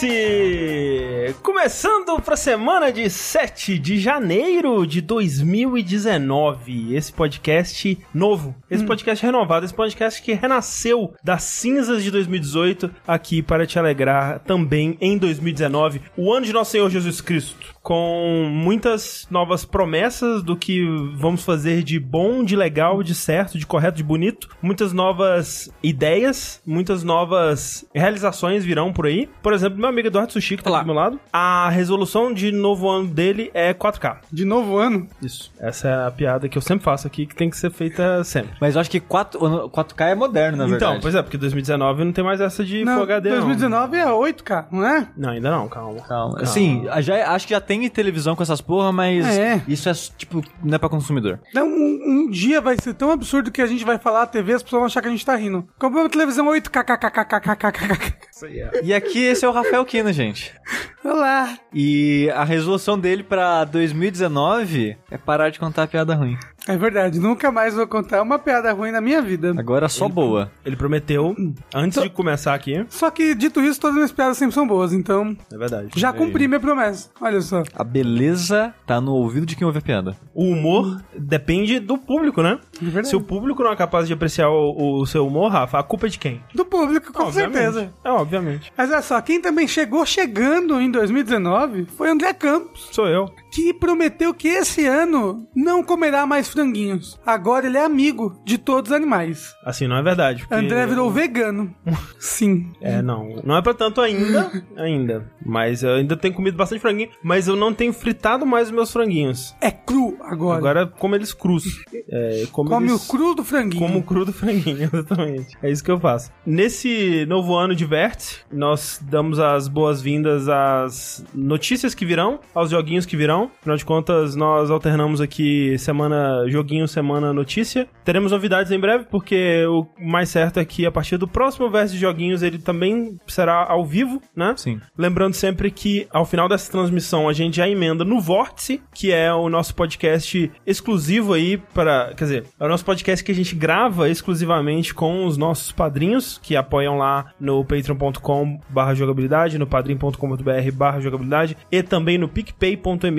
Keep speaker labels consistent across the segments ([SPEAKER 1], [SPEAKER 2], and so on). [SPEAKER 1] Vértice! Começando para a semana de 7 de janeiro de 2019. Esse podcast novo, esse podcast renovado, esse podcast que renasceu das cinzas de 2018 aqui para te alegrar também em 2019, o ano de nosso Senhor Jesus Cristo. Com muitas novas promessas do que vamos fazer de bom, de legal, de certo, de correto, de bonito. Muitas novas ideias, muitas novas realizações virão por aí. Por exemplo, meu amigo Eduardo Sushi, que tá
[SPEAKER 2] Olá.
[SPEAKER 1] aqui do meu lado, a resolução de novo ano dele é 4K.
[SPEAKER 3] De novo ano?
[SPEAKER 1] Isso. Essa é a piada que eu sempre faço aqui, que tem que ser feita sempre.
[SPEAKER 2] Mas eu acho que 4, 4K é moderno, na verdade.
[SPEAKER 1] Então, pois é, porque 2019 não tem né? mais essa de Full
[SPEAKER 3] Não,
[SPEAKER 1] HD,
[SPEAKER 3] 2019 é 8K, não é?
[SPEAKER 1] não. Não, ainda não, calma. Ah,
[SPEAKER 2] Calma. Assim, já, acho que já tem televisão com essas porra, mas
[SPEAKER 3] É.
[SPEAKER 2] isso é, tipo, não é pra consumidor.
[SPEAKER 3] Então, um, um dia vai ser tão absurdo que a gente vai falar a TV as pessoas vão achar que a gente tá rindo. Comprou uma televisão 8K, kkkkkkk.
[SPEAKER 2] E aqui esse é o Rafael Kina, gente.
[SPEAKER 3] Olá.
[SPEAKER 2] E a resolução dele pra 2019 é parar de contar piada ruim.
[SPEAKER 3] É verdade, nunca mais vou contar uma piada ruim na minha vida.
[SPEAKER 2] Agora só boa.
[SPEAKER 1] Ele prometeu, antes de começar aqui, é
[SPEAKER 3] Só que, dito isso, todas as minhas piadas sempre são boas, então
[SPEAKER 1] verdade.
[SPEAKER 3] já cumpri minha promessa. Olha só. É
[SPEAKER 2] A beleza tá no ouvido de quem ouve a piada.
[SPEAKER 1] O humor depende do público, né?
[SPEAKER 3] verdade.
[SPEAKER 1] Se o público não é capaz de apreciar o, o seu humor, Rafa, a culpa é de quem?
[SPEAKER 3] Do público, com
[SPEAKER 1] Obviamente.
[SPEAKER 3] certeza.
[SPEAKER 1] É, obviamente.
[SPEAKER 3] Mas olha só, quem também chegou chegando em 2019 foi André Campos.
[SPEAKER 1] Sou eu.
[SPEAKER 3] que prometeu que esse ano não comerá mais franguinhos. Agora ele é amigo de todos os animais.
[SPEAKER 1] Assim, não é verdade. porque-
[SPEAKER 3] André virou vegano. Sim.
[SPEAKER 1] É, não. Não é pra tanto ainda. ainda. Mas eu ainda tenho comido bastante franguinho. Mas eu não tenho fritado mais os meus franguinhos.
[SPEAKER 3] É cru agora.
[SPEAKER 1] Agora como eles crus. É, como
[SPEAKER 3] Come
[SPEAKER 1] eles...
[SPEAKER 3] o cru do franguinho.
[SPEAKER 1] Como o cru do franguinho, exatamente. É isso que eu faço. Nesse novo ano de Vértice, nós damos as boas-vindas às notícias que virão, aos joguinhos que virão. Afinal de contas, nós alternamos aqui semana joguinho, semana notícia. Teremos novidades em breve, porque o mais certo é que a partir do próximo Vértice de Joguinhos, ele também será ao vivo, né?
[SPEAKER 2] Sim.
[SPEAKER 1] Lembrando sempre que ao final dessa transmissão a gente já emenda no Vórtice, que é o nosso podcast exclusivo aí para, quer dizer, é o nosso podcast que a gente grava exclusivamente com os nossos padrinhos que apoiam lá no patreon.com/jogabilidade, no padrim.com.br/jogabilidade e também no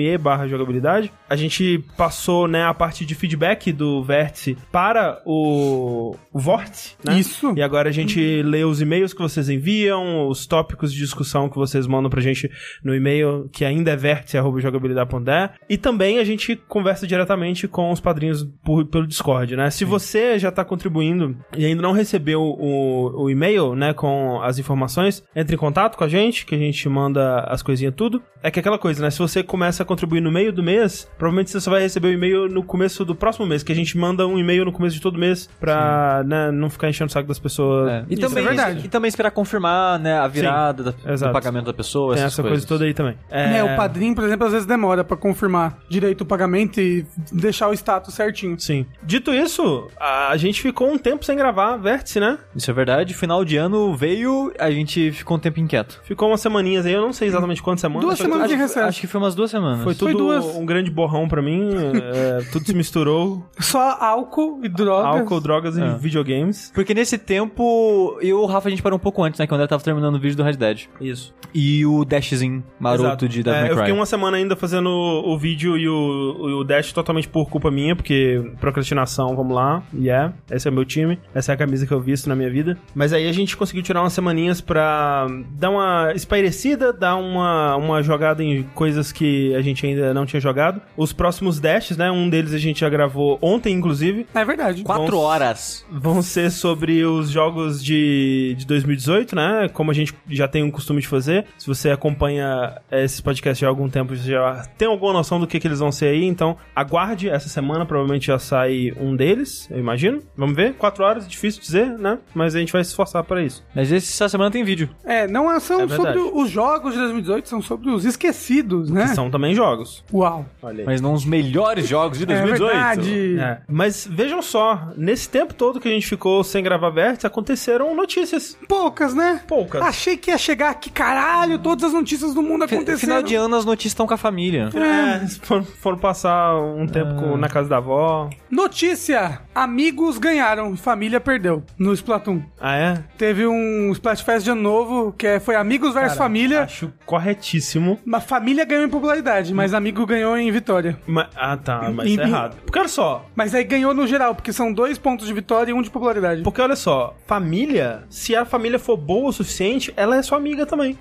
[SPEAKER 1] picpay.me/jogabilidade. A gente passou, né, a parte de feedback do Vértice para o, o Vórtice, né?
[SPEAKER 3] Isso.
[SPEAKER 1] E agora a gente lê os e-mails que vocês enviam, os tópicos de discussão que vocês mandam pra gente no e-mail, que ainda é vértice.jogabilidade.de. E também a gente conversa diretamente com os padrinhos por- pelo Discord, né? Se você já tá contribuindo e ainda não recebeu o, o e-mail, né, com as informações, entre em contato com a gente, que a gente manda as coisinhas tudo. É que aquela coisa, né? Se você começa a contribuir no meio do mês, provavelmente você só vai receber o e-mail no começo do próximo mês, que a gente manda um e-mail no começo de todo mês pra né, não ficar enchendo o saco das pessoas.
[SPEAKER 2] É. E,
[SPEAKER 1] Isso
[SPEAKER 2] também,
[SPEAKER 1] é verdade.
[SPEAKER 2] e também esperar confirmar né, a virada da-
[SPEAKER 1] exato.
[SPEAKER 2] do pagamento da pessoa,
[SPEAKER 1] Tem
[SPEAKER 2] essas
[SPEAKER 1] essa
[SPEAKER 2] coisas.
[SPEAKER 1] coisa toda aí também.
[SPEAKER 3] É, o padrinho, por exemplo, às vezes demora pra confirmar direito o pagamento e deixar o status certinho.
[SPEAKER 1] Sim. Dito isso, a gente ficou um tempo sem gravar Vértice, né?
[SPEAKER 2] Isso é verdade. Final de ano veio, a gente ficou um tempo inquieto.
[SPEAKER 1] Ficou umas semaninhas aí, eu não sei exatamente quantas semanas.
[SPEAKER 3] Duas
[SPEAKER 1] foi
[SPEAKER 3] semanas de
[SPEAKER 2] Acho,
[SPEAKER 3] recesso.
[SPEAKER 2] acho que foi umas duas semanas.
[SPEAKER 1] Foi tudo
[SPEAKER 3] Foi duas.
[SPEAKER 1] um grande borrão pra mim, é, tudo se misturou,
[SPEAKER 3] Só álcool e drogas.
[SPEAKER 1] álcool, drogas e
[SPEAKER 2] É.
[SPEAKER 1] videogames.
[SPEAKER 2] Porque nesse tempo, eu e o Rafa a gente parou um pouco antes, né? Que o André tava terminando o vídeo do Red Dead.
[SPEAKER 1] Isso.
[SPEAKER 2] E o dashzinho maroto
[SPEAKER 1] Exato.
[SPEAKER 2] de Death
[SPEAKER 1] É,
[SPEAKER 2] May
[SPEAKER 1] Eu
[SPEAKER 2] Cry.
[SPEAKER 1] fiquei uma semana ainda fazendo o, o vídeo e o, o Dash totalmente por culpa minha, porque procrastinação, vamos lá, e é. Esse é o meu time, essa é a camisa que eu visto na minha vida. Mas aí a gente conseguiu tirar umas semaninhas pra dar uma espairecida, dar uma, uma jogada em coisas que a gente ainda não tinha jogado. Os próximos Dashes, né? Um deles a gente já gravou ontem, inclusive.
[SPEAKER 3] É verdade.
[SPEAKER 2] Quatro
[SPEAKER 1] Vamos-
[SPEAKER 2] horas.
[SPEAKER 1] vão ser sobre os jogos de, de 2018, né? Como a gente já tem um costume de fazer. Se você acompanha eh, esses podcasts já há algum tempo, você já tem alguma noção do que, que eles vão ser aí. Então, aguarde. Essa semana provavelmente já sai um deles, eu imagino. Vamos ver. Quatro horas, difícil dizer, né? Mas a gente vai se esforçar para isso.
[SPEAKER 2] Mas esse- essa semana tem vídeo.
[SPEAKER 3] É, não é- são
[SPEAKER 1] É verdade.
[SPEAKER 3] sobre os jogos de 2018, são sobre os esquecidos, né?
[SPEAKER 1] Que são também jogos. jogos.
[SPEAKER 3] Uau.
[SPEAKER 1] Olha aí.
[SPEAKER 2] Mas não os melhores jogos de 2018.
[SPEAKER 3] É verdade.
[SPEAKER 1] É. Mas vejam só, nesse tempo todo que a gente ficou sem gravar Verts, aconteceram notícias
[SPEAKER 3] Poucas, né?
[SPEAKER 1] poucas.
[SPEAKER 3] Achei que ia chegar aqui, caralho, todas as notícias do mundo
[SPEAKER 2] Tá. Fi-
[SPEAKER 3] aconteceram.
[SPEAKER 2] Final de ano as notícias estão com a família.
[SPEAKER 1] É, eles foram, foram passar um tempo com- na casa da avó.
[SPEAKER 3] Notícia! Amigos ganharam, família perdeu no Splatoon.
[SPEAKER 1] Ah, é?
[SPEAKER 3] Teve um Splatfest de ano novo, que é- foi Amigos versus Família.
[SPEAKER 1] Acho corretíssimo.
[SPEAKER 3] Mas família ganhou em popularidade,
[SPEAKER 2] Hum.
[SPEAKER 3] mas amigo ganhou em vitória.
[SPEAKER 1] Ma- ah, tá, mas
[SPEAKER 3] Em-
[SPEAKER 1] é errado. Porque olha só,
[SPEAKER 3] Mas aí ganhou no geral, porque são dois pontos de vitória e um de popularidade.
[SPEAKER 1] porque olha só, família, se a família for boa o suficiente, ela é sua amiga também.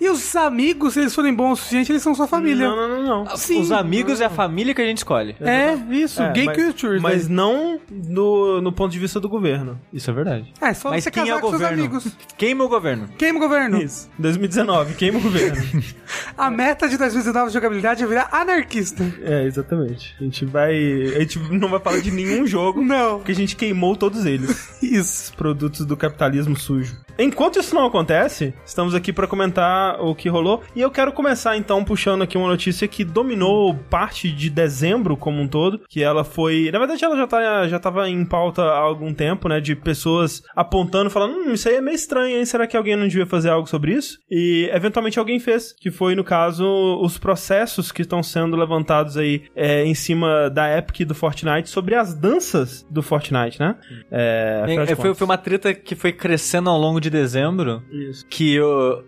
[SPEAKER 3] E os amigos, se eles forem bons o suficiente, eles são sua família.
[SPEAKER 1] Não, não, não, não.
[SPEAKER 3] Sim.
[SPEAKER 2] Os amigos né? é a família que a gente escolhe.
[SPEAKER 3] É, isso,
[SPEAKER 1] É,
[SPEAKER 3] gay
[SPEAKER 1] mas,
[SPEAKER 3] culture.
[SPEAKER 1] Mas
[SPEAKER 3] né?
[SPEAKER 1] não do, no ponto de vista do governo.
[SPEAKER 2] Isso é verdade.
[SPEAKER 3] Ah, é só
[SPEAKER 2] Mas
[SPEAKER 3] você
[SPEAKER 2] quem é
[SPEAKER 3] casar
[SPEAKER 2] o
[SPEAKER 3] com seus
[SPEAKER 2] governo?
[SPEAKER 3] amigos.
[SPEAKER 2] Queima o governo.
[SPEAKER 3] Queima o governo.
[SPEAKER 1] Isso. 2019, queima o governo.
[SPEAKER 3] A meta de 2019 de jogabilidade é virar anarquista.
[SPEAKER 1] é, exatamente. A gente vai. A gente não vai falar de nenhum jogo.
[SPEAKER 3] Não.
[SPEAKER 1] Porque a gente queimou todos eles. Esses produtos do capitalismo sujo. Enquanto isso não acontece, estamos aqui para comentar o que rolou. E eu quero começar então puxando aqui uma notícia que dominou parte de dezembro como um todo. Que ela foi. Na verdade, ela já, tá, já tava em pauta há algum tempo, né? De pessoas apontando, falando: hum, isso aí é meio estranho, hein? Será que alguém não devia fazer algo sobre isso? E eventualmente alguém fez, que foi, no caso, os processos que estão sendo levantados aí é, em cima da Epic e do Fortnite sobre as danças do Fortnite, né? É,
[SPEAKER 2] É,
[SPEAKER 1] afinal de
[SPEAKER 2] é, foi,
[SPEAKER 1] contas.
[SPEAKER 2] foi uma treta que foi crescendo ao longo de dezembro.
[SPEAKER 1] Isso.
[SPEAKER 2] Que o.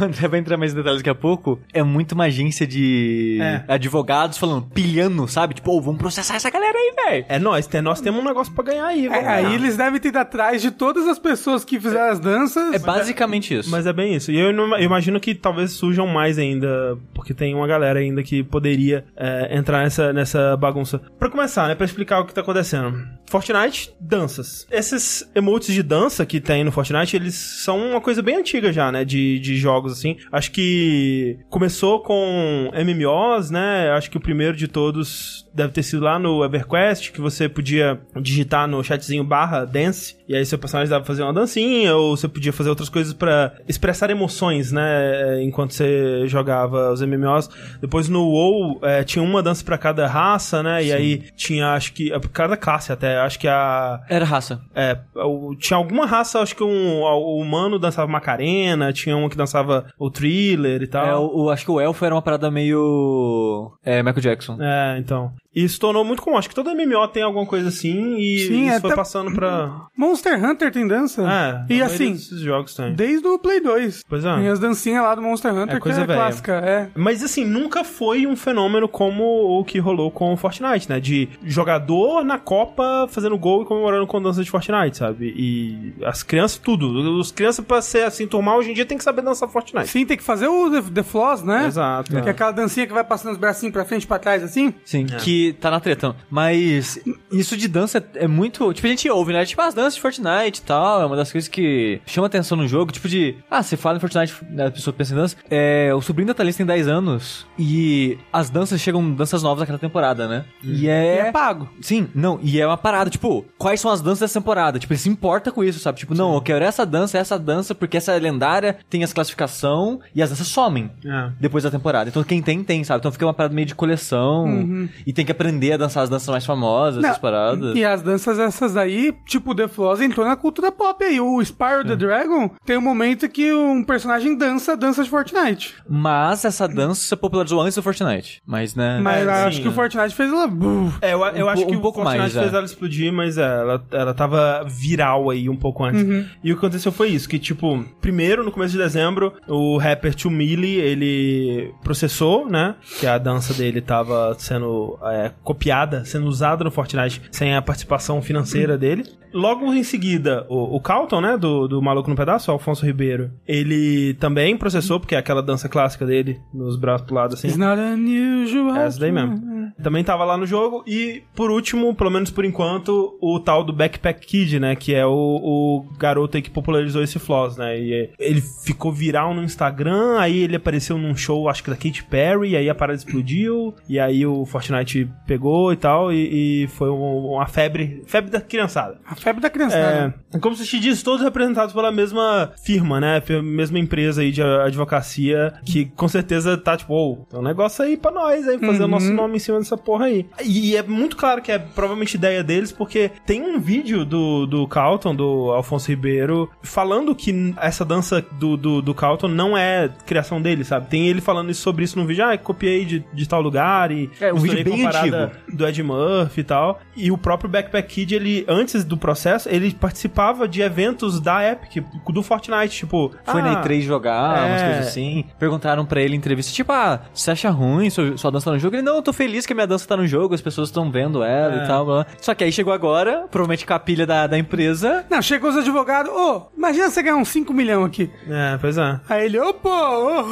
[SPEAKER 2] o André vai entrar mais em detalhes daqui a pouco. É muito uma agência de
[SPEAKER 1] É.
[SPEAKER 2] advogados falando, pilhando, sabe? Tipo, ô, vamos processar essa galera aí, velho.
[SPEAKER 1] É nós, tem- nós temos um negócio pra ganhar aí,
[SPEAKER 3] É,
[SPEAKER 1] vamos
[SPEAKER 3] aí
[SPEAKER 1] lá.
[SPEAKER 3] eles devem ter ido atrás de todas as pessoas que fizeram as danças.
[SPEAKER 2] É basicamente isso.
[SPEAKER 1] Mas é bem isso. E eu, não- eu imagino que talvez surjam mais ainda, porque tem uma galera ainda que poderia é, entrar nessa, nessa bagunça. Pra começar, né, pra explicar o que tá acontecendo. Fortnite, danças. Esses emotes de dança que tem no Fortnite, eles são uma coisa bem antiga já, né, de, de jogos, assim. Acho que começou com MMOs, né, acho que o primeiro de todos deve ter sido lá no EverQuest, que você podia digitar no chatzinho barra dance, e aí seu personagem dava pra fazer uma dancinha, ou você podia fazer outras coisas pra expressar emoções, né, enquanto você jogava os MMOs. Depois no WoW eh, tinha uma dança pra cada raça, né, e aí tinha, acho que, é, cada classe até, acho que a...
[SPEAKER 2] Era raça.
[SPEAKER 1] É, o- tinha alguma raça, acho que um, o humano dançava Macarena, tinha um que dançava o Thriller e tal.
[SPEAKER 2] É, o, o- acho que o elfo era uma parada meio. É, Michael Jackson.
[SPEAKER 1] É, então. E isso tornou muito comum. Acho que todo MMO tem alguma coisa assim e
[SPEAKER 3] Sim,
[SPEAKER 1] isso
[SPEAKER 3] é,
[SPEAKER 1] foi
[SPEAKER 3] tá-
[SPEAKER 1] passando pra.
[SPEAKER 3] Monster Hunter tem dança?
[SPEAKER 1] É,
[SPEAKER 3] E
[SPEAKER 1] a maioria
[SPEAKER 3] assim,
[SPEAKER 1] desses jogos tem.
[SPEAKER 3] desde o Play 2.
[SPEAKER 1] Pois é.
[SPEAKER 3] Tem as dancinhas lá do Monster Hunter,
[SPEAKER 1] coisa
[SPEAKER 3] que é
[SPEAKER 1] velha.
[SPEAKER 3] clássica. É.
[SPEAKER 1] Mas assim, nunca foi um fenômeno como o que rolou com o Fortnite, né? De jogador na Copa fazendo gol e comemorando com dança de Fortnite, sabe? E as crianças, tudo. Os crianças, pra ser assim, turmal, hoje em dia tem que saber dançar Fortnite.
[SPEAKER 3] Sim, tem que fazer o The, the Floss, né?
[SPEAKER 1] Exato.
[SPEAKER 3] Que é aquela dancinha que vai passando os bracinhos pra frente e pra trás, assim.
[SPEAKER 2] Sim, que tá na treta. Mas isso de dança é muito. Tipo, a gente ouve, né? Tipo, as danças de Fortnite e tal. É uma das coisas que chama atenção no jogo. Tipo, de. Ah, você fala em Fortnite, né, a pessoa pensa em dança. É, o sobrinho da Thalys tem 10 anos. E as danças chegam, danças novas naquela temporada, né? E é.
[SPEAKER 3] E é pago.
[SPEAKER 2] Sim, não, e é uma parada, tipo, quais são as danças dessa temporada? Tipo, ele se importa com isso, sabe? Tipo, não, eu quero essa dança, essa dança, porque essa é lendária tem as classificação e as danças somem
[SPEAKER 1] É.
[SPEAKER 2] depois da temporada. Então quem tem, tem, sabe? Então fica uma parada meio de coleção
[SPEAKER 1] Uhum.
[SPEAKER 2] e tem que aprender a dançar as danças mais famosas,
[SPEAKER 3] Não,
[SPEAKER 2] essas paradas.
[SPEAKER 3] E as danças essas aí, tipo o The Floss, entrou na cultura pop aí. O Spyro
[SPEAKER 1] É.
[SPEAKER 3] the Dragon tem um momento que um personagem dança a dança de Fortnite.
[SPEAKER 2] Mas essa dança se popularizou antes do Fortnite. Mas, né?
[SPEAKER 3] Mas
[SPEAKER 1] É,
[SPEAKER 3] acho
[SPEAKER 1] sim,
[SPEAKER 3] que o
[SPEAKER 1] né?
[SPEAKER 3] Fortnite fez ela... buf.
[SPEAKER 1] É, eu, eu
[SPEAKER 2] Um
[SPEAKER 1] acho
[SPEAKER 2] po-
[SPEAKER 1] que
[SPEAKER 2] um
[SPEAKER 1] o
[SPEAKER 2] pouco
[SPEAKER 1] Fortnite
[SPEAKER 2] mais,
[SPEAKER 1] fez
[SPEAKER 2] é.
[SPEAKER 1] ela explodir, mas é, ela, ela tava viral aí um pouco antes. E o que aconteceu foi isso, que tipo, primeiro, no começo de dezembro, o rapper 2 Milli, ele processou, né, que a dança dele tava sendo é, copiada, sendo usada no Fortnite sem a participação financeira dele. Logo em seguida, o, o Calton, né, do, do Maluco no Pedaço, o Alfonso Ribeiro, ele também processou, porque é aquela dança clássica dele, nos braços pro lado assim.
[SPEAKER 3] It's not unusual.
[SPEAKER 1] É essa daí mesmo. Também tava lá no jogo. E, por último, pelo menos por enquanto, o tal do Backpack Kid, né? Que é o, o garoto aí que popularizou esse Floss, né? E ele ficou viral no Instagram, aí ele apareceu num show, acho que da Katy Perry, aí a parada explodiu, e aí o Fortnite pegou e tal, e, e foi um- uma febre, febre da criançada.
[SPEAKER 3] A febre da criança,
[SPEAKER 1] É,
[SPEAKER 3] né?
[SPEAKER 1] como se te diz, todos representados pela mesma firma, né? Fir- Mesma empresa aí de a- advocacia, que com certeza tá tipo, ô, tem um negócio aí pra nós, aí fazer o nosso
[SPEAKER 2] Uhum.
[SPEAKER 1] nome em cima dessa porra aí. E, e é muito claro que é provavelmente ideia deles, porque tem um vídeo do, do Calton, do Alfonso Ribeiro, falando que n- essa dança do, do, do Calton não é criação dele, sabe? Tem ele falando isso- sobre isso num vídeo, ah, copiei de, de tal lugar e
[SPEAKER 2] É, um
[SPEAKER 1] misturei
[SPEAKER 2] vídeo
[SPEAKER 1] com
[SPEAKER 2] bem
[SPEAKER 1] a parada
[SPEAKER 2] antigo.
[SPEAKER 1] do Ed Murphy e tal. E o próprio Backpack Kid, ele, antes do processo, ele participava de eventos da Epic, do Fortnite, tipo.
[SPEAKER 2] Foi
[SPEAKER 1] ah,
[SPEAKER 2] na E3 jogar, umas
[SPEAKER 1] é.
[SPEAKER 2] coisas assim. Perguntaram pra ele em entrevista, tipo, ah, você acha ruim sua, sua dança tá no jogo? Ele, não, eu tô feliz que a minha dança tá no jogo, as pessoas estão vendo ela
[SPEAKER 1] É.
[SPEAKER 2] e tal. blá, blá. Só que aí chegou agora, provavelmente com a pilha da, da empresa.
[SPEAKER 3] Não, chegou os advogados. Ô, imagina você ganhar uns 5 milhão aqui.
[SPEAKER 1] É, pois é.
[SPEAKER 3] Aí ele, opa,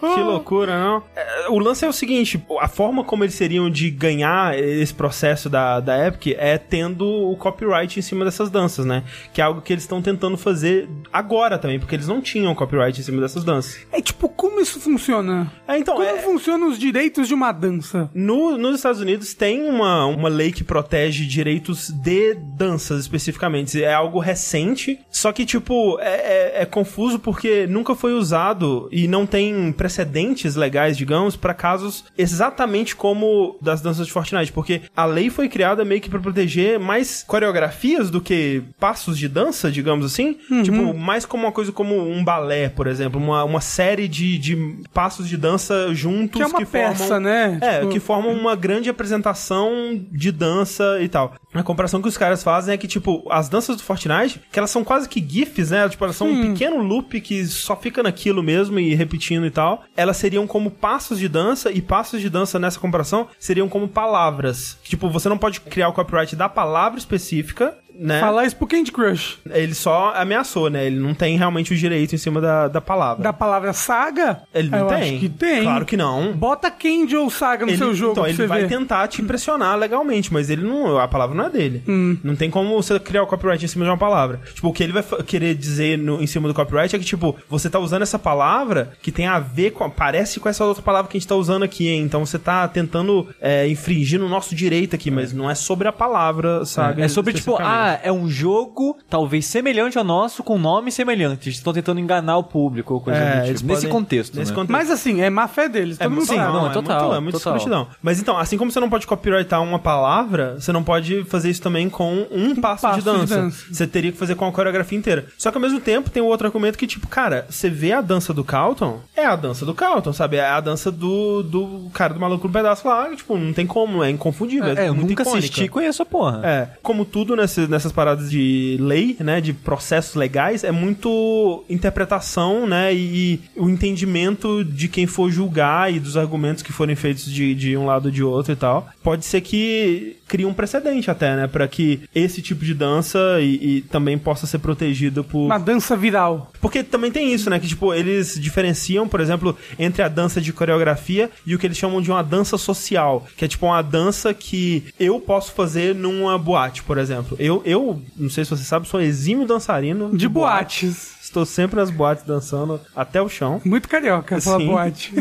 [SPEAKER 1] Que
[SPEAKER 3] ô.
[SPEAKER 1] loucura, não? É, O lance é o seguinte: a forma como eles seriam de ganhar esse processo da, da Epic é tendo o copyright em cima dessas danças, né? Que é algo que eles estão tentando fazer agora também, porque eles não tinham copyright em cima dessas danças.
[SPEAKER 3] É tipo, como isso funciona?
[SPEAKER 1] É, então.
[SPEAKER 3] Como
[SPEAKER 1] é-
[SPEAKER 3] funcionam os direitos de uma dança?
[SPEAKER 1] No- nos Estados Unidos tem uma, uma lei que protege direitos de danças especificamente. É algo recente, só que, tipo, é, é- é confuso porque nunca foi usado e não tem precedentes legais, digamos, pra casos exatamente como das danças de Fortnite. Porque a lei foi criada meio que pra proteger mais coreografias do que passos de dança, digamos assim.
[SPEAKER 3] Uhum.
[SPEAKER 1] Tipo, mais como uma coisa como um balé, por exemplo, uma, uma série de, de passos de dança juntos
[SPEAKER 3] Que é uma peça,
[SPEAKER 1] formam.
[SPEAKER 3] né?
[SPEAKER 1] É,
[SPEAKER 3] Tipo-
[SPEAKER 1] que formam uma grande apresentação de dança e tal. A comparação que os caras fazem é que, tipo, as danças do Fortnite, que elas são quase que GIFs, né? Tipo, elas são um pequeno loop que só fica naquilo mesmo e repetindo e tal. Elas seriam como passos de dança, e passos de dança nessa comparação seriam como palavras. Tipo, você não pode criar o copyright da palavra específica, né?
[SPEAKER 3] Falar isso pro Candy Crush.
[SPEAKER 1] Ele só ameaçou, né? Ele não tem realmente o direito em cima da, da palavra.
[SPEAKER 3] Da palavra saga?
[SPEAKER 1] Ele não
[SPEAKER 3] eu
[SPEAKER 1] tem.
[SPEAKER 3] Acho que tem.
[SPEAKER 1] Claro que não.
[SPEAKER 3] Bota Candy ou saga no
[SPEAKER 1] Ele-
[SPEAKER 3] seu jogo
[SPEAKER 1] Então,
[SPEAKER 3] pra
[SPEAKER 1] ele
[SPEAKER 3] você
[SPEAKER 1] vai
[SPEAKER 3] ver.
[SPEAKER 1] tentar te impressionar legalmente, mas ele não. A palavra não é dele.
[SPEAKER 3] Hum.
[SPEAKER 1] Não tem como você criar o copyright em cima de uma palavra. Tipo, o que ele vai fa- querer dizer no- em cima do copyright é que, tipo, você tá usando essa palavra que tem a ver com. a- Parece com essa outra palavra que a gente tá usando aqui, hein? Então você tá tentando é, infringir no nosso direito aqui, mas não é sobre a palavra, sabe?
[SPEAKER 2] É sobre, tipo, ah, é um jogo talvez semelhante ao nosso, com nome semelhante. Eles estão tentando enganar o público ou coisa do tipo. Nesse contexto,
[SPEAKER 1] É, Nesse
[SPEAKER 2] né?
[SPEAKER 1] contexto.
[SPEAKER 3] Mas assim, é má fé deles.
[SPEAKER 1] É,
[SPEAKER 3] todo mundo
[SPEAKER 1] sim, não,
[SPEAKER 3] sabe.
[SPEAKER 2] não,
[SPEAKER 1] é
[SPEAKER 2] é total,
[SPEAKER 1] muito, é muito
[SPEAKER 2] total.
[SPEAKER 1] escrotidão. Mas então, assim como você não pode copyrightar uma palavra, você não pode fazer isso também com um passo,
[SPEAKER 3] passo
[SPEAKER 1] de, dança.
[SPEAKER 3] de dança.
[SPEAKER 1] Você teria que fazer com a coreografia inteira. Só que ao mesmo tempo tem o outro argumento que, tipo, cara, você vê a dança do Calton, é a dança do Calton, sabe? É a dança do, do cara do maluco no pedaço lá, que, tipo, não tem como, é inconfundível.
[SPEAKER 2] É, eu
[SPEAKER 1] muito
[SPEAKER 2] nunca
[SPEAKER 1] icônica.
[SPEAKER 2] assisti e conheço a porra.
[SPEAKER 1] É, como tudo nesse- nessas paradas de lei, né, de processos legais, é muito interpretação, né, e, e o entendimento de quem for julgar e dos argumentos que forem feitos de, de um lado ou de outro e tal. Pode ser que crie um precedente até, né, pra que esse tipo de dança e, e também possa ser protegido por...
[SPEAKER 3] Uma dança viral.
[SPEAKER 1] Porque também tem isso, né? Que, tipo, eles diferenciam, por exemplo, entre a dança de coreografia e o que eles chamam de uma dança social. Que é, tipo, uma dança que eu posso fazer numa boate, por exemplo. Eu, eu não sei se você sabe, sou exímio dançarino.
[SPEAKER 3] De boates.
[SPEAKER 1] Estou sempre nas boates dançando até o chão.
[SPEAKER 3] Muito carioca falar
[SPEAKER 1] Sim.
[SPEAKER 3] boate.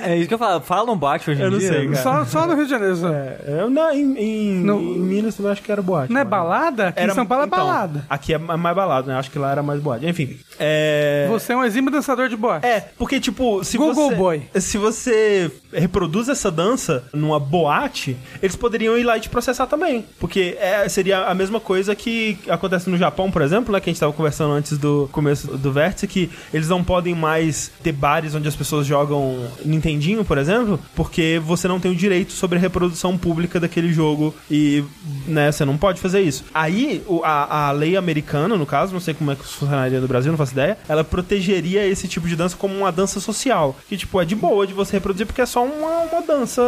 [SPEAKER 2] É, isso que eu falo. Fala um bate hoje em
[SPEAKER 1] Eu não
[SPEAKER 2] dia.
[SPEAKER 1] sei, cara.
[SPEAKER 3] só, só no Rio de Janeiro. só.
[SPEAKER 1] É, Eu, não, em, em,
[SPEAKER 3] No-
[SPEAKER 1] em Minas também acho que era boate.
[SPEAKER 3] Não é
[SPEAKER 1] mas-
[SPEAKER 3] balada? Aqui em São Paulo é
[SPEAKER 1] tipo, então,
[SPEAKER 3] balada.
[SPEAKER 1] Aqui é ma- mais balada, né? Acho que lá era mais boate. Enfim. É...
[SPEAKER 3] Você é um exímio dançador de boate.
[SPEAKER 1] É, porque, tipo, se
[SPEAKER 3] Google
[SPEAKER 1] você.
[SPEAKER 3] Boy.
[SPEAKER 1] Se você reproduz essa dança numa boate, eles poderiam ir lá e te processar também. Porque é, seria a mesma coisa que acontece no Japão, por exemplo, né? Que a gente tava conversando antes do começo do vértice, que eles não podem mais ter bares onde as pessoas jogam Nintendinho, por exemplo, porque você não tem o direito sobre a reprodução pública daquele jogo e né? Você não pode fazer isso. Aí, o- a, a lei americana, no caso, não sei como é que funcionaria no Brasil, não faço ideia, ela protegeria esse tipo de dança como uma dança social. Que, tipo, é de boa de você reproduzir, porque é só uma, uma dança,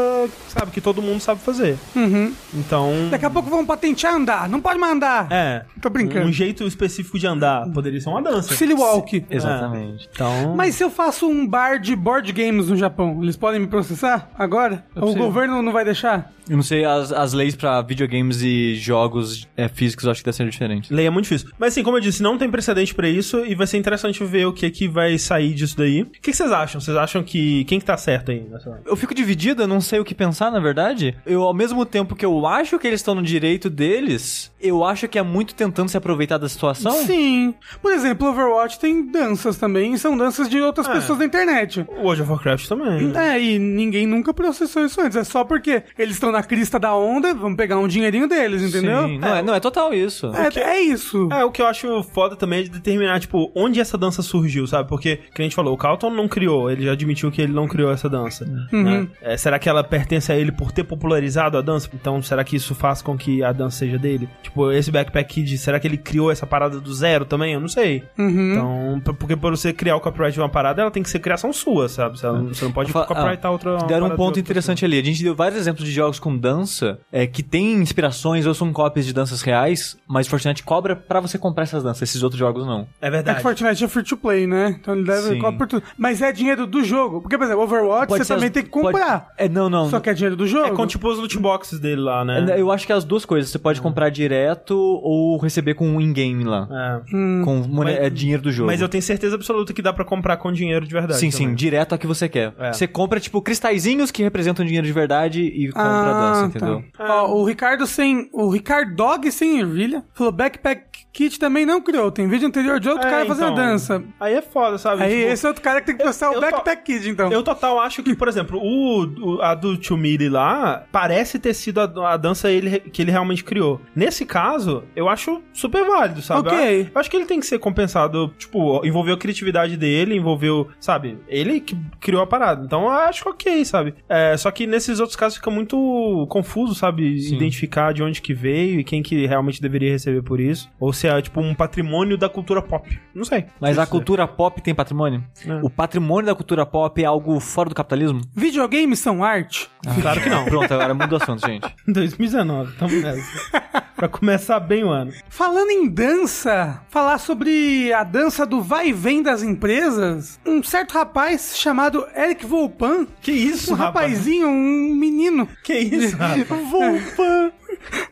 [SPEAKER 1] sabe, que todo mundo sabe fazer.
[SPEAKER 3] Uhum.
[SPEAKER 1] Então.
[SPEAKER 3] Daqui a pouco vão patentear andar. Não pode mais andar.
[SPEAKER 1] É.
[SPEAKER 3] Tô brincando.
[SPEAKER 1] Um jeito específico de andar poderia ser uma dança.
[SPEAKER 3] Silly walk.
[SPEAKER 2] É. Exatamente.
[SPEAKER 1] Então.
[SPEAKER 3] Mas se eu faço um bar de board games no Japão, eles podem me processar agora?
[SPEAKER 1] É
[SPEAKER 3] o
[SPEAKER 2] possível.
[SPEAKER 3] governo não vai deixar?
[SPEAKER 2] Eu não sei, as, as leis pra videogames e jogos é, físicos eu acho que devem ser diferentes.
[SPEAKER 1] Lei é muito difícil. Mas assim, como eu disse, não tem precedente pra isso e vai ser interessante ver o que é que vai sair disso daí. O que que vocês acham? Vocês acham que quem que tá certo aí? nessa-
[SPEAKER 2] Eu fico dividido, eu não sei o que pensar, na verdade. Eu, ao mesmo tempo que eu acho que eles estão no direito deles, eu acho que é muito tentando se aproveitar da situação.
[SPEAKER 3] Sim. Por exemplo, Overwatch tem danças também, e são danças de outras
[SPEAKER 1] É.
[SPEAKER 3] pessoas da internet.
[SPEAKER 1] O World of Warcraft também. né?
[SPEAKER 3] É, e ninguém nunca processou isso antes. É só porque eles estão na crista da onda, vamos pegar um dinheirinho deles, entendeu?
[SPEAKER 2] Sim, não, é. não é total isso.
[SPEAKER 3] É, é isso.
[SPEAKER 1] É, o que eu acho foda também é de determinar, tipo, onde essa dança surgiu, sabe? Porque, que a gente falou, o Carlton não criou, ele já admitiu que ele não criou essa dança. né? É, será que ela pertence a ele por ter popularizado a dança? Então, será que isso faz com que a dança seja dele? Tipo, esse Backpack Kid, será que ele criou essa parada do zero também? Eu não sei.
[SPEAKER 3] Uhum.
[SPEAKER 1] Então, p- porque pra você criar o copyright de uma parada, ela tem que ser criação sua, sabe? Você não, você não pode
[SPEAKER 2] Fa- ah,
[SPEAKER 1] copyrightar outra. uma
[SPEAKER 2] Deram um
[SPEAKER 1] parada de
[SPEAKER 2] ponto
[SPEAKER 1] outra
[SPEAKER 2] interessante ali. A gente deu vários exemplos de jogos com dança é, que tem inspirações ou são cópias de danças reais, mas Fortnite cobra pra você comprar essas danças. Esses outros jogos não.
[SPEAKER 1] pessoa. É
[SPEAKER 3] É que
[SPEAKER 1] verdade.
[SPEAKER 3] Fortnite é free to play, né? Então ele deve
[SPEAKER 2] Sim.
[SPEAKER 3] comprar tudo. Mas é dinheiro do jogo. Porque, por exemplo, Overwatch
[SPEAKER 2] Pode
[SPEAKER 3] você
[SPEAKER 2] ser as-
[SPEAKER 3] também tem que
[SPEAKER 2] pode-
[SPEAKER 3] comprar.
[SPEAKER 2] É, não, não.
[SPEAKER 3] Só que é dinheiro do jogo.
[SPEAKER 1] É com tipo os loot boxes dele lá, né?
[SPEAKER 2] Eu acho que é as duas coisas. Você
[SPEAKER 1] Ah.
[SPEAKER 2] pode comprar direto ou receber com um in-game lá.
[SPEAKER 1] É.
[SPEAKER 2] Com mone-
[SPEAKER 1] Mas-
[SPEAKER 2] é dinheiro do jogo.
[SPEAKER 1] Mas eu tenho certeza absoluta que dá pra comprar com dinheiro de verdade.
[SPEAKER 2] Sim,
[SPEAKER 1] também.
[SPEAKER 2] sim, direto a que você quer.
[SPEAKER 1] É.
[SPEAKER 2] Você compra, tipo, cristalzinhos que representam dinheiro de verdade e compra a
[SPEAKER 3] Ah,
[SPEAKER 2] dança,
[SPEAKER 3] tá.
[SPEAKER 2] entendeu?
[SPEAKER 3] Ó, o Ricardo sem. O Ricardo Dog sem ervilha falou Backpack Kit também não criou. Tem vídeo anterior de outro
[SPEAKER 1] É,
[SPEAKER 3] cara fazendo
[SPEAKER 1] então,
[SPEAKER 3] dança.
[SPEAKER 1] Aí é foda, sabe?
[SPEAKER 3] Aí
[SPEAKER 1] Tipo,
[SPEAKER 3] esse é outro cara que tem que processar o
[SPEAKER 1] eu
[SPEAKER 3] Backpack Kid,
[SPEAKER 2] é
[SPEAKER 3] então.
[SPEAKER 1] Eu total acho que, por exemplo, o, o- a do Tio Millie lá parece ter sido a, a dança ele- que ele realmente criou. Nesse caso, eu acho super válido, sabe?
[SPEAKER 3] Ok.
[SPEAKER 1] Eu, eu acho que ele tem que ser compensado, tipo, envolveu a criatividade dele, envolveu, sabe? Ele que criou a parada. Então eu acho ok, sabe? É, só que nesses outros casos fica muito confuso, sabe? Identificar de onde que veio e quem que realmente deveria receber por isso. Ou se é, tipo, um patrimônio da cultura pop. Não sei.
[SPEAKER 2] Mas a
[SPEAKER 1] Isso, né?
[SPEAKER 2] cultura pop tem patrimônio?
[SPEAKER 1] É.
[SPEAKER 2] O patrimônio da cultura pop é algo fora do capitalismo?
[SPEAKER 3] Videogames são arte?
[SPEAKER 1] Claro que não.
[SPEAKER 2] Pronto, agora muda o assunto, gente.
[SPEAKER 1] 2019, tamo nessa. pra começar bem o ano.
[SPEAKER 3] Falando em dança, falar sobre a dança do vai e vem das empresas, um certo rapaz chamado Eric Volpan,
[SPEAKER 1] Que isso,
[SPEAKER 3] um
[SPEAKER 1] rapaz?
[SPEAKER 3] rapazinho, um menino. Um
[SPEAKER 1] Que isso, rapaz?
[SPEAKER 3] Volpan!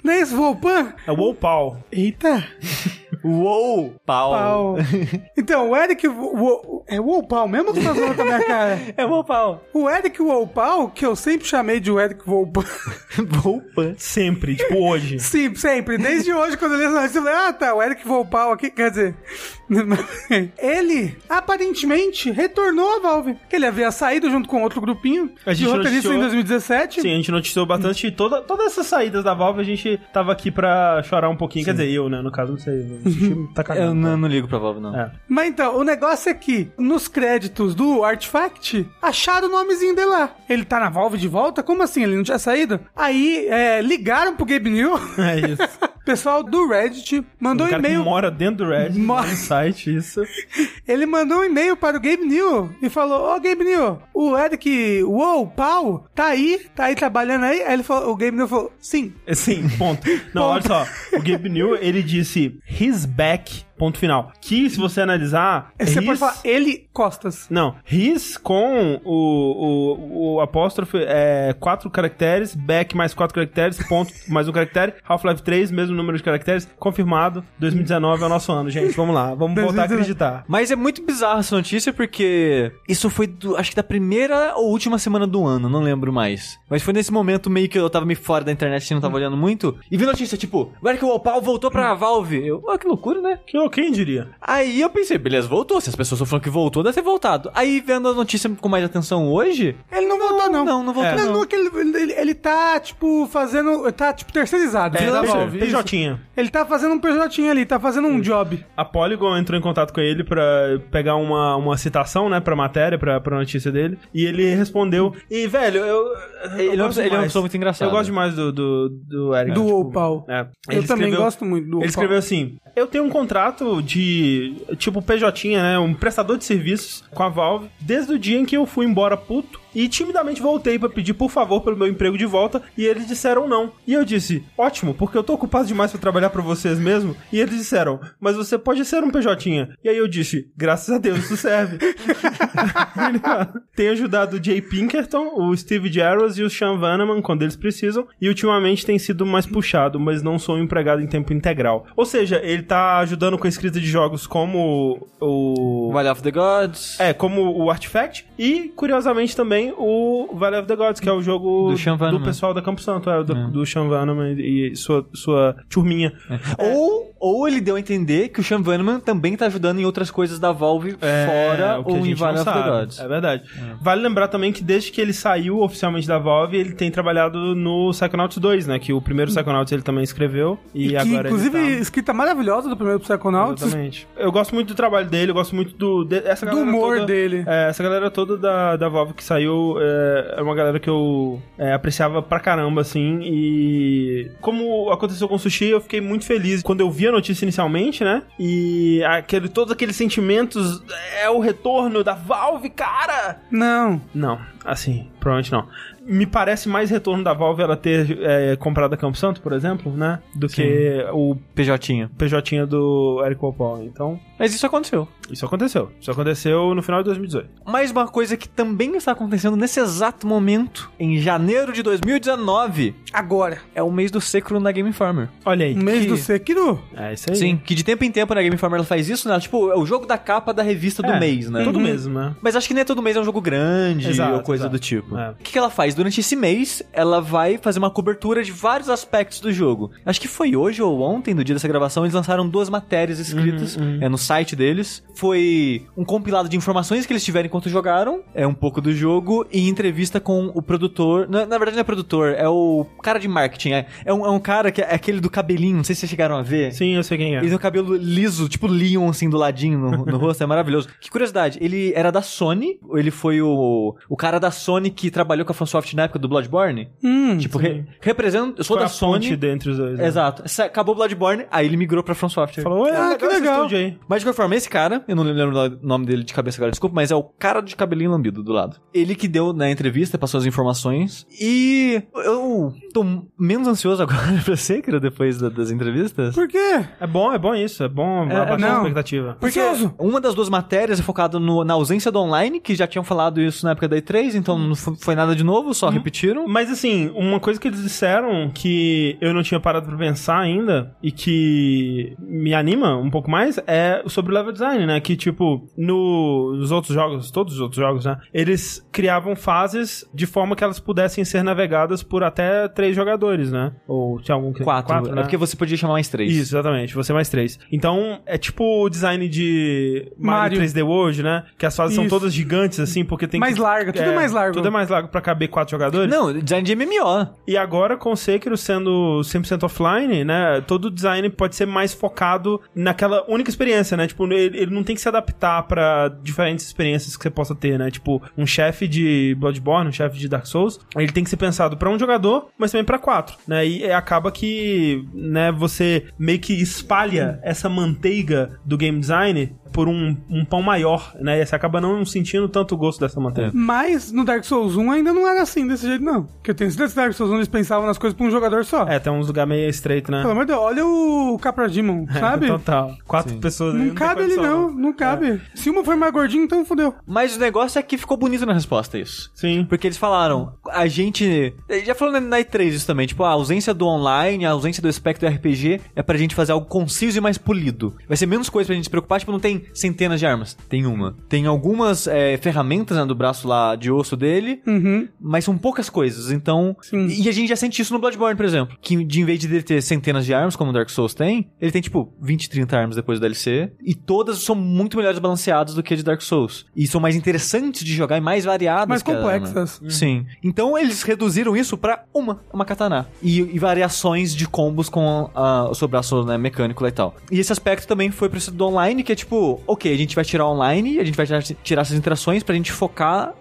[SPEAKER 3] Não é esse Volpan?
[SPEAKER 1] É o Opal.
[SPEAKER 3] Eita!
[SPEAKER 2] Uou! Pau!
[SPEAKER 3] Pau. Então, o Eric. Wo- é o Opal mesmo que tá zoando com a minha cara?
[SPEAKER 2] É
[SPEAKER 1] um
[SPEAKER 2] o pau.
[SPEAKER 3] O Eric Opal, que eu sempre chamei de Eric Opal.
[SPEAKER 2] Opa.
[SPEAKER 1] Sempre, tipo hoje.
[SPEAKER 3] Sim, sempre. Desde hoje, quando eu li essa notícia, eu falei, ah, tá, o Eric Volpal aqui, quer dizer... ele, aparentemente, retornou à Valve. Que ele havia saído junto com outro grupinho
[SPEAKER 1] A gente
[SPEAKER 3] de roteiristas
[SPEAKER 1] noticiou.
[SPEAKER 3] em 2017.
[SPEAKER 1] Sim, a gente noticiou bastante toda, todas essas saídas da Valve, a gente tava aqui pra chorar um pouquinho. Quer dizer, eu, né? No caso, não sei. o time Tá
[SPEAKER 2] Eu
[SPEAKER 1] cagando.
[SPEAKER 2] não, não ligo pra Valve, não.
[SPEAKER 1] É.
[SPEAKER 3] Mas então, o negócio é que, nos créditos do Artifact, acharam o nomezinho dele lá. Ele tá na Valve de volta? Como assim? Ele não tinha saído? Aí, é, ligaram pro Gabe New,
[SPEAKER 1] É isso.
[SPEAKER 3] pessoal do Reddit, mandou
[SPEAKER 1] o
[SPEAKER 3] um
[SPEAKER 1] cara que
[SPEAKER 3] e-mail...
[SPEAKER 1] mora dentro do Red,
[SPEAKER 3] Mora.
[SPEAKER 1] no site, isso.
[SPEAKER 3] Ele mandou um e-mail para o Gabe New e falou: Ô Gabe New, o Eric, uou, pau, tá aí, tá aí trabalhando aí. Aí ele falou, o Gabe New falou: Sim.
[SPEAKER 1] Sim, ponto. Não, olha só. O Gabe New, ele disse, he's back, ponto final. Que, se você analisar...
[SPEAKER 3] Aí Você
[SPEAKER 1] his-
[SPEAKER 3] pode falar, ele Costas.
[SPEAKER 1] Não, his com o, o, o apóstrofe é quatro caracteres, back mais quatro caracteres, ponto mais um caractere, Half-Life 3, mesmo número de caracteres, confirmado, 2019 é o nosso ano, gente, vamos lá, vamos voltar a
[SPEAKER 3] 2019.
[SPEAKER 1] acreditar.
[SPEAKER 2] Mas é muito bizarra essa notícia porque isso foi, do- acho que da primeira ou última semana do ano, não lembro mais. Mas foi nesse momento meio que eu tava meio fora da internet e não tava olhando muito. E vi notícia, tipo, o Eric Opal voltou pra Valve. Eu, ah, que loucura, né?
[SPEAKER 1] Que, quem diria?
[SPEAKER 2] Aí eu pensei, beleza, voltou. Se as pessoas estão falando que voltou, deve ter voltado. Aí vendo a notícia com mais atenção hoje,
[SPEAKER 3] Ele não voltou, não.
[SPEAKER 2] Não, não voltou
[SPEAKER 1] É.
[SPEAKER 2] não.
[SPEAKER 3] Não, aquele- ele, ele tá, tipo, fazendo. Tá, tipo, terceirizado.
[SPEAKER 1] É, da
[SPEAKER 3] Vila Valve, isso.
[SPEAKER 1] PJ.
[SPEAKER 3] Ele tá fazendo um PJ ali, tá fazendo um job.
[SPEAKER 1] A Polygon entrou em contato com ele pra pegar uma, uma citação, né, pra matéria, pra, pra notícia dele. E ele respondeu. E, velho, eu. eu
[SPEAKER 2] Ele é uma
[SPEAKER 1] gosto
[SPEAKER 2] pessoa- ele é uma
[SPEAKER 1] demais.
[SPEAKER 2] pessoa muito engraçada.
[SPEAKER 1] Eu gosto demais do, do, do Eric.
[SPEAKER 3] do
[SPEAKER 1] tipo,
[SPEAKER 3] Opal.
[SPEAKER 1] É.
[SPEAKER 3] Eu também gosto muito do
[SPEAKER 1] Ele
[SPEAKER 3] Opal.
[SPEAKER 1] escreveu assim: Eu tenho um contrato de tipo PJ, né? Um prestador de serviços com a Valve, desde o dia em que eu fui embora puto e timidamente voltei pra pedir por favor pelo meu emprego de volta e eles disseram não. E eu disse: "Ótimo, porque eu tô ocupado demais pra trabalhar pra vocês mesmo". E eles disseram: "Mas você pode ser um PJ". E aí eu disse: "Graças a Deus, isso serve". tem ajudado o Jay Pinkerton, o Steve Jarros e o Sean Vanaman quando eles precisam. E ultimamente tem sido mais puxado, mas não sou um empregado em tempo integral. Ou seja, ele tá ajudando com a escrita de jogos como o.
[SPEAKER 2] Valley of the Gods.
[SPEAKER 1] É, como o Artifact e, curiosamente, também o Valley of the Gods, que é o jogo
[SPEAKER 2] Do Sean Vanaman.
[SPEAKER 1] pessoal da Campo Santo, é, do, do Sean Vanaman e sua, sua turminha.
[SPEAKER 2] É. Ou, ou ele deu a entender que o Sean Vanaman também tá ajudando em outras coisas da Valve fora
[SPEAKER 1] É,
[SPEAKER 3] um
[SPEAKER 1] o que a
[SPEAKER 2] ou em
[SPEAKER 1] gente
[SPEAKER 2] Valley
[SPEAKER 1] não
[SPEAKER 2] of the
[SPEAKER 1] sabe.
[SPEAKER 2] Gods.
[SPEAKER 1] É verdade. Vale lembrar também que desde que ele saiu oficialmente da Valve, ele tem trabalhado no Psychonauts 2, né? Que o primeiro Psychonauts ele também escreveu. E,
[SPEAKER 3] que,
[SPEAKER 1] agora
[SPEAKER 3] inclusive,
[SPEAKER 1] ele tá...
[SPEAKER 3] escrita maravilhosa do primeiro Psychonauts.
[SPEAKER 1] Exatamente. Eu gosto muito do trabalho dele, eu gosto muito do. de- essa
[SPEAKER 3] Do
[SPEAKER 1] galera
[SPEAKER 3] humor
[SPEAKER 1] toda-
[SPEAKER 3] dele.
[SPEAKER 1] É, essa galera toda da, da Valve que saiu é, é uma galera que eu é, apreciava pra caramba, assim. E como aconteceu com o Sushi, eu fiquei muito feliz quando eu vi a notícia inicialmente, né? E aquele, todos aqueles sentimentos é o retorno da Valve, cara!
[SPEAKER 3] Não.
[SPEAKER 1] Não, assim, provavelmente não. Me parece mais retorno da Valve ela ter é, comprado a Campo Santo, por exemplo, né? Do que o
[SPEAKER 2] PJ.
[SPEAKER 1] PJ do Eric Popol. Então,
[SPEAKER 2] Mas isso aconteceu.
[SPEAKER 1] isso aconteceu. Isso aconteceu no final de 2018.
[SPEAKER 2] Mais uma coisa que também está acontecendo nesse exato momento, em janeiro de 2019,
[SPEAKER 3] Agora.
[SPEAKER 2] é o mês do secro na Game Informer.
[SPEAKER 1] Olha aí.
[SPEAKER 3] Um mês
[SPEAKER 2] Que-
[SPEAKER 3] do Sekiro.
[SPEAKER 1] É isso aí.
[SPEAKER 2] Sim, que de tempo em tempo na Game Informer ela faz isso, né? Tipo, é o jogo da capa da revista do
[SPEAKER 1] É,
[SPEAKER 2] mês, né?
[SPEAKER 1] Todo mês, né?
[SPEAKER 2] Mas acho que nem é todo mês é um jogo grande
[SPEAKER 1] Exato,
[SPEAKER 2] ou coisa
[SPEAKER 1] exato.
[SPEAKER 2] do tipo.
[SPEAKER 1] É.
[SPEAKER 2] O que, que ela faz? Durante esse mês, ela vai fazer uma cobertura de vários aspectos do jogo. Acho que foi hoje ou ontem, no dia dessa gravação, eles lançaram duas matérias escritas
[SPEAKER 1] Uhum,
[SPEAKER 2] é, no site deles. Foi um compilado de informações que eles tiveram enquanto jogaram, é um pouco do jogo, e entrevista com o produtor. Na, na verdade, não é produtor, é o cara de marketing. É, é um, é um cara que é aquele do cabelinho, não sei se vocês chegaram a ver.
[SPEAKER 1] Sim, eu sei quem é.
[SPEAKER 2] Ele tem o cabelo liso, tipo Leon, assim, do ladinho no, no rosto, é maravilhoso. Que curiosidade, ele era da Sony, ele foi o, o cara da Sony que trabalhou com a Funsoft na época do Bloodborne.
[SPEAKER 3] Hum.
[SPEAKER 2] tipo, re, representa. Eu sou
[SPEAKER 1] Qual é
[SPEAKER 2] da
[SPEAKER 1] a ponte
[SPEAKER 2] Sony.
[SPEAKER 1] dentre os dois. né?
[SPEAKER 2] Exato. Sa- Acabou o Bloodborne, aí ele migrou pra From Software.
[SPEAKER 1] Falou, "Ué,
[SPEAKER 3] Ah,
[SPEAKER 1] legal
[SPEAKER 3] que
[SPEAKER 1] esse
[SPEAKER 3] legal."
[SPEAKER 1] estúdio aí.
[SPEAKER 2] Mas de qualquer forma, esse cara, eu não lembro o nome dele de cabeça agora, desculpa, mas é o cara de cabelinho lambido do lado. Ele que deu na entrevista, passou as informações. E eu tô menos ansioso agora pra Sekiro depois da- das entrevistas.
[SPEAKER 3] Por quê?
[SPEAKER 1] É bom, é bom isso. É bom
[SPEAKER 2] É,
[SPEAKER 1] abaixar a
[SPEAKER 3] não.
[SPEAKER 1] expectativa.
[SPEAKER 3] Porque Ansioso.
[SPEAKER 2] Uma das duas matérias é focada no- na ausência do online, que já tinham falado isso na época da E3, então não fo- foi nada de novo,
[SPEAKER 1] Uhum.
[SPEAKER 2] só repetiram.
[SPEAKER 1] Mas assim, uma coisa que eles disseram que eu não tinha parado pra pensar ainda e que me anima um pouco mais é sobre o level design, né? Que tipo, no- nos outros jogos, todos os outros jogos, né? Eles criavam fases de forma que elas pudessem ser navegadas por até três jogadores, né? Ou tinha algum que.
[SPEAKER 2] Quatro,
[SPEAKER 1] quatro
[SPEAKER 2] é
[SPEAKER 1] né?
[SPEAKER 2] porque você podia chamar mais três.
[SPEAKER 1] Isso, exatamente. Você é mais três. Então, é tipo o design de Mario,
[SPEAKER 3] Mario.
[SPEAKER 1] 3D World, né? Que as fases são
[SPEAKER 3] Isso.
[SPEAKER 1] todas gigantes, assim, porque tem
[SPEAKER 3] Mais
[SPEAKER 1] que...
[SPEAKER 3] larga, tudo é mais largo.
[SPEAKER 1] Tudo é mais largo pra caber quatro jogadores.
[SPEAKER 2] Não, design de MMO.
[SPEAKER 1] E agora com o Sekiro sendo 100% offline, né? Todo o design pode ser mais focado naquela única experiência, né? Tipo, ele, ele não tem que se adaptar pra diferentes experiências que você possa ter, né? Tipo, um chefe de Bloodborne, um chefe de Dark Souls, ele tem que ser pensado pra um jogador, mas também pra quatro, né? E é, acaba que, né, você meio que espalha essa manteiga do game design por um, um pão maior, né? E você acaba não sentindo tanto o gosto dessa
[SPEAKER 3] É.
[SPEAKER 1] manteiga.
[SPEAKER 3] Mas no Dark Souls 1 ainda não era assim, desse jeito, não. Porque eu tenho certeza que no Dark Souls 1 eles pensavam nas coisas pra um jogador só.
[SPEAKER 1] É, tem uns lugares meio estreito, né?
[SPEAKER 3] Pelo amor de Deus, olha o Capra Demon, sabe?
[SPEAKER 1] Total. Quatro pessoas ali
[SPEAKER 3] Não
[SPEAKER 1] tá tem
[SPEAKER 3] cabe ele
[SPEAKER 1] condição, né? É.
[SPEAKER 3] não, não cabe. Se uma for mais gordinha, então fodeu.
[SPEAKER 2] Mas o negócio é que ficou bonito na resposta isso.
[SPEAKER 1] É. Sim.
[SPEAKER 2] Porque eles falaram, a gente. Já falou na- na E3 isso também, tipo, a ausência do online, a ausência do espectro RPG é pra gente fazer algo conciso e mais polido. Vai ser menos coisa pra gente se preocupar, tipo, não tem tem centenas de armas. Tem uma. Tem algumas é, ferramentas né, do braço lá de osso dele,
[SPEAKER 3] Uhum.
[SPEAKER 2] mas são poucas coisas. Então.
[SPEAKER 3] Sim.
[SPEAKER 2] E a gente já sente isso no Bloodborne, por exemplo. Que de em vez de ele ter centenas de armas, como o Dark Souls tem, ele tem tipo 20, 30 armas depois do DLC. E todas são muito melhores balanceadas do que a de Dark Souls. E são mais interessantes de jogar e mais variadas.
[SPEAKER 3] Mais
[SPEAKER 2] que a arma.
[SPEAKER 1] é, né?
[SPEAKER 3] complexas.
[SPEAKER 2] Sim. Então eles reduziram isso pra uma, uma katana. E, e variações de combos com a- o seu braço né, mecânico lá e tal. E esse aspecto também foi pro do online, que é tipo, ok, a gente vai tirar online, a gente vai tirar, tirar essas interações pra gente focar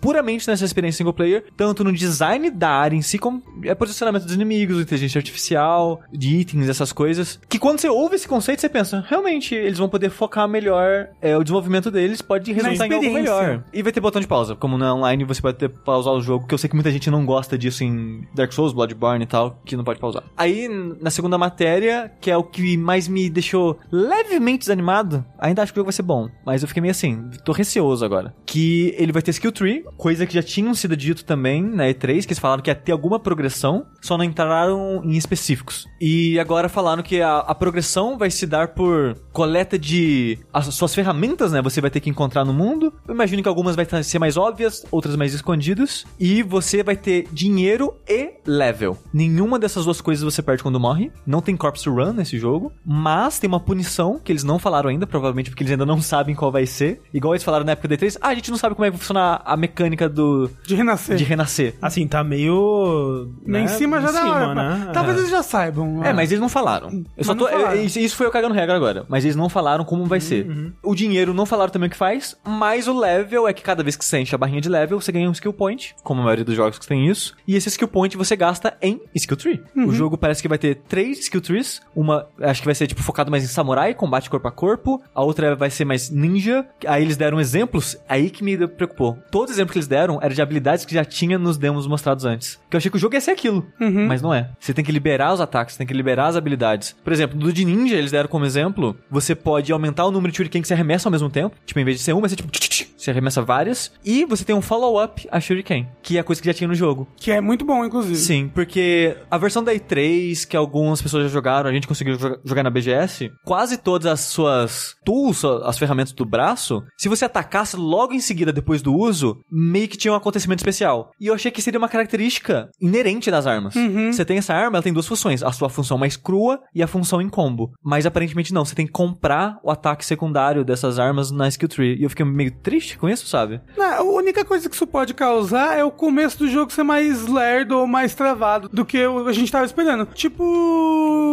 [SPEAKER 2] puramente nessa experiência single player, tanto no design da área em si, como é posicionamento dos inimigos, inteligência artificial, de itens, essas coisas. Que quando você ouve esse conceito, você pensa, realmente, eles vão poder focar melhor é, o desenvolvimento deles, pode resultar em algo
[SPEAKER 3] experiência.
[SPEAKER 2] melhor. E vai ter botão de pausa. Como na online você pode ter pausar o jogo, que eu sei que muita gente não gosta disso em Dark Souls, Bloodborne e tal, que não pode pausar. Aí, n- na segunda matéria, que é o que mais me deixou levemente desanimado, ainda acho que o jogo vai ser bom. Mas eu fiquei meio assim, tô receoso agora. Que ele vai ter skill tree, coisa que já tinham sido dito também na E3, que eles falaram que ia ter alguma progressão, só não entraram em específicos. E agora falaram que a, a progressão vai se dar por coleta de as suas ferramentas, né? Você vai ter que encontrar no mundo. Eu imagino que algumas vai tá- ser mais óbvias, outras mais escondidas. E você vai ter dinheiro e level. Nenhuma dessas duas coisas você perde quando morre. Não tem corpse run nesse jogo. Mas tem uma punição que eles não falaram ainda, provavelmente porque eles ainda não sabem qual vai ser. Igual eles falaram na época da E3. Ah, a gente não sabe como é que vai funcionar a mecânica do.
[SPEAKER 3] De renascer.
[SPEAKER 2] De renascer.
[SPEAKER 1] Assim, tá meio. né,
[SPEAKER 3] Nem em cima já
[SPEAKER 1] em
[SPEAKER 3] dá
[SPEAKER 1] cima,
[SPEAKER 3] hora.
[SPEAKER 1] né?
[SPEAKER 3] pra- Talvez
[SPEAKER 1] É.
[SPEAKER 3] eles já saibam.
[SPEAKER 2] É,
[SPEAKER 3] ah.
[SPEAKER 2] mas eles não falaram. Eu só
[SPEAKER 3] não
[SPEAKER 2] tô, eu-
[SPEAKER 3] falaram. Uhum.
[SPEAKER 2] isso, isso foi eu cagando regra agora. Mas eles não falaram como vai ser. O dinheiro não falaram também o que faz, mas o level é que cada vez que você enche a barrinha de level, você ganha um skill point, como a maioria dos jogos que tem isso. E esse skill point você gasta em skill tree.
[SPEAKER 3] Uhum.
[SPEAKER 2] O jogo parece que vai ter três skill trees. Uma, acho que vai ser tipo focado mais em samurai, combate corpo a corpo. A outra vai ser mais ninja. Aí eles deram exemplos, aí que me preocupou. Todos os exemplos que eles deram eram de habilidades que já tinha nos demos mostrados antes. Que eu achei que o jogo ia ser aquilo.
[SPEAKER 3] Uhum.
[SPEAKER 2] Mas não é. Você tem que liberar os ataques, tem que liberar as habilidades. Por exemplo, do de ninja, eles deram como exemplo, você pode aumentar o número de shuriken que você arremessa ao mesmo tempo. Tipo, em vez de ser uma, você tipo... tch, tch, tch, Você arremessa várias. E você tem um follow-up a shuriken, que é a coisa que já tinha no jogo.
[SPEAKER 3] Que é muito bom, inclusive.
[SPEAKER 2] Sim, porque a versão da E3, que algumas pessoas já jogaram, a gente conseguiu joga- jogar na BGS, quase todas as suas tools, sua- as ferramentas do braço, se você atacasse logo em seguida depois do uso, meio que tinha um acontecimento especial. E eu achei que seria uma característica inerente das armas. Você tem essa arma, ela tem duas funções, a sua função mais crua e a função em combo. Mas aparentemente não, você tem que comprar o ataque secundário dessas armas na skill tree. E eu fiquei meio triste com isso, sabe?
[SPEAKER 3] Na- Né, a única coisa que isso pode causar é o começo do jogo ser mais lerdo ou mais travado do que o- a gente tava esperando. Tipo.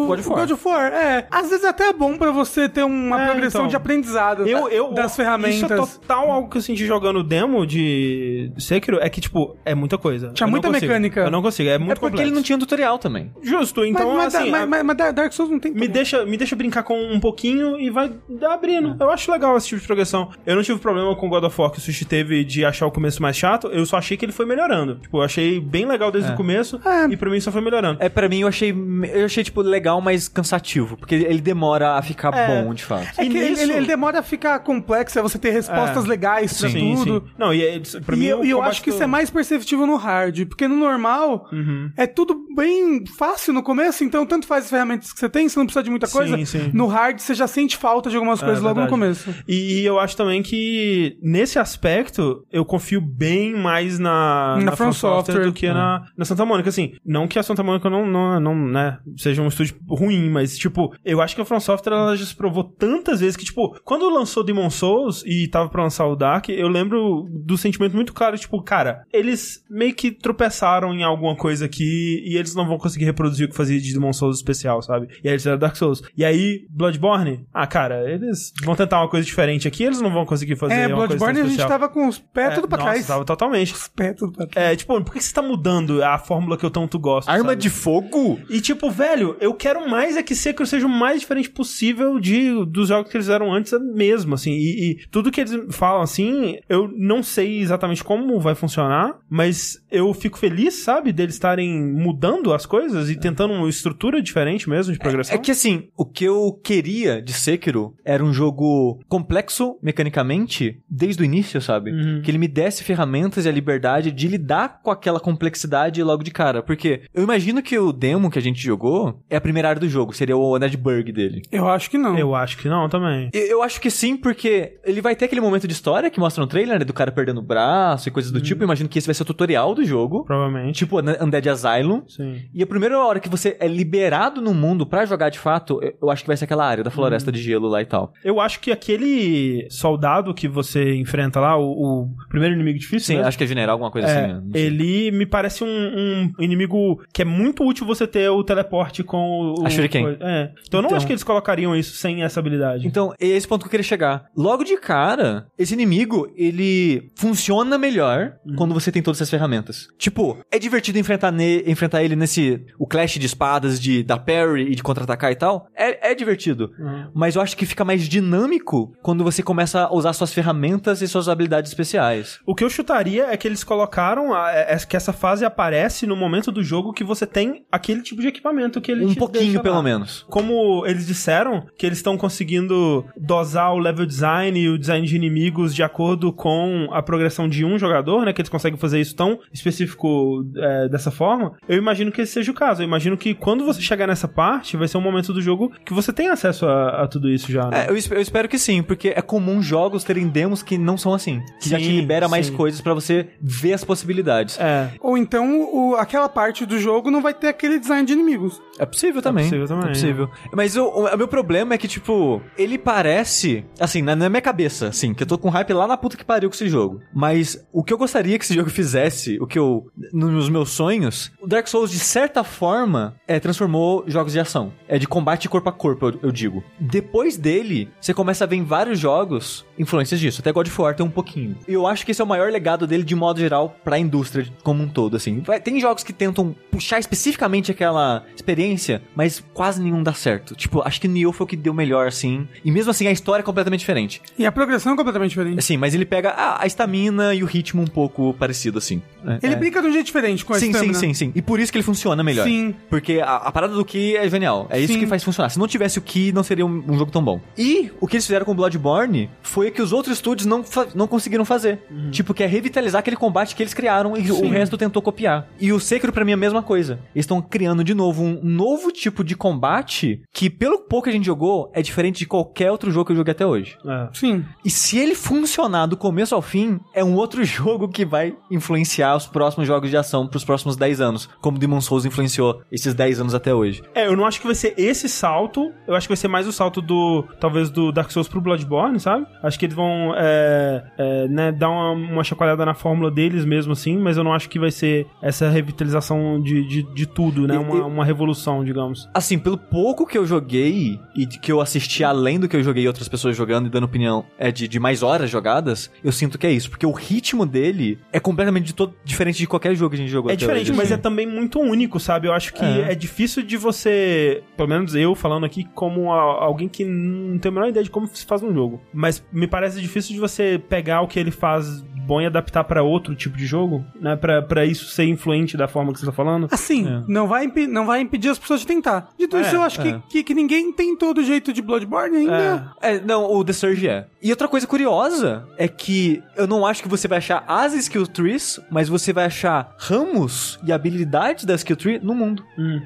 [SPEAKER 2] God of War.
[SPEAKER 3] God of War, é. Às vezes até é bom pra você ter uma
[SPEAKER 1] É,
[SPEAKER 3] progressão
[SPEAKER 1] então.
[SPEAKER 3] de aprendizado
[SPEAKER 1] Eu, eu,
[SPEAKER 3] das
[SPEAKER 1] Isso é
[SPEAKER 3] ferramentas.
[SPEAKER 1] total algo que eu senti jogando demo de Sekiro. É que, tipo, é muita coisa.
[SPEAKER 3] Tinha
[SPEAKER 1] Eu não
[SPEAKER 3] muita
[SPEAKER 1] consigo.
[SPEAKER 3] mecânica.
[SPEAKER 1] Eu não consigo, é muito
[SPEAKER 2] é porque
[SPEAKER 1] complexo.
[SPEAKER 2] ele não tinha um tutorial também.
[SPEAKER 1] Justo,
[SPEAKER 3] Mas,
[SPEAKER 1] então,
[SPEAKER 3] mas-
[SPEAKER 1] assim...
[SPEAKER 3] mas-
[SPEAKER 1] a-
[SPEAKER 3] mas- mas Dark Souls não tem.
[SPEAKER 1] Me deixa, me deixa brincar com um pouquinho e vai abrindo.
[SPEAKER 3] É.
[SPEAKER 1] Eu acho legal esse tipo de progressão. Eu não tive problema com God of War que o Sushi teve de achar o começo mais chato. Eu só achei que ele foi melhorando. Tipo, eu achei bem legal
[SPEAKER 3] É.
[SPEAKER 1] desde o começo e pra mim só foi melhorando.
[SPEAKER 2] É, pra mim eu achei. Eu achei, tipo, legal, mas cansativo. Porque ele demora a ficar
[SPEAKER 1] É.
[SPEAKER 2] bom, de fato.
[SPEAKER 3] É
[SPEAKER 1] E
[SPEAKER 3] que ele-
[SPEAKER 1] nisso-
[SPEAKER 3] ele, ele demora a ficar complexo, é você ter respostas
[SPEAKER 1] É.
[SPEAKER 3] legais pra tudo.
[SPEAKER 1] Não, e é- pra mim
[SPEAKER 3] e eu,
[SPEAKER 1] o
[SPEAKER 3] e eu
[SPEAKER 1] combate
[SPEAKER 3] acho que
[SPEAKER 1] do-
[SPEAKER 3] isso é mais perceptível no hard, porque no normal
[SPEAKER 1] Uhum.
[SPEAKER 3] é tudo bem fácil no começo, então tanto faz as ferramentas que você tem, você não precisa de muita coisa.
[SPEAKER 1] sim. É,
[SPEAKER 3] No hard você já sente falta de algumas coisas logo no
[SPEAKER 1] verdade.
[SPEAKER 3] começo.
[SPEAKER 1] E, e eu acho também que, nesse aspecto, eu confio bem mais na,
[SPEAKER 3] Na From
[SPEAKER 1] From
[SPEAKER 3] Software.
[SPEAKER 1] do que é
[SPEAKER 3] Ah.
[SPEAKER 1] na, na Santa Mônica. Assim, não que a Santa Mônica não, não, não, né, seja um estúdio ruim, mas, tipo, eu acho que a From Software ela já se provou tantas vezes que, tipo, quando lançou Demon Souls e tava pra lançar o Dark, eu lembro do sentimento muito claro, tipo, cara, eles meio que tropeçaram em alguma coisa aqui e eles não vão conseguir reproduzir o que fazia de Demon Souls especial, sabe? E aí eles fizeram Dark Souls. E aí, Bloodborne, ah, cara, eles vão tentar uma coisa diferente aqui, eles não vão conseguir fazer
[SPEAKER 3] É,
[SPEAKER 1] uma coisa tão
[SPEAKER 3] Bloodborne a gente
[SPEAKER 1] especial. É,
[SPEAKER 3] tava com os pés tudo pra
[SPEAKER 1] nossa,
[SPEAKER 3] trás.
[SPEAKER 1] Tava totalmente.
[SPEAKER 3] Os pés tudo pra trás.
[SPEAKER 1] É, tipo, por que você tá mudando a fórmula que eu tanto gosto? sabe?
[SPEAKER 2] fogo?
[SPEAKER 1] E tipo, velho, eu quero mais é que Sekiro seja o mais diferente possível de dos jogos que eles fizeram antes mesmo, assim. E, e tudo que eles falam, assim, eu não sei exatamente como vai funcionar, mas eu fico feliz, sabe, deles estarem mudando as coisas e tentando uma estrutura diferente mesmo de progressão.
[SPEAKER 2] É que assim, o que eu queria de Sekiro era um jogo complexo mecanicamente desde o início, sabe?
[SPEAKER 1] Uhum.
[SPEAKER 2] Que ele me desse ferramentas e a liberdade de lidar com aquela complexidade logo de cara. Porque eu imagino que o demo que a gente jogou é a primeira área do jogo, seria o Nedburg dele.
[SPEAKER 3] Eu acho que não.
[SPEAKER 1] Eu acho que não também.
[SPEAKER 2] E Eu acho que sim, porque ele vai ter aquele momento de história que mostra no trailer, né? Do cara perdendo o braço e coisas do tipo. Eu imagino que esse vai ser o tutorial do jogo.
[SPEAKER 1] Provavelmente.
[SPEAKER 2] Tipo Un- Undead Asylum.
[SPEAKER 1] Sim.
[SPEAKER 2] E a primeira hora que você é liberado no mundo pra jogar de fato, eu- eu acho que vai ser aquela área da floresta de gelo lá e tal.
[SPEAKER 1] Eu acho que aquele soldado que você enfrenta lá, o, o primeiro inimigo difícil,
[SPEAKER 2] Sim,
[SPEAKER 1] né?
[SPEAKER 2] acho que é general, alguma coisa
[SPEAKER 1] É,
[SPEAKER 2] assim. né? Não sei.
[SPEAKER 1] ele me parece um, um inimigo que é muito útil você ter o teleporte com o.
[SPEAKER 2] A Shuriken.
[SPEAKER 1] o- É. Então eu não
[SPEAKER 2] Então.
[SPEAKER 1] acho que eles colocariam isso sem essa habilidade.
[SPEAKER 2] Então, é esse ponto que eu queria chegar. Logo de cara, esse inimigo, ele funciona melhor
[SPEAKER 1] Uhum.
[SPEAKER 2] quando você tem todas essas ferramentas. Tipo, é divertido enfrentar, ne- enfrentar ele nesse... O clash de espadas, de da parry e de contra-atacar e tal. É, é divertido.
[SPEAKER 1] Uhum.
[SPEAKER 2] Mas eu acho que fica mais dinâmico quando você começa a usar suas ferramentas e suas habilidades especiais.
[SPEAKER 1] O que eu chutaria é que eles colocaram a- é- é que essa fase aparece no momento do jogo que você tem aquele tipo de equipamento que ele
[SPEAKER 2] Um
[SPEAKER 1] te deixa
[SPEAKER 2] pouquinho,
[SPEAKER 1] lá.
[SPEAKER 2] pelo menos.
[SPEAKER 1] Como eles disseram que eles estão conseguindo dosar o level design e o design de inimigos de acordo com a progressão de um jogador, né? Que eles conseguem fazer isso tão específico é, dessa forma. Eu imagino que esse seja o caso. Eu imagino que quando você chegar nessa parte, vai ser um momento do jogo que você tem acesso a, a tudo isso já, né?
[SPEAKER 2] É, eu, esp- eu espero que sim, porque é comum jogos terem demos que não são assim. Que já te
[SPEAKER 1] Sim,
[SPEAKER 2] libera mais
[SPEAKER 1] sim.
[SPEAKER 2] coisas pra você ver as possibilidades. É,
[SPEAKER 1] É.
[SPEAKER 3] Ou então o- aquela parte do jogo não vai ter aquele design de inimigos.
[SPEAKER 2] É possível também.
[SPEAKER 1] possível também, né?
[SPEAKER 2] É possível. Mas o, o- o meu problema é que, tipo, ele parece. Assim, na, na minha cabeça, assim, que eu tô com hype lá na puta que pariu com esse jogo. Mas o que eu gostaria que esse jogo fizesse, o que eu. no- Nos meus sonhos, o Dark Souls, de certa forma, é, transformou jogos de ação. É de combate corpo a corpo, eu, eu digo. Depois dele, você começa a ver em vários jogos influências disso. Até God of War tem um pouquinho. E Eu acho que esse é o maior legado dele, de modo geral, pra indústria como um todo, assim. Vai- tem jogos que tentam puxar especificamente aquela experiência, mas quase nenhum dá certo. Tipo, acho que Nioh foi o que deu melhor, assim. E mesmo assim, a história é completamente diferente.
[SPEAKER 3] E a progressão é completamente diferente.
[SPEAKER 2] Assim, mas ele pega a a estamina e o ritmo um pouco parecido, assim. É,
[SPEAKER 3] Ele
[SPEAKER 2] é.
[SPEAKER 3] brinca de um jeito diferente com a
[SPEAKER 2] Sim, sim,
[SPEAKER 3] estamina.
[SPEAKER 2] sim, sim. E por isso que ele funciona melhor.
[SPEAKER 3] Sim.
[SPEAKER 2] Porque a, a parada do Ki é genial. É isso
[SPEAKER 3] Sim.
[SPEAKER 2] que faz funcionar. Se não tivesse o Ki, não seria um, um jogo tão bom. E o que eles fizeram com Bloodborne foi que os outros estúdios não, fa- não conseguiram fazer. Tipo, que é revitalizar aquele combate que eles criaram e o resto tentou copiar. E o Sekiro, pra mim, é a mesma coisa. Eles estão criando de novo um novo tipo de combate que, pelo pouco que a gente jogou, é diferente de qualquer outro jogo que eu joguei até hoje.
[SPEAKER 1] É.
[SPEAKER 3] Sim.
[SPEAKER 2] E se ele funcionar do começo ao fim, é um outro jogo que vai influenciar os próximos jogos de ação pros próximos 10 anos, como Demon Souls influenciou esses 10 anos até hoje.
[SPEAKER 1] É, eu não acho que vai ser esse salto. Eu acho que vai ser mais o salto do. Talvez do Dark Souls pro Bloodborne, sabe? Acho que eles vão. É, é, né, dar uma, uma chacoalhada na fórmula deles mesmo, assim. Mas eu não acho que vai ser essa revitalização de, de, de tudo, né?
[SPEAKER 2] E-
[SPEAKER 1] Uma,
[SPEAKER 2] e-
[SPEAKER 1] uma revolução, digamos.
[SPEAKER 2] Assim, pelo pouco que eu joguei e de que eu assisti além do que eu joguei e outras pessoas jogando e dando opinião é de, de mais horas jogadas, eu sinto que é isso, porque o ritmo dele é completamente de todo, diferente de qualquer jogo que a gente jogou
[SPEAKER 1] É
[SPEAKER 2] até
[SPEAKER 1] diferente,
[SPEAKER 2] hoje,
[SPEAKER 1] mas
[SPEAKER 2] assim.
[SPEAKER 1] é também muito único, sabe? Eu acho que
[SPEAKER 2] É.
[SPEAKER 1] é, difícil de você. Pelo menos eu falando aqui como a- alguém que não tem a menor ideia de como se faz um jogo. Mas me parece difícil de você pegar o que ele faz bom e adaptar pra outro tipo de jogo, né? Pra, pra isso ser influente da forma que você tá falando.
[SPEAKER 3] Assim,
[SPEAKER 2] É.
[SPEAKER 3] não, vai impe- não vai impedir as pessoas de tentar. Dito
[SPEAKER 1] É,
[SPEAKER 3] isso, eu acho
[SPEAKER 2] é.
[SPEAKER 3] que, que, que ninguém tentou do jeito de Bloodborne ainda.
[SPEAKER 2] É, não, o The Surge é. E outra coisa curiosa é que eu não acho que você vai achar as skill trees, mas você vai achar ramos e habilidades da skill tree no mundo.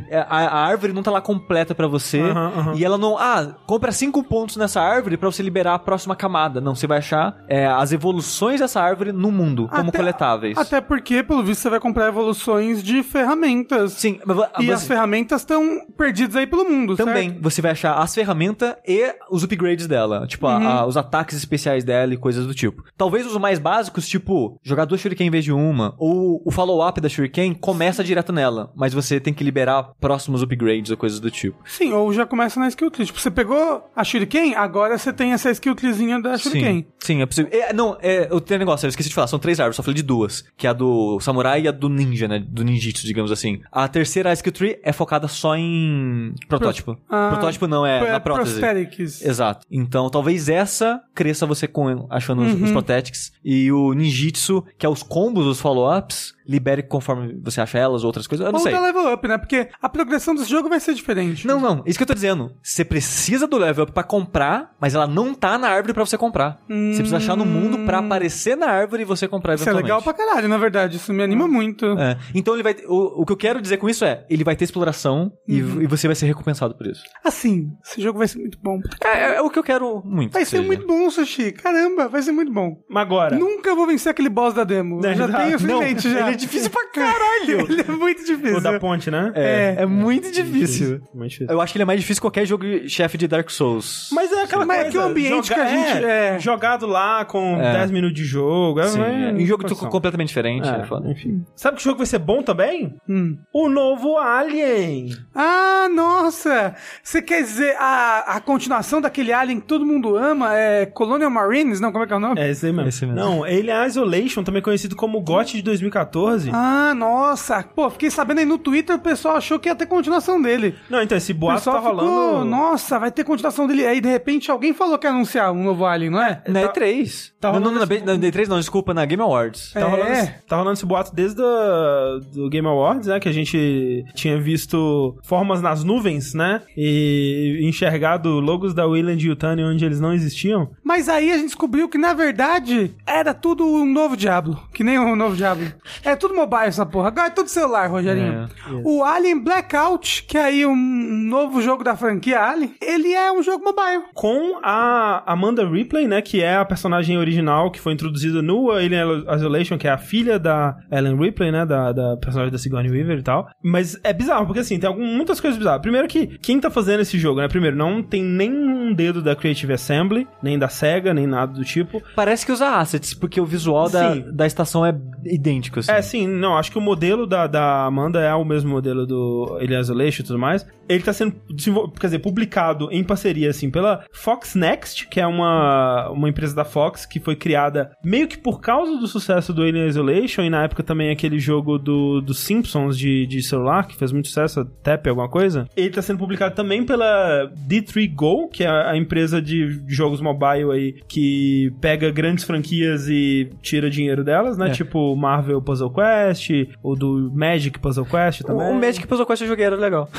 [SPEAKER 2] É, a, a árvore não tá lá completa pra você.
[SPEAKER 1] Hum. Aham, aham.
[SPEAKER 2] E ela não. Ah, compra cinco pontos nessa árvore pra você liberar a próxima camada. Não, você vai achar é, as evoluções dessa árvore no mundo, como
[SPEAKER 3] Até-
[SPEAKER 2] coletáveis.
[SPEAKER 3] Até porque, pelo visto, você vai comprar evoluções de ferramentas.
[SPEAKER 2] Sim, mas,
[SPEAKER 3] E
[SPEAKER 2] mas-
[SPEAKER 3] as ferramentas estão perdidas aí pelo mundo,
[SPEAKER 2] Também,
[SPEAKER 3] certo?
[SPEAKER 2] você vai achar as ferramentas e os upgrades dela. Tipo, a-
[SPEAKER 3] Uhum.
[SPEAKER 2] a- os ataques especiais dela e coisas do tipo. Talvez os mais básicos, tipo, jogar duas shuriken em vez de uma, ou o follow-up da shuriken começa direto nela, mas você tem que liberar próximos upgrades ou coisas do tipo.
[SPEAKER 3] Sim, ou já começa na skill tree. Tipo, você pegou a Shuriken, agora você tem essa skill treezinha da Shuriken.
[SPEAKER 2] Sim, é possível. É, não, é, eu tenho um negócio, eu esqueci de falar, são três árvores, só falei de duas. Que é a do samurai e a do ninja, né? Do ninjitsu, digamos assim. A terceira, a skill tree, é focada só em protótipo.
[SPEAKER 3] Ah,
[SPEAKER 2] protótipo não, é,
[SPEAKER 3] É
[SPEAKER 2] na prótese.
[SPEAKER 3] prosthetics.
[SPEAKER 2] Exato. Então, talvez essa cresça você com, achando os- os Protetics. E o Ninjitsu, que é os combos, os follow-ups, libere conforme você acha elas, outras coisas. Eu não
[SPEAKER 3] Ou
[SPEAKER 2] sei.
[SPEAKER 3] da level up, né? Porque a progressão desse jogo vai ser diferente.
[SPEAKER 2] Não, não. Isso que eu tô dizendo. Você precisa do level up pra comprar, mas ela não tá na árvore pra você comprar. Você precisa achar no mundo pra aparecer na árvore e você comprar
[SPEAKER 3] Isso é
[SPEAKER 2] eventualmente.
[SPEAKER 3] legal pra caralho, na verdade. Isso me anima muito.
[SPEAKER 2] É. Então ele vai. ter- O, o que eu quero dizer com isso é, ele vai ter exploração e, v- e você vai ser recompensado por isso.
[SPEAKER 3] Assim, esse jogo vai ser muito bom.
[SPEAKER 2] É, é o que eu quero muito.
[SPEAKER 3] Vai
[SPEAKER 2] que
[SPEAKER 3] ser
[SPEAKER 2] seja.
[SPEAKER 3] muito bom, Sushi. Caramba, vai ser muito bom.
[SPEAKER 1] Mas agora.
[SPEAKER 3] Nunca vou vencer aquele boss da demo.
[SPEAKER 1] Não,
[SPEAKER 3] Eu já
[SPEAKER 1] não,
[SPEAKER 3] tenho isso em
[SPEAKER 1] não.
[SPEAKER 3] mente já.
[SPEAKER 2] Ele é difícil pra caralho.
[SPEAKER 3] Ele é muito difícil.
[SPEAKER 1] O da ponte, né?
[SPEAKER 2] É, é muito difícil.
[SPEAKER 1] Muito difícil.
[SPEAKER 2] Eu acho que ele é mais difícil que qualquer jogo de chefe de Dark Souls.
[SPEAKER 1] Mas é aquela
[SPEAKER 3] Mas é
[SPEAKER 1] coisa.
[SPEAKER 3] que o ambiente
[SPEAKER 1] joga-
[SPEAKER 3] que a gente- é.
[SPEAKER 1] Jogado lá com
[SPEAKER 2] É.
[SPEAKER 1] 10 minutos de jogo. É,
[SPEAKER 2] Sim,
[SPEAKER 1] é,
[SPEAKER 2] é. um jogo
[SPEAKER 1] construção.
[SPEAKER 2] completamente diferente,
[SPEAKER 1] É,
[SPEAKER 2] é foda.
[SPEAKER 1] enfim. Sabe que jogo vai ser bom também?
[SPEAKER 3] Hum.
[SPEAKER 1] O novo Alien.
[SPEAKER 3] Ah, nossa! Você quer dizer a, a continuação daquele Alien que todo mundo ama? É Colonial Marines? Não, como é que é o nome?
[SPEAKER 1] É esse aí mesmo.
[SPEAKER 2] Esse mesmo.
[SPEAKER 1] Não, ele é Isolation, também conhecido como GOT de 2014.
[SPEAKER 3] Ah, nossa! Pô, fiquei sabendo aí no Twitter, o pessoal achou que ia ter continuação dele.
[SPEAKER 1] Não, então esse
[SPEAKER 3] O
[SPEAKER 1] boato
[SPEAKER 3] pessoal
[SPEAKER 1] tá
[SPEAKER 3] ficou,
[SPEAKER 1] rolando.
[SPEAKER 3] nossa, vai ter continuação dele. Aí, de repente, alguém falou que ia anunciar um novo Alien, não é?
[SPEAKER 2] Na E3.
[SPEAKER 1] tá
[SPEAKER 2] não, não,
[SPEAKER 1] rolando
[SPEAKER 2] na, B- na E3 não, desculpa, na Game Awards.
[SPEAKER 1] Tá,
[SPEAKER 3] É.
[SPEAKER 1] rolando, esse- tá rolando esse boato desde a- do Game Awards, né? Que a gente tinha visto formas nas nuvens, né? E enxergado logos da Wayland e Yutani onde eles não existiam.
[SPEAKER 3] Mas aí a gente descobriu que, na verdade, era tudo um novo Diablo. Que nem um novo Diablo. É tudo mobile essa porra. Agora é tudo celular,
[SPEAKER 1] É,
[SPEAKER 3] Rogerinho. O Alien Blackout, que é aí um novo jogo da franquia Alien, ele é um jogo mobile.
[SPEAKER 1] Com a Amanda Ripley, né? Que é a personagem original que foi introduzida no Alien Isolation, que é a filha da Ellen Ripley, né? Da, da personagem da Sigourney Weaver e tal. Mas é bizarro, porque assim, tem algum, muitas coisas bizarras. Primeiro que quem tá fazendo esse jogo, né? Primeiro, não tem nenhum dedo da Creative Assembly, nem da SEGA, nem nada do tipo.
[SPEAKER 2] Parece que usa assets, porque o visual da,
[SPEAKER 1] Sim.
[SPEAKER 2] da estação é idêntico, assim.
[SPEAKER 1] É, sim, não, acho que o modelo da, da Amanda é o mesmo modelo do Alien Isolation e tudo mais. Ele tá sendo, desenvol- quer dizer, publicado em parceria, assim, pela Fox Next, que é uma, uma empresa da Fox que foi criada meio que por causa do sucesso do Alien Isolation e na época também aquele jogo do, do Simpsons de, de celular, que fez muito sucesso, Tap, alguma coisa. Ele tá sendo publicado também pela D3 Go, que é a empresa de jogos mobile aí que pega grandes franquias e tira dinheiro delas, né?
[SPEAKER 2] É.
[SPEAKER 1] Tipo Marvel Puzzle Quest, ou do Magic Puzzle Quest
[SPEAKER 2] O,
[SPEAKER 1] também.
[SPEAKER 2] o Magic Puzzle Quest eu joguei, era legal.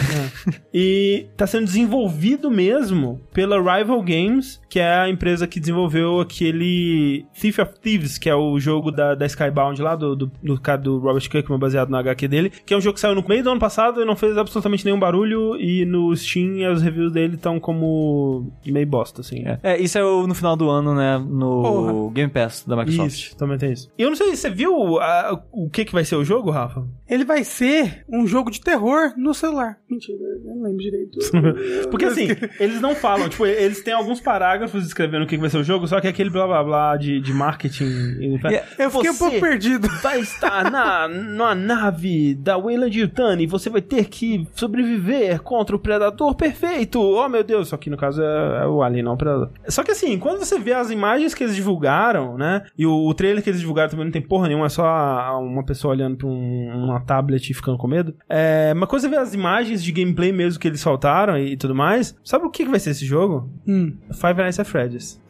[SPEAKER 1] E tá sendo desenvolvido mesmo pela Rival Games, que é a empresa que desenvolveu aquele Thief of Thieves, que é o jogo da, da Skybound lá, do, do, do cara do Robert Kirkman, baseado no HQ dele, que é um jogo que saiu no meio do ano passado e não fez absolutamente nenhum barulho, e no Steam os reviews dele estão como meio bosta, assim.
[SPEAKER 2] É, isso é o- no final do ano, né, no
[SPEAKER 3] Porra.
[SPEAKER 2] Game Pass da Microsoft.
[SPEAKER 1] Isso, também tem isso. E eu não sei se você viu ah, o que, que vai ser o jogo, Rafa?
[SPEAKER 3] Ele vai ser um jogo de terror no celular. Mentira, eu não lembro direito.
[SPEAKER 1] Porque assim, eles não falam, tipo, eles têm alguns parágrafos descrevendo o que que vai ser o jogo, só que é aquele blá blá blá de, de marketing.
[SPEAKER 2] Yeah,
[SPEAKER 3] Eu fiquei um
[SPEAKER 1] Você
[SPEAKER 3] pouco perdido.
[SPEAKER 1] Vai estar na, na nave da Wayland Yutani, você vai ter que sobreviver contra o predador perfeito. Oh meu Deus, só que no caso é, é o Alien, não o predador. Só que assim, quando você vê as imagens que eles divulgaram, né? E o, o trailer que eles divulgaram também não tem porra nenhuma, é só a- uma pessoa olhando pra um- uma tablet e ficando com medo. É, mas quando você vê as imagens de gameplay mesmo que eles soltaram e, e tudo mais, sabe o que, que vai ser esse jogo?
[SPEAKER 3] Hum.
[SPEAKER 1] Five Nights at Freddy's.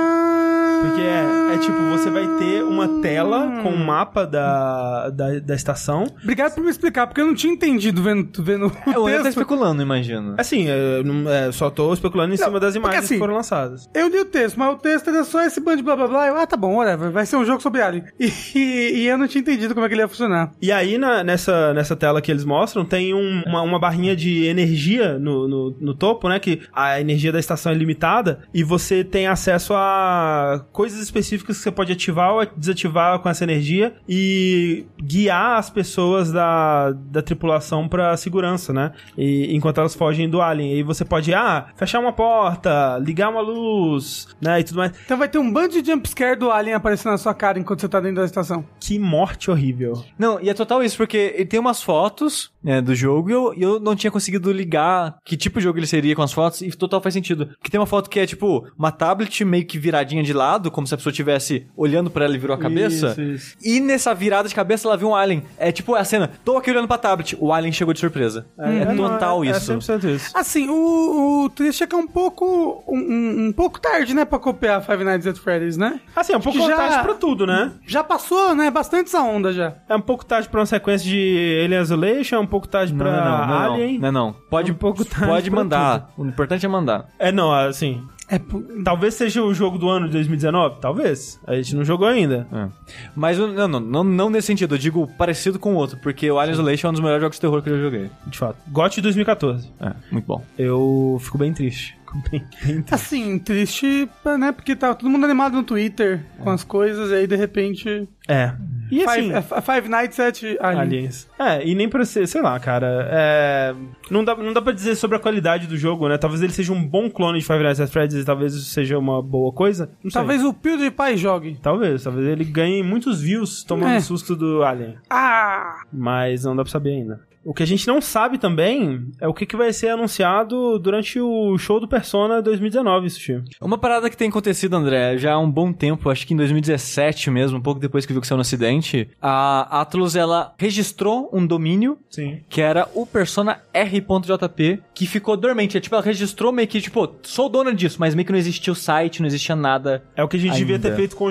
[SPEAKER 3] Ah. Hum.
[SPEAKER 1] Porque é, é tipo, você vai ter uma tela com o mapa da, da, da estação.
[SPEAKER 3] Obrigado por me explicar, porque eu não tinha entendido vendo, vendo
[SPEAKER 2] É, o
[SPEAKER 3] o
[SPEAKER 2] Leandro tá
[SPEAKER 3] texto.
[SPEAKER 2] especulando, imagino.
[SPEAKER 1] Assim, eu não- é, só tô especulando em
[SPEAKER 3] Não,
[SPEAKER 1] cima das
[SPEAKER 3] porque
[SPEAKER 1] imagens
[SPEAKER 3] assim-
[SPEAKER 1] que foram lançadas.
[SPEAKER 3] Eu li o texto, mas o texto era só esse bando de blá blá blá. Eu, ah, tá bom, whatever. Vai ser um jogo sobre Alien. E, e eu não tinha entendido como é que ele ia funcionar.
[SPEAKER 1] E aí, na- nessa, nessa tela que eles mostram, tem um- uma, uma barrinha de energia no, no, no topo, né? Que a energia da estação é limitada e você tem acesso a coisas específicas que você pode ativar ou desativar com essa energia e guiar as pessoas da, da tripulação pra segurança, né? E, enquanto elas fogem do alien. E você pode, ah, fechar uma porta, ligar uma luz, né? E tudo mais.
[SPEAKER 3] Então vai ter um bando de jumpscare do Alien aparecendo na sua cara enquanto você tá dentro da estação.
[SPEAKER 1] Que morte horrível.
[SPEAKER 2] Não, e é total isso, porque ele tem umas fotos né, do jogo e eu, e eu não tinha conseguido ligar que tipo de jogo ele seria com as fotos e total faz sentido. Que tem uma foto que é tipo uma tablet meio que viradinha de lado, como se a pessoa estivesse olhando pra ela e virou a cabeça.
[SPEAKER 1] Isso, isso.
[SPEAKER 2] E nessa virada de cabeça ela viu um alien. É tipo a cena, tô aqui olhando pra tablet, o alien chegou de surpresa. É,
[SPEAKER 1] não,
[SPEAKER 2] total
[SPEAKER 1] é- é
[SPEAKER 2] isso.
[SPEAKER 1] 100% isso.
[SPEAKER 3] Assim, o, o triste é que é um pouco. Um, um- um pouco tarde, né, pra copiar Five Nights at Freddy's, né?
[SPEAKER 1] Assim, é um pouco
[SPEAKER 3] Que já-
[SPEAKER 1] tarde pra tudo, né?
[SPEAKER 3] Já passou, né? Bastante essa onda já.
[SPEAKER 1] É um pouco tarde pra uma sequência de Alien Isolation, é um pouco tarde
[SPEAKER 2] Não,
[SPEAKER 1] pra
[SPEAKER 2] não, não, não,
[SPEAKER 1] Alien.
[SPEAKER 2] não, não. Pode,
[SPEAKER 1] É um pouco tarde
[SPEAKER 2] pode
[SPEAKER 1] pra
[SPEAKER 2] mandar. O importante é mandar.
[SPEAKER 1] É, não, assim.
[SPEAKER 3] É, pu-
[SPEAKER 1] Talvez seja o jogo do ano de 2019, talvez. A gente não jogou ainda.
[SPEAKER 2] É. Mas eu- não, não, não, não nesse sentido, eu digo parecido com o outro, porque o Alien Isolation é um dos melhores jogos de terror que eu já joguei.
[SPEAKER 1] De fato. GOT 2014.
[SPEAKER 2] É, muito bom.
[SPEAKER 1] Eu fico bem triste. Fico bem, bem triste.
[SPEAKER 3] assim, triste, né? Porque tá todo mundo animado no Twitter com as coisas, e aí de repente.
[SPEAKER 1] É. E assim.
[SPEAKER 3] Five, é, Five Nights at Alien.
[SPEAKER 1] Aliens. É, e nem pra ser, sei lá, cara. É, não, dá, não dá pra dizer sobre a qualidade do jogo, né? Talvez ele seja um bom clone de Five Nights at Freddy's, talvez isso seja uma boa coisa. Não sei.
[SPEAKER 3] Talvez o PewDiePie jogue.
[SPEAKER 1] Talvez, talvez ele ganhe muitos views tomando
[SPEAKER 3] É.
[SPEAKER 1] susto do Alien.
[SPEAKER 3] Ah!
[SPEAKER 1] Mas não dá pra saber ainda. O que a gente não sabe também é o que, que vai ser anunciado durante o show do Persona 2019, Sushi.
[SPEAKER 2] Uma parada que tem acontecido, André, já há um bom tempo, acho que em 2017 mesmo, um pouco depois que viu que saiu no acidente, a Atlus, ela registrou um domínio
[SPEAKER 1] Sim.
[SPEAKER 2] que era o Persona R.jp, que ficou dormente. É, tipo, ela registrou meio que, tipo, sou dona disso, mas meio que não existia o site, não existia nada.
[SPEAKER 1] É o que a gente devia
[SPEAKER 2] Ainda.
[SPEAKER 1] ter feito com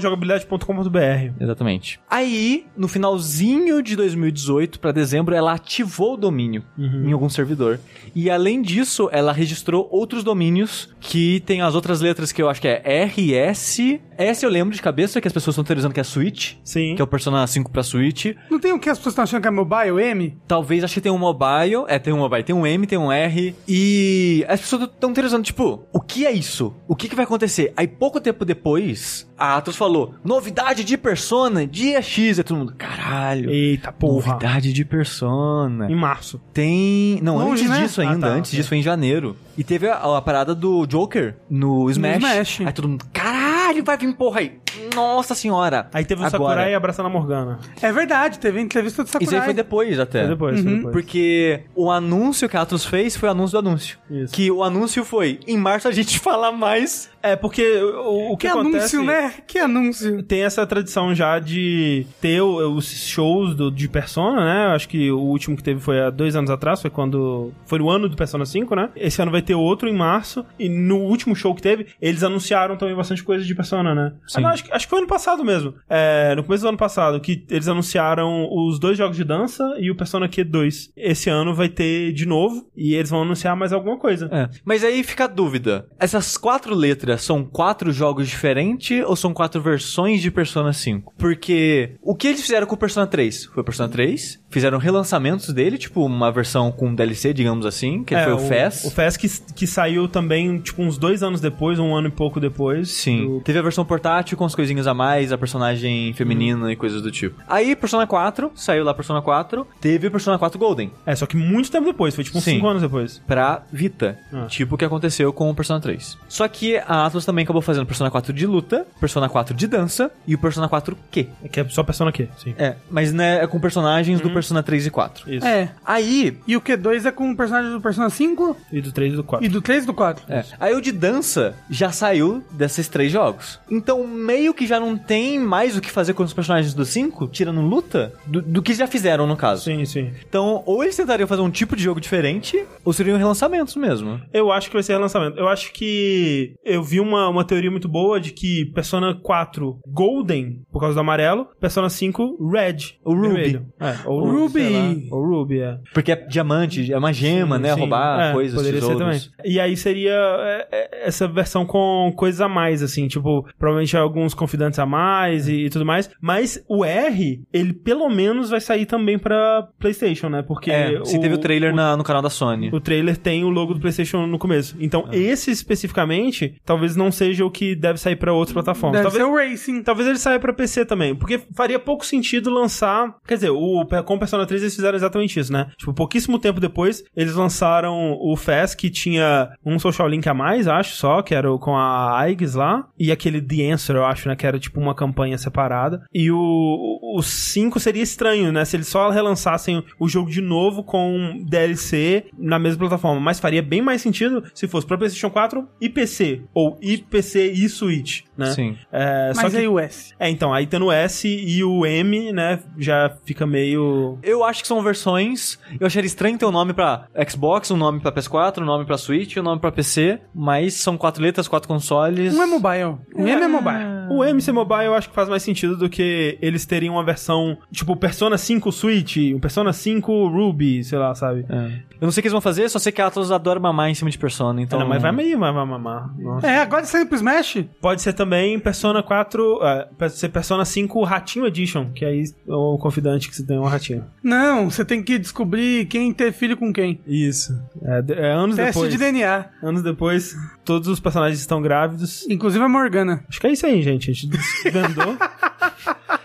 [SPEAKER 1] jogabilidade.com.br.
[SPEAKER 2] Exatamente. Aí, no finalzinho de 2018 pra dezembro, ela ativou o domínio em algum servidor. E além disso, ela registrou outros domínios que tem as outras letras que eu acho que é RS. S eu lembro de cabeça que as pessoas estão teorizando que é Switch,
[SPEAKER 1] Sim.
[SPEAKER 2] que é o Persona 5 pra Switch.
[SPEAKER 3] Não tem o que as pessoas estão achando que é mobile, M?
[SPEAKER 2] Talvez acho que tem um mobile, é, tem um mobile, tem um M, tem um R. E as pessoas estão interessando, tipo, o que é isso? O que, que vai acontecer? Aí pouco tempo depois, a Atos falou: novidade de persona, dia X, é todo mundo. Caralho.
[SPEAKER 1] Eita porra.
[SPEAKER 2] Novidade de persona.
[SPEAKER 1] Em março.
[SPEAKER 2] Tem. Não,
[SPEAKER 3] Longe,
[SPEAKER 2] antes
[SPEAKER 3] né?
[SPEAKER 2] disso
[SPEAKER 1] Ah,
[SPEAKER 2] ainda.
[SPEAKER 1] tá,
[SPEAKER 2] antes
[SPEAKER 1] ok.
[SPEAKER 2] disso foi em janeiro. E teve a, a parada do Joker no Smash.
[SPEAKER 3] Smash.
[SPEAKER 2] Aí todo mundo. Caralho, vai vir porra aí. Nossa senhora.
[SPEAKER 1] Aí teve o
[SPEAKER 2] Agora.
[SPEAKER 1] Sakurai abraçando a Morgana.
[SPEAKER 3] É verdade, teve entrevista do Sakurai.
[SPEAKER 2] Isso aí foi depois até.
[SPEAKER 1] Foi depois, foi depois.
[SPEAKER 2] Porque o anúncio que a Atlus fez foi o anúncio do anúncio.
[SPEAKER 1] Isso.
[SPEAKER 2] Que o anúncio foi, em março a gente fala mais.
[SPEAKER 1] É, porque o, o que,
[SPEAKER 3] Que,
[SPEAKER 1] acontece...
[SPEAKER 3] anúncio, né? Que anúncio.
[SPEAKER 1] Tem essa tradição já de ter o- os shows do- de Persona, né? Eu Acho que o último que teve foi há dois anos atrás, foi quando. Foi no ano do Persona 5, né? Esse ano vai ter outro em março. E no último show que teve, eles anunciaram também bastante coisa de Persona, né? Ah, não, acho, que- acho que foi ano passado mesmo. É, no começo do ano passado, que eles anunciaram os dois jogos de dança e o Persona Q2. Esse ano vai ter de novo e eles vão anunciar mais alguma coisa.
[SPEAKER 2] Mas aí fica a dúvida. Essas quatro letras são quatro jogos diferentes ou são quatro versões de Persona 5? Porque o que eles fizeram com o Persona 3? Foi o Persona 3, fizeram relançamentos dele, tipo uma versão com DLC, digamos assim, que
[SPEAKER 1] É,
[SPEAKER 2] foi o FES.
[SPEAKER 1] O FES que, que saiu também, tipo, uns dois anos depois, um ano e pouco depois.
[SPEAKER 2] Sim.
[SPEAKER 1] do-
[SPEAKER 2] Teve a versão portátil com as coisinhas a mais, a personagem feminina
[SPEAKER 1] Uhum.
[SPEAKER 2] e coisas do tipo. Aí, Persona 4, saiu lá Persona 4, teve o Persona 4 Golden
[SPEAKER 1] É, só que muito tempo depois, foi tipo uns
[SPEAKER 2] Sim.
[SPEAKER 1] 5 anos depois.
[SPEAKER 2] pra Vita,
[SPEAKER 1] Ah.
[SPEAKER 2] tipo o que aconteceu com o Persona 3. Só que a Atlas também acabou fazendo Persona 4 de luta, Persona 4 de dança e o Persona 4 Q.
[SPEAKER 1] É que é só Persona Q, sim.
[SPEAKER 2] É, mas né, é com personagens do Persona 3 e 4.
[SPEAKER 1] Uhum. Isso.
[SPEAKER 3] É.
[SPEAKER 2] Aí,
[SPEAKER 3] E o Q2 é com o personagem do Persona 5
[SPEAKER 1] E do 3 e do 4.
[SPEAKER 3] e do 3 e do 4.
[SPEAKER 2] É. Aí o de dança já saiu desses três jogos. Então meio que já não tem mais o que fazer com os personagens do 5, tirando luta, do, do que já fizeram no caso.
[SPEAKER 1] Sim, sim.
[SPEAKER 2] Então, ou eles tentariam fazer um tipo de jogo diferente, ou seriam relançamentos mesmo.
[SPEAKER 1] Eu acho que vai ser relançamento. Eu acho que eu vi uma, uma teoria muito boa de que Persona 4 Golden, por causa do amarelo, Persona 5 Red.
[SPEAKER 2] O Ruby.
[SPEAKER 1] vermelho. É, ou
[SPEAKER 3] Ruby.
[SPEAKER 1] sei lá. Ou Ruby, é.
[SPEAKER 2] Porque é diamante, é uma gema, né?
[SPEAKER 1] Sim,
[SPEAKER 2] Roubar
[SPEAKER 1] é,
[SPEAKER 2] coisas,
[SPEAKER 1] Poderia
[SPEAKER 2] tesouros.
[SPEAKER 1] ser também. E aí seria é, é, essa versão com coisas a mais, assim, tipo, provavelmente alguns confidantes a mais e, e tudo mais. Mas o R, ele pelo menos vai sair também pra PlayStation, né? Porque.
[SPEAKER 2] É, se teve o trailer né?
[SPEAKER 1] o,
[SPEAKER 2] na- no canal da Sony.
[SPEAKER 1] o trailer tem o logo do PlayStation no começo. Então,
[SPEAKER 2] É.
[SPEAKER 1] esse especificamente, talvez não seja o que deve sair pra outras plataformas. talvez
[SPEAKER 3] Deve ser o então. Racing.
[SPEAKER 1] Talvez ele saia pra PC também, porque faria pouco sentido lançar. Quer dizer, o, com o Persona 3 eles fizeram exatamente isso, né? Tipo, pouquíssimo tempo depois, eles lançaram o FES, que tinha um social link a mais, acho só, que era o, com a Aigis lá, e aquele The Answer, eu acho, né? Que era tipo uma campanha separada. E o, o o 5 seria estranho, né? Se eles só relançassem o jogo de novo com um DLC na mesma plataforma. Mas faria bem mais sentido se fosse pra PlayStation 4 e PC. Ou e PC e Switch, né?
[SPEAKER 2] Sim.
[SPEAKER 1] É, só
[SPEAKER 3] Mas
[SPEAKER 1] que-
[SPEAKER 3] aí o S.
[SPEAKER 1] É, então, aí tendo o S e o M, né? Já fica meio.
[SPEAKER 2] Eu acho que são versões. Eu acharia estranho ter um nome pra Xbox, um nome pra PS4, um nome pra Switch, um nome pra PC. Mas são quatro letras, quatro consoles.
[SPEAKER 3] Um é mobile. Um M é mobile.
[SPEAKER 1] O MC Mobile eu acho que faz mais sentido do que eles teriam uma versão, tipo, Persona 5 Switch, um Persona 5 Ruby, sei lá, sabe?
[SPEAKER 2] É. Eu não sei o que eles vão fazer, só sei que a Atlas adora mamar em cima de Persona, então...
[SPEAKER 1] Não, mas vai meio, vai mamar. Nossa.
[SPEAKER 3] É, agora saindo pro Smash,
[SPEAKER 1] Pode ser também Persona 4, ah, pode ser Persona 5 Ratinho Edition, que aí é o confidante que você tem é um ratinho.
[SPEAKER 3] não, você tem que descobrir quem ter filho com quem.
[SPEAKER 1] Isso. É, de- é anos
[SPEAKER 3] Teste
[SPEAKER 1] depois.
[SPEAKER 3] de DNA.
[SPEAKER 1] Anos depois, todos os personagens estão grávidos.
[SPEAKER 3] Inclusive a Morgana.
[SPEAKER 1] Acho que é isso aí, gente. A gente desvendou.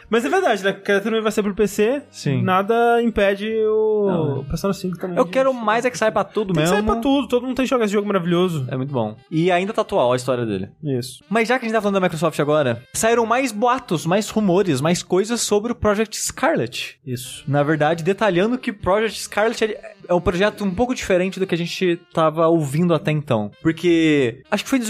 [SPEAKER 1] Mas é verdade, né? Que também vai ser pro PC.
[SPEAKER 2] Sim.
[SPEAKER 1] Nada impede o
[SPEAKER 2] Não, né?
[SPEAKER 1] Persona 5 também.
[SPEAKER 2] Eu
[SPEAKER 1] gente.
[SPEAKER 2] quero mais é que saia pra tudo
[SPEAKER 1] Tem que
[SPEAKER 2] mesmo.
[SPEAKER 1] sair pra tudo. Todo mundo tem que jogar esse jogo maravilhoso.
[SPEAKER 2] É muito bom. E ainda tá atual a história dele.
[SPEAKER 1] Isso.
[SPEAKER 2] Mas já que a gente tá falando da Microsoft agora, saíram mais boatos, mais rumores, mais coisas sobre o Project Scarlet.
[SPEAKER 1] Isso.
[SPEAKER 2] Na verdade, detalhando que Project Scarlet é- é um projeto um pouco diferente do que a gente tava ouvindo até então. Porque acho que foi em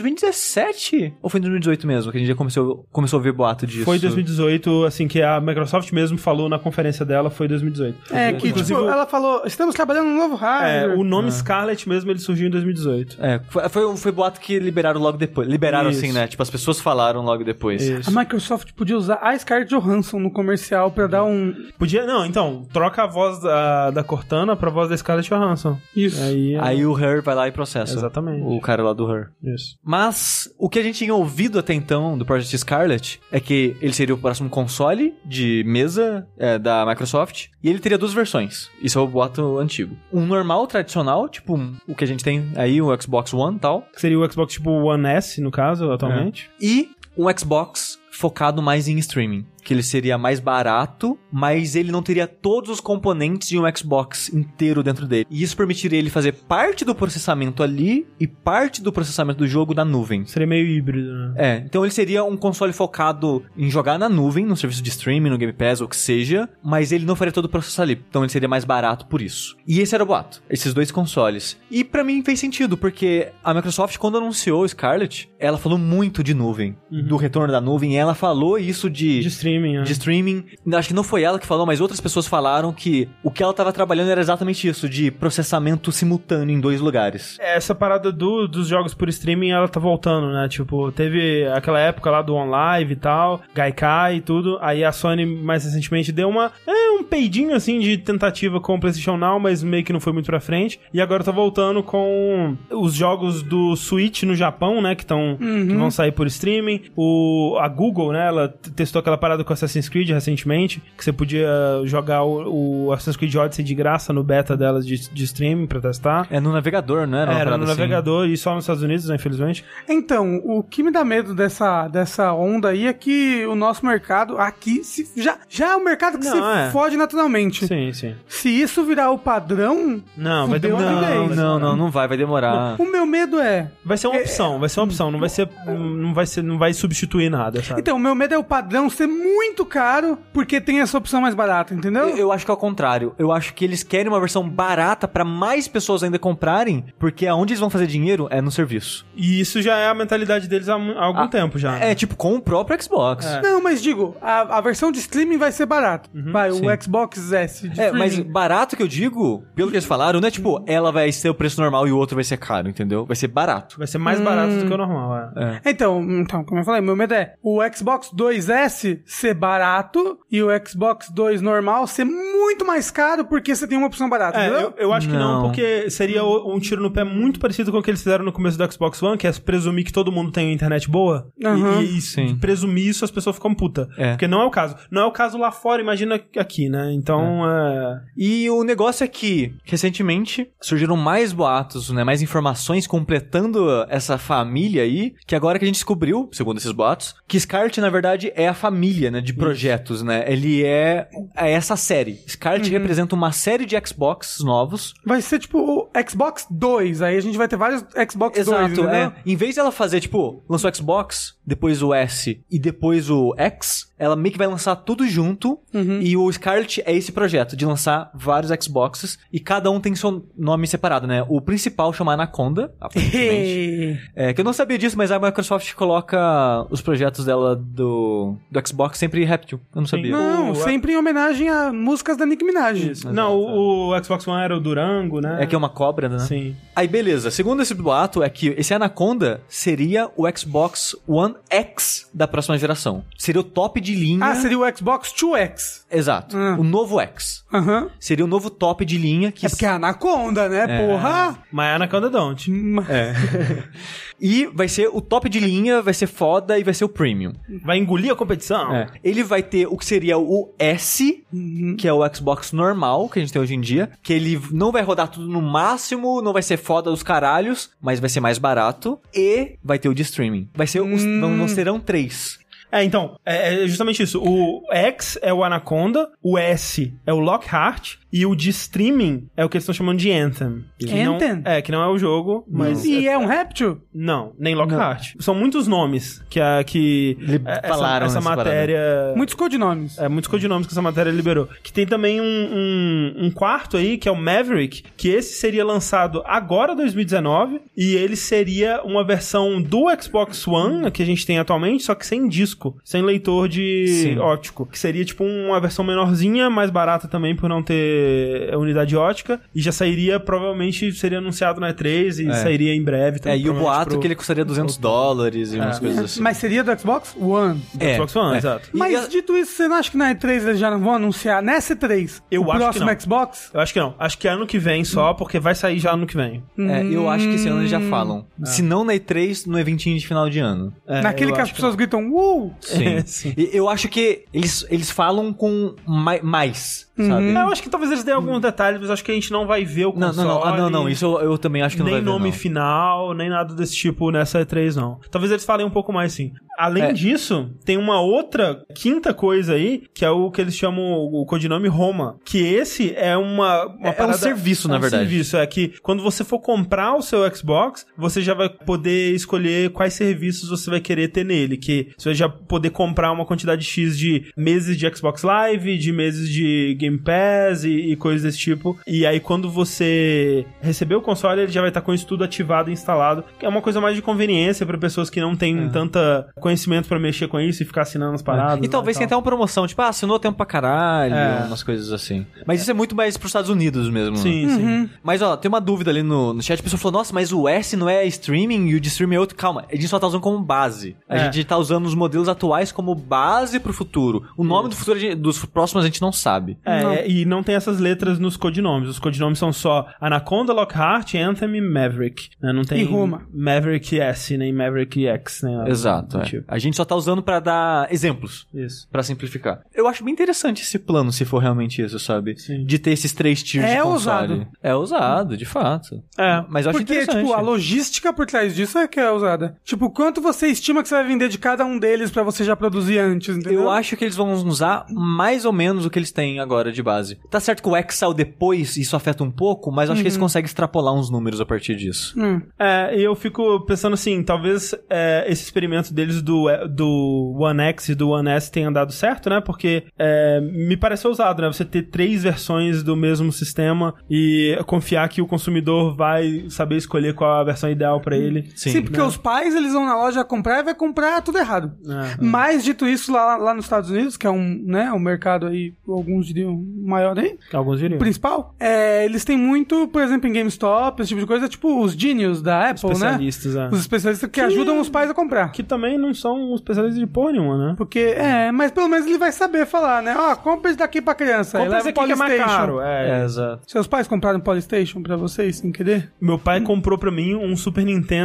[SPEAKER 2] 2017 ou foi em 2018 mesmo que a gente já começou, começou a ouvir boato disso.
[SPEAKER 1] Foi 2018, assim, que a Microsoft mesmo falou na conferência dela, foi 2018.
[SPEAKER 3] É, que
[SPEAKER 1] Inclusive,
[SPEAKER 3] tipo,
[SPEAKER 1] o-
[SPEAKER 3] ela falou, estamos trabalhando num novo
[SPEAKER 1] É,
[SPEAKER 3] hardware.
[SPEAKER 1] o
[SPEAKER 2] Ah.
[SPEAKER 1] nome Scarlet mesmo, ele surgiu em 2018.
[SPEAKER 2] É, foi, foi, foi boato que liberaram logo depois. Liberaram
[SPEAKER 1] Isso.
[SPEAKER 2] assim, né? Tipo, as pessoas falaram logo depois.
[SPEAKER 1] Isso.
[SPEAKER 3] A Microsoft podia usar a Scarlett Johansson no comercial pra dar um...
[SPEAKER 1] Podia, não, então, troca a voz da, da Cortana pra voz da Scarlett Johansson.
[SPEAKER 3] Isso.
[SPEAKER 1] Aí,
[SPEAKER 2] Aí o Her vai lá e processa.
[SPEAKER 1] Exatamente.
[SPEAKER 2] O cara lá do Her.
[SPEAKER 1] Isso.
[SPEAKER 2] Mas o que a gente tinha ouvido até então do Project Scarlet é que ele seria o próximo console de mesa é, da Microsoft e ele teria duas versões. Isso é o boato antigo. Um normal, tradicional, tipo um- o que a gente tem aí, o Xbox One e tal.
[SPEAKER 1] Que seria o Xbox tipo One S, no caso, atualmente.
[SPEAKER 2] E um Xbox focado mais em streaming. Que ele seria mais barato, mas ele não teria todos os componentes de um Xbox inteiro dentro dele. E isso permitiria ele fazer parte do processamento ali e parte do processamento do jogo na nuvem.
[SPEAKER 1] Seria meio híbrido, né?
[SPEAKER 2] É, então ele seria um console focado em jogar na nuvem, no serviço de streaming, no Game Pass, ou o que seja, mas ele não faria todo o processo ali. Então ele seria mais barato por isso. E esse era o boato, esses dois consoles. E pra mim fez sentido, porque a Microsoft, quando anunciou o Scarlett, ela falou muito de nuvem, do retorno da nuvem, e ela falou isso de.
[SPEAKER 1] De streaming, né?
[SPEAKER 2] de streaming, acho que não foi ela que falou, mas outras pessoas falaram que o que ela estava trabalhando era exatamente isso, de processamento simultâneo em dois lugares.
[SPEAKER 1] É, Essa parada do, dos jogos por streaming, ela tá voltando, né? Tipo, teve aquela época lá do OnLive e tal, Gaikai e tudo. Aí a Sony, mais recentemente, deu uma... É, um peidinho, assim, de tentativa com o PlayStation Now, mas meio que não foi muito pra frente. E agora tá voltando com os jogos do Switch no Japão, né? Que estão... Que vão sair por streaming. O, a Google, né? Ela t- testou aquela parada com Assassin's Creed recentemente, que você podia jogar o, o Assassin's Creed Odyssey de graça no beta delas de, de streaming pra testar.
[SPEAKER 2] É no navegador, não era? uma
[SPEAKER 1] Era
[SPEAKER 2] parada
[SPEAKER 1] no
[SPEAKER 2] assim?
[SPEAKER 1] navegador e só nos Estados Unidos, né, infelizmente.
[SPEAKER 3] Então, o que me dá medo dessa, dessa onda aí é que o nosso mercado aqui se- já, já é um mercado que
[SPEAKER 1] Não,
[SPEAKER 3] se
[SPEAKER 1] é.
[SPEAKER 3] fode naturalmente.
[SPEAKER 1] Sim, sim. né,
[SPEAKER 3] Se isso virar o padrão,
[SPEAKER 1] Não, vai
[SPEAKER 3] Fudeu
[SPEAKER 1] demorar.
[SPEAKER 3] a vida aí.
[SPEAKER 1] Não, vai
[SPEAKER 2] Não,
[SPEAKER 1] demorar.
[SPEAKER 2] não, não vai, vai
[SPEAKER 1] Ah.
[SPEAKER 2] demorar.
[SPEAKER 3] o meu medo é.
[SPEAKER 1] Vai ser uma opção, vai ser uma opção. Não vai ser. Não vai ser. Não vai substituir nada, sabe?
[SPEAKER 3] Então, o meu medo é o padrão ser muito caro porque tem essa opção mais barata, entendeu?
[SPEAKER 2] Eu, eu acho que é o contrário. Eu acho que eles querem uma versão barata pra mais pessoas ainda comprarem, porque aonde eles vão fazer dinheiro é no serviço.
[SPEAKER 1] E isso já é a mentalidade deles há, mu- há algum
[SPEAKER 2] Ah,
[SPEAKER 1] tempo já. né?
[SPEAKER 2] É tipo com o próprio Xbox.
[SPEAKER 1] É.
[SPEAKER 3] Não, mas digo, a, a versão de streaming vai ser barata.
[SPEAKER 1] Uhum,
[SPEAKER 3] vai,
[SPEAKER 2] sim.
[SPEAKER 3] o Xbox S de
[SPEAKER 2] É, mas
[SPEAKER 3] streaming.
[SPEAKER 2] barato que eu digo, pelo que eles falaram, não é tipo, ela vai ser o preço normal e o outro vai ser caro, entendeu? Vai ser barato.
[SPEAKER 1] Vai ser mais barato
[SPEAKER 2] Hum.
[SPEAKER 1] do que o normal, é.
[SPEAKER 3] Então, então, como eu falei, meu medo é o Xbox 2S ser barato e o Xbox 2 normal ser muito mais caro porque você tem uma opção barata,
[SPEAKER 1] É,
[SPEAKER 3] entendeu?
[SPEAKER 1] eu, eu acho que não,
[SPEAKER 2] Não.
[SPEAKER 1] porque seria o- um tiro no pé muito parecido com o que eles fizeram no começo do Xbox One, que é presumir que todo mundo tem internet boa. E-
[SPEAKER 3] Aham.
[SPEAKER 1] E, e
[SPEAKER 2] Sim.
[SPEAKER 1] presumir isso, as pessoas ficam puta.
[SPEAKER 2] É.
[SPEAKER 1] Porque não é o caso. Não é o caso lá fora, imagina aqui, né? Então, é.
[SPEAKER 2] E o negócio é que, recentemente, surgiram mais boatos, né? Mais informações completando essa família aí. Que agora que a gente descobriu, segundo esses boatos, que Scarlet, na verdade, é a família, né? De projetos, né? Ele é, é essa série. Scarlet representa uma série de Xbox novos.
[SPEAKER 3] Vai ser tipo o Xbox 2, aí a gente vai ter vários Xbox né? 2,
[SPEAKER 2] Exato,
[SPEAKER 3] entendeu?
[SPEAKER 2] é. Em vez dela fazer, tipo, lançou o Xbox, depois o S e depois o X, ela meio que vai lançar tudo junto. E o Scarlet é esse projeto de lançar vários Xboxes e cada um tem seu nome separado, né? O principal chama Anaconda, aparentemente. É, que eu não sabia disso, mas a Microsoft coloca os projetos dela do, do Xbox sempre em réptil. Eu não sabia.
[SPEAKER 3] Não,
[SPEAKER 1] O-
[SPEAKER 3] sempre em homenagem a músicas da Nick Minaj.
[SPEAKER 1] Não, o, o Xbox One era o Durango,
[SPEAKER 3] Ah.
[SPEAKER 1] né?
[SPEAKER 2] É que é uma cobra, né?
[SPEAKER 1] Sim.
[SPEAKER 2] Aí, beleza. Segundo esse boato, é que esse Anaconda seria o Xbox One X da próxima geração. Seria o top de linha.
[SPEAKER 3] Ah, seria o Xbox 2X.
[SPEAKER 2] Exato.
[SPEAKER 3] Ah.
[SPEAKER 2] O novo X.
[SPEAKER 3] Aham.
[SPEAKER 2] Seria o novo top de linha que...
[SPEAKER 3] É porque é Anaconda, né? Porra!
[SPEAKER 1] Mas é Anaconda Don't.
[SPEAKER 2] E vai ser o top de linha, vai ser foda e vai ser o premium.
[SPEAKER 1] Vai engolir a competição.
[SPEAKER 2] É. Ele vai ter o que seria o S, que é o Xbox normal que a gente tem hoje em dia, que ele não vai rodar tudo no máximo, não vai ser foda dos caralhos, mas vai ser mais barato e vai ter o de streaming. Vai ser os, não,
[SPEAKER 1] Hum.
[SPEAKER 2] não serão três.
[SPEAKER 1] É, então, é é justamente isso. O X é o Anaconda, o S é o Lockhart e o de streaming é o que eles estão chamando de Anthem. Que não-
[SPEAKER 3] Anthem?
[SPEAKER 1] é, que não é o jogo, mas.
[SPEAKER 3] E é um réptil?
[SPEAKER 1] Não, nem Lockhart. São muitos nomes que, a, que é- essa,
[SPEAKER 2] falaram
[SPEAKER 1] essa
[SPEAKER 2] essa parada.
[SPEAKER 1] matéria.
[SPEAKER 3] Muitos codinomes.
[SPEAKER 1] É, muitos codinomes que essa matéria liberou. Que tem também um, um, um quarto aí, que é o Maverick, que esse seria lançado agora, 2019, e ele seria uma versão do Xbox One, que a gente tem atualmente, só que sem disco, sem leitor de
[SPEAKER 2] Sim.
[SPEAKER 1] óptico. Que seria, tipo, uma versão menorzinha, mais barata também, por não ter unidade ótica, e já sairia, provavelmente, seria anunciado na E3 e sairia em breve.
[SPEAKER 2] É,
[SPEAKER 1] também,
[SPEAKER 2] e o
[SPEAKER 1] Então, provavelmente,
[SPEAKER 2] boato
[SPEAKER 1] pro-
[SPEAKER 2] que ele custaria 200 dólares e umas coisas assim. É,
[SPEAKER 3] Mas seria do Xbox One.
[SPEAKER 1] do Xbox One, exato.
[SPEAKER 2] E
[SPEAKER 3] Mas
[SPEAKER 2] a-
[SPEAKER 3] dito isso, você não acha que na E3 eles já não vão anunciar nessa E3
[SPEAKER 1] Eu
[SPEAKER 3] o
[SPEAKER 1] acho que
[SPEAKER 3] próximo
[SPEAKER 1] não.
[SPEAKER 3] Xbox?
[SPEAKER 1] Eu acho que não. Acho que é ano que vem só, porque vai sair já ano que vem.
[SPEAKER 2] É, eu acho que esse ano eles já falam. Se não na E3, no eventinho de final de ano.
[SPEAKER 1] hum, É,
[SPEAKER 3] Naquele
[SPEAKER 1] eu
[SPEAKER 3] que as
[SPEAKER 1] acho
[SPEAKER 3] pessoas gritam, uh!
[SPEAKER 1] É,
[SPEAKER 2] Sim.
[SPEAKER 1] sim.
[SPEAKER 2] E eu acho que eles, eles falam com mai- mais, sabe?
[SPEAKER 1] É, Eu acho que talvez eles deem alguns detalhes, mas acho que a gente não vai ver o
[SPEAKER 2] Hum. Não,
[SPEAKER 1] console.
[SPEAKER 2] não, não, ah, não, não, isso eu, eu também acho que não
[SPEAKER 1] nem
[SPEAKER 2] vai ver,
[SPEAKER 1] nome
[SPEAKER 2] não.
[SPEAKER 1] final, nem nada desse tipo nessa E3, não. Talvez eles falem um pouco mais, sim. Além
[SPEAKER 2] É.
[SPEAKER 1] disso, tem uma outra quinta coisa aí, que é o que eles chamam o codinome Roma. Que esse é uma. uma
[SPEAKER 2] É- é um serviço, na
[SPEAKER 1] é um
[SPEAKER 2] verdade.
[SPEAKER 1] serviço. É que quando você for comprar o seu Xbox, você já vai poder escolher quais serviços você vai querer ter nele. Que você vai já poder comprar uma quantidade X de meses de Xbox Live, de meses de Game Pass e, e coisas desse tipo. E aí, quando você receber o console, ele já vai estar com isso tudo ativado e instalado. Que é uma coisa mais de conveniência para pessoas que não têm tanta conhecimento para mexer com isso e ficar assinando as paradas.
[SPEAKER 2] É. E talvez tenha
[SPEAKER 1] né,
[SPEAKER 2] até uma promoção, tipo, ah, assinou tempo pra caralho,
[SPEAKER 1] É.
[SPEAKER 2] umas coisas assim. Mas isso é muito mais pros Estados Unidos mesmo. né?
[SPEAKER 1] Sim, sim.
[SPEAKER 2] Mas ó, tem uma dúvida ali no, no chat, a pessoa falou, nossa, mas o S não é streaming e o de streaming é outro. Calma, a gente só tá usando como base. A
[SPEAKER 1] É.
[SPEAKER 2] gente tá usando os modelos atuais como base pro futuro. O nome do futuro, a gente- dos próximos a gente não sabe.
[SPEAKER 1] É,
[SPEAKER 3] Não.
[SPEAKER 1] é, e não tem essas letras nos codinomes. Os codinomes são só Anaconda, Lockhart, Anthem e Maverick. né? Não tem
[SPEAKER 3] E Roma.
[SPEAKER 1] Maverick S, nem Maverick X, nem nada
[SPEAKER 2] Exato.
[SPEAKER 1] do
[SPEAKER 2] é.
[SPEAKER 1] tipo.
[SPEAKER 2] A gente só tá usando pra dar exemplos.
[SPEAKER 1] Isso.
[SPEAKER 2] Pra simplificar. Eu acho bem interessante esse plano, se for realmente isso, sabe?
[SPEAKER 1] Sim.
[SPEAKER 2] De ter esses três tiers
[SPEAKER 3] É
[SPEAKER 2] de console.
[SPEAKER 3] ousado.
[SPEAKER 2] É ousado, de fato.
[SPEAKER 1] É.
[SPEAKER 2] Mas eu acho
[SPEAKER 3] Porque,
[SPEAKER 2] interessante.
[SPEAKER 3] tipo, a logística por trás disso é que é usada. Tipo, quanto você estima que você vai vender de cada um deles pra você já produzir antes, entendeu?
[SPEAKER 2] Eu acho que eles vão usar mais ou menos o que eles têm agora de base. Tá certo que o X saiu depois, isso afeta um pouco, mas eu acho que eles conseguem extrapolar uns números a partir disso.
[SPEAKER 3] Hum.
[SPEAKER 1] É, e eu fico pensando assim, talvez é, esse experimento deles do, é, do One X e do One S tenha dado certo, né? Porque é, me pareceu ousado, né? Você ter três versões do mesmo sistema e confiar que o consumidor vai saber escolher qual a versão ideal pra ele.
[SPEAKER 3] Sim, porque os pais, eles vão na loja comprar e vai comprar tudo errado.
[SPEAKER 1] É.
[SPEAKER 3] Mas, dito isso, lá, lá nos Estados Unidos, que é um, né, um mercado aí, alguns diriam maior aí,
[SPEAKER 1] Alguns diriam.
[SPEAKER 3] principal, é, eles têm muito, por exemplo, em GameStop, esse tipo de coisa, tipo os genius da Apple, né?
[SPEAKER 1] Especialistas, é.
[SPEAKER 3] Os especialistas que, ajudam os pais a comprar.
[SPEAKER 1] que também não são especialistas de porra nenhuma, né?
[SPEAKER 3] Porque, é, mas pelo menos ele vai saber falar, né? Ó, compra esse daqui pra criança. aí
[SPEAKER 1] Compra
[SPEAKER 3] leva
[SPEAKER 1] esse
[SPEAKER 3] o
[SPEAKER 1] aqui que é mais
[SPEAKER 3] Polystation.
[SPEAKER 1] caro. É.
[SPEAKER 2] exato.
[SPEAKER 3] Seus pais compraram Polystation pra vocês, sem querer?
[SPEAKER 1] Meu pai
[SPEAKER 3] Hum.
[SPEAKER 1] comprou pra mim um Super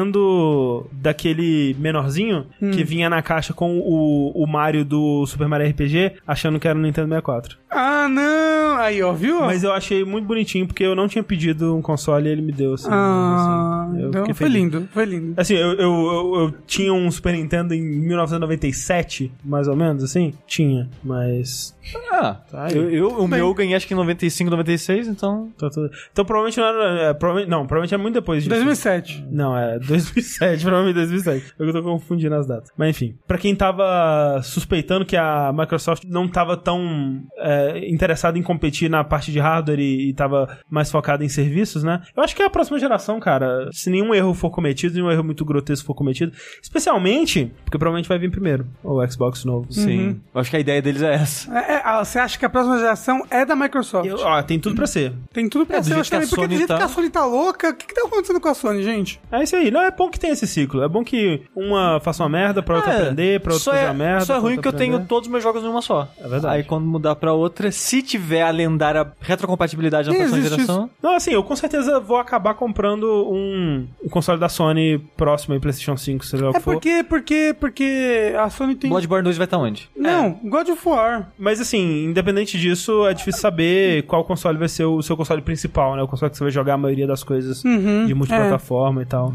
[SPEAKER 1] Nintendo daquele menorzinho
[SPEAKER 3] Hum.
[SPEAKER 1] que vinha na caixa com o, o Mario do Super Mario RPG, achando que era o Nintendo 64.
[SPEAKER 3] Ah, não! Aí, ó, viu?
[SPEAKER 1] Mas eu achei muito bonitinho, porque eu não tinha pedido um console e ele me deu, assim.
[SPEAKER 3] Ah,
[SPEAKER 1] assim. Eu
[SPEAKER 3] então
[SPEAKER 1] fiquei
[SPEAKER 3] foi
[SPEAKER 1] feliz.
[SPEAKER 3] lindo, foi lindo.
[SPEAKER 1] Assim, eu, eu, eu, eu tinha um Super Nintendo em 1997, mais ou menos, assim? Tinha, mas.
[SPEAKER 2] Ah,
[SPEAKER 1] Tá
[SPEAKER 2] eu,
[SPEAKER 1] aí.
[SPEAKER 2] eu- o meu eu ganhei acho que em 95, 96, então.
[SPEAKER 1] tá tudo- Então provavelmente não era. é, provavelmente, não, provavelmente é muito depois disso.
[SPEAKER 3] 2007.
[SPEAKER 1] Não, é 2007, provavelmente 2007. Eu tô confundindo as datas. Mas enfim, pra quem tava suspeitando que a Microsoft não tava tão é, interessada em competir na parte de hardware e, e tava mais focada em serviços, né? Eu acho que é a próxima geração, cara. Se nenhum erro for cometido, nenhum erro muito grotesco for cometido, especialmente porque provavelmente vai vir primeiro o Xbox novo.
[SPEAKER 2] Sim. Uhum. Eu acho que a ideia deles é essa.
[SPEAKER 3] É, é, ah, você acha que a próxima geração é da Microsoft?
[SPEAKER 1] Eu- ó, tem tudo pra ser.
[SPEAKER 3] Tem tudo pra
[SPEAKER 2] É, do
[SPEAKER 3] ser, eu
[SPEAKER 2] jeito
[SPEAKER 3] acho
[SPEAKER 2] que a
[SPEAKER 3] também, porque do
[SPEAKER 2] Sony
[SPEAKER 3] jeito
[SPEAKER 2] tá-
[SPEAKER 3] que a Sony tá louca, o que que tá acontecendo com a Sony, gente?
[SPEAKER 1] É isso aí. Não, é bom que tenha esse ciclo. É bom que uma faça uma merda, pra outra
[SPEAKER 2] É,
[SPEAKER 1] aprender, pra outra
[SPEAKER 2] só
[SPEAKER 1] fazer
[SPEAKER 2] é,
[SPEAKER 1] uma merda.
[SPEAKER 2] Só é
[SPEAKER 1] pra
[SPEAKER 2] ruim
[SPEAKER 1] outra
[SPEAKER 2] que eu tenho
[SPEAKER 1] aprender.
[SPEAKER 2] todos os meus jogos em uma só.
[SPEAKER 1] É verdade.
[SPEAKER 2] Aí quando mudar pra outra, se tiver a lendária retrocompatibilidade na
[SPEAKER 3] Nem
[SPEAKER 2] próxima
[SPEAKER 3] existe
[SPEAKER 2] geração.
[SPEAKER 1] Não, assim, eu com certeza vou acabar comprando um, um console da Sony próximo aí, PlayStation 5, seja lá o
[SPEAKER 3] É
[SPEAKER 1] que for.
[SPEAKER 3] porque, porque, porque a Sony tem...
[SPEAKER 2] Bloodborne 2 vai estar onde?
[SPEAKER 1] é.
[SPEAKER 3] Não, God of War.
[SPEAKER 1] Mas, assim, independente disso, é difícil saber qual console vai ser o seu console principal, né? O console que você vai jogar a maioria das coisas
[SPEAKER 3] Uhum,
[SPEAKER 1] de multiplataforma e tal.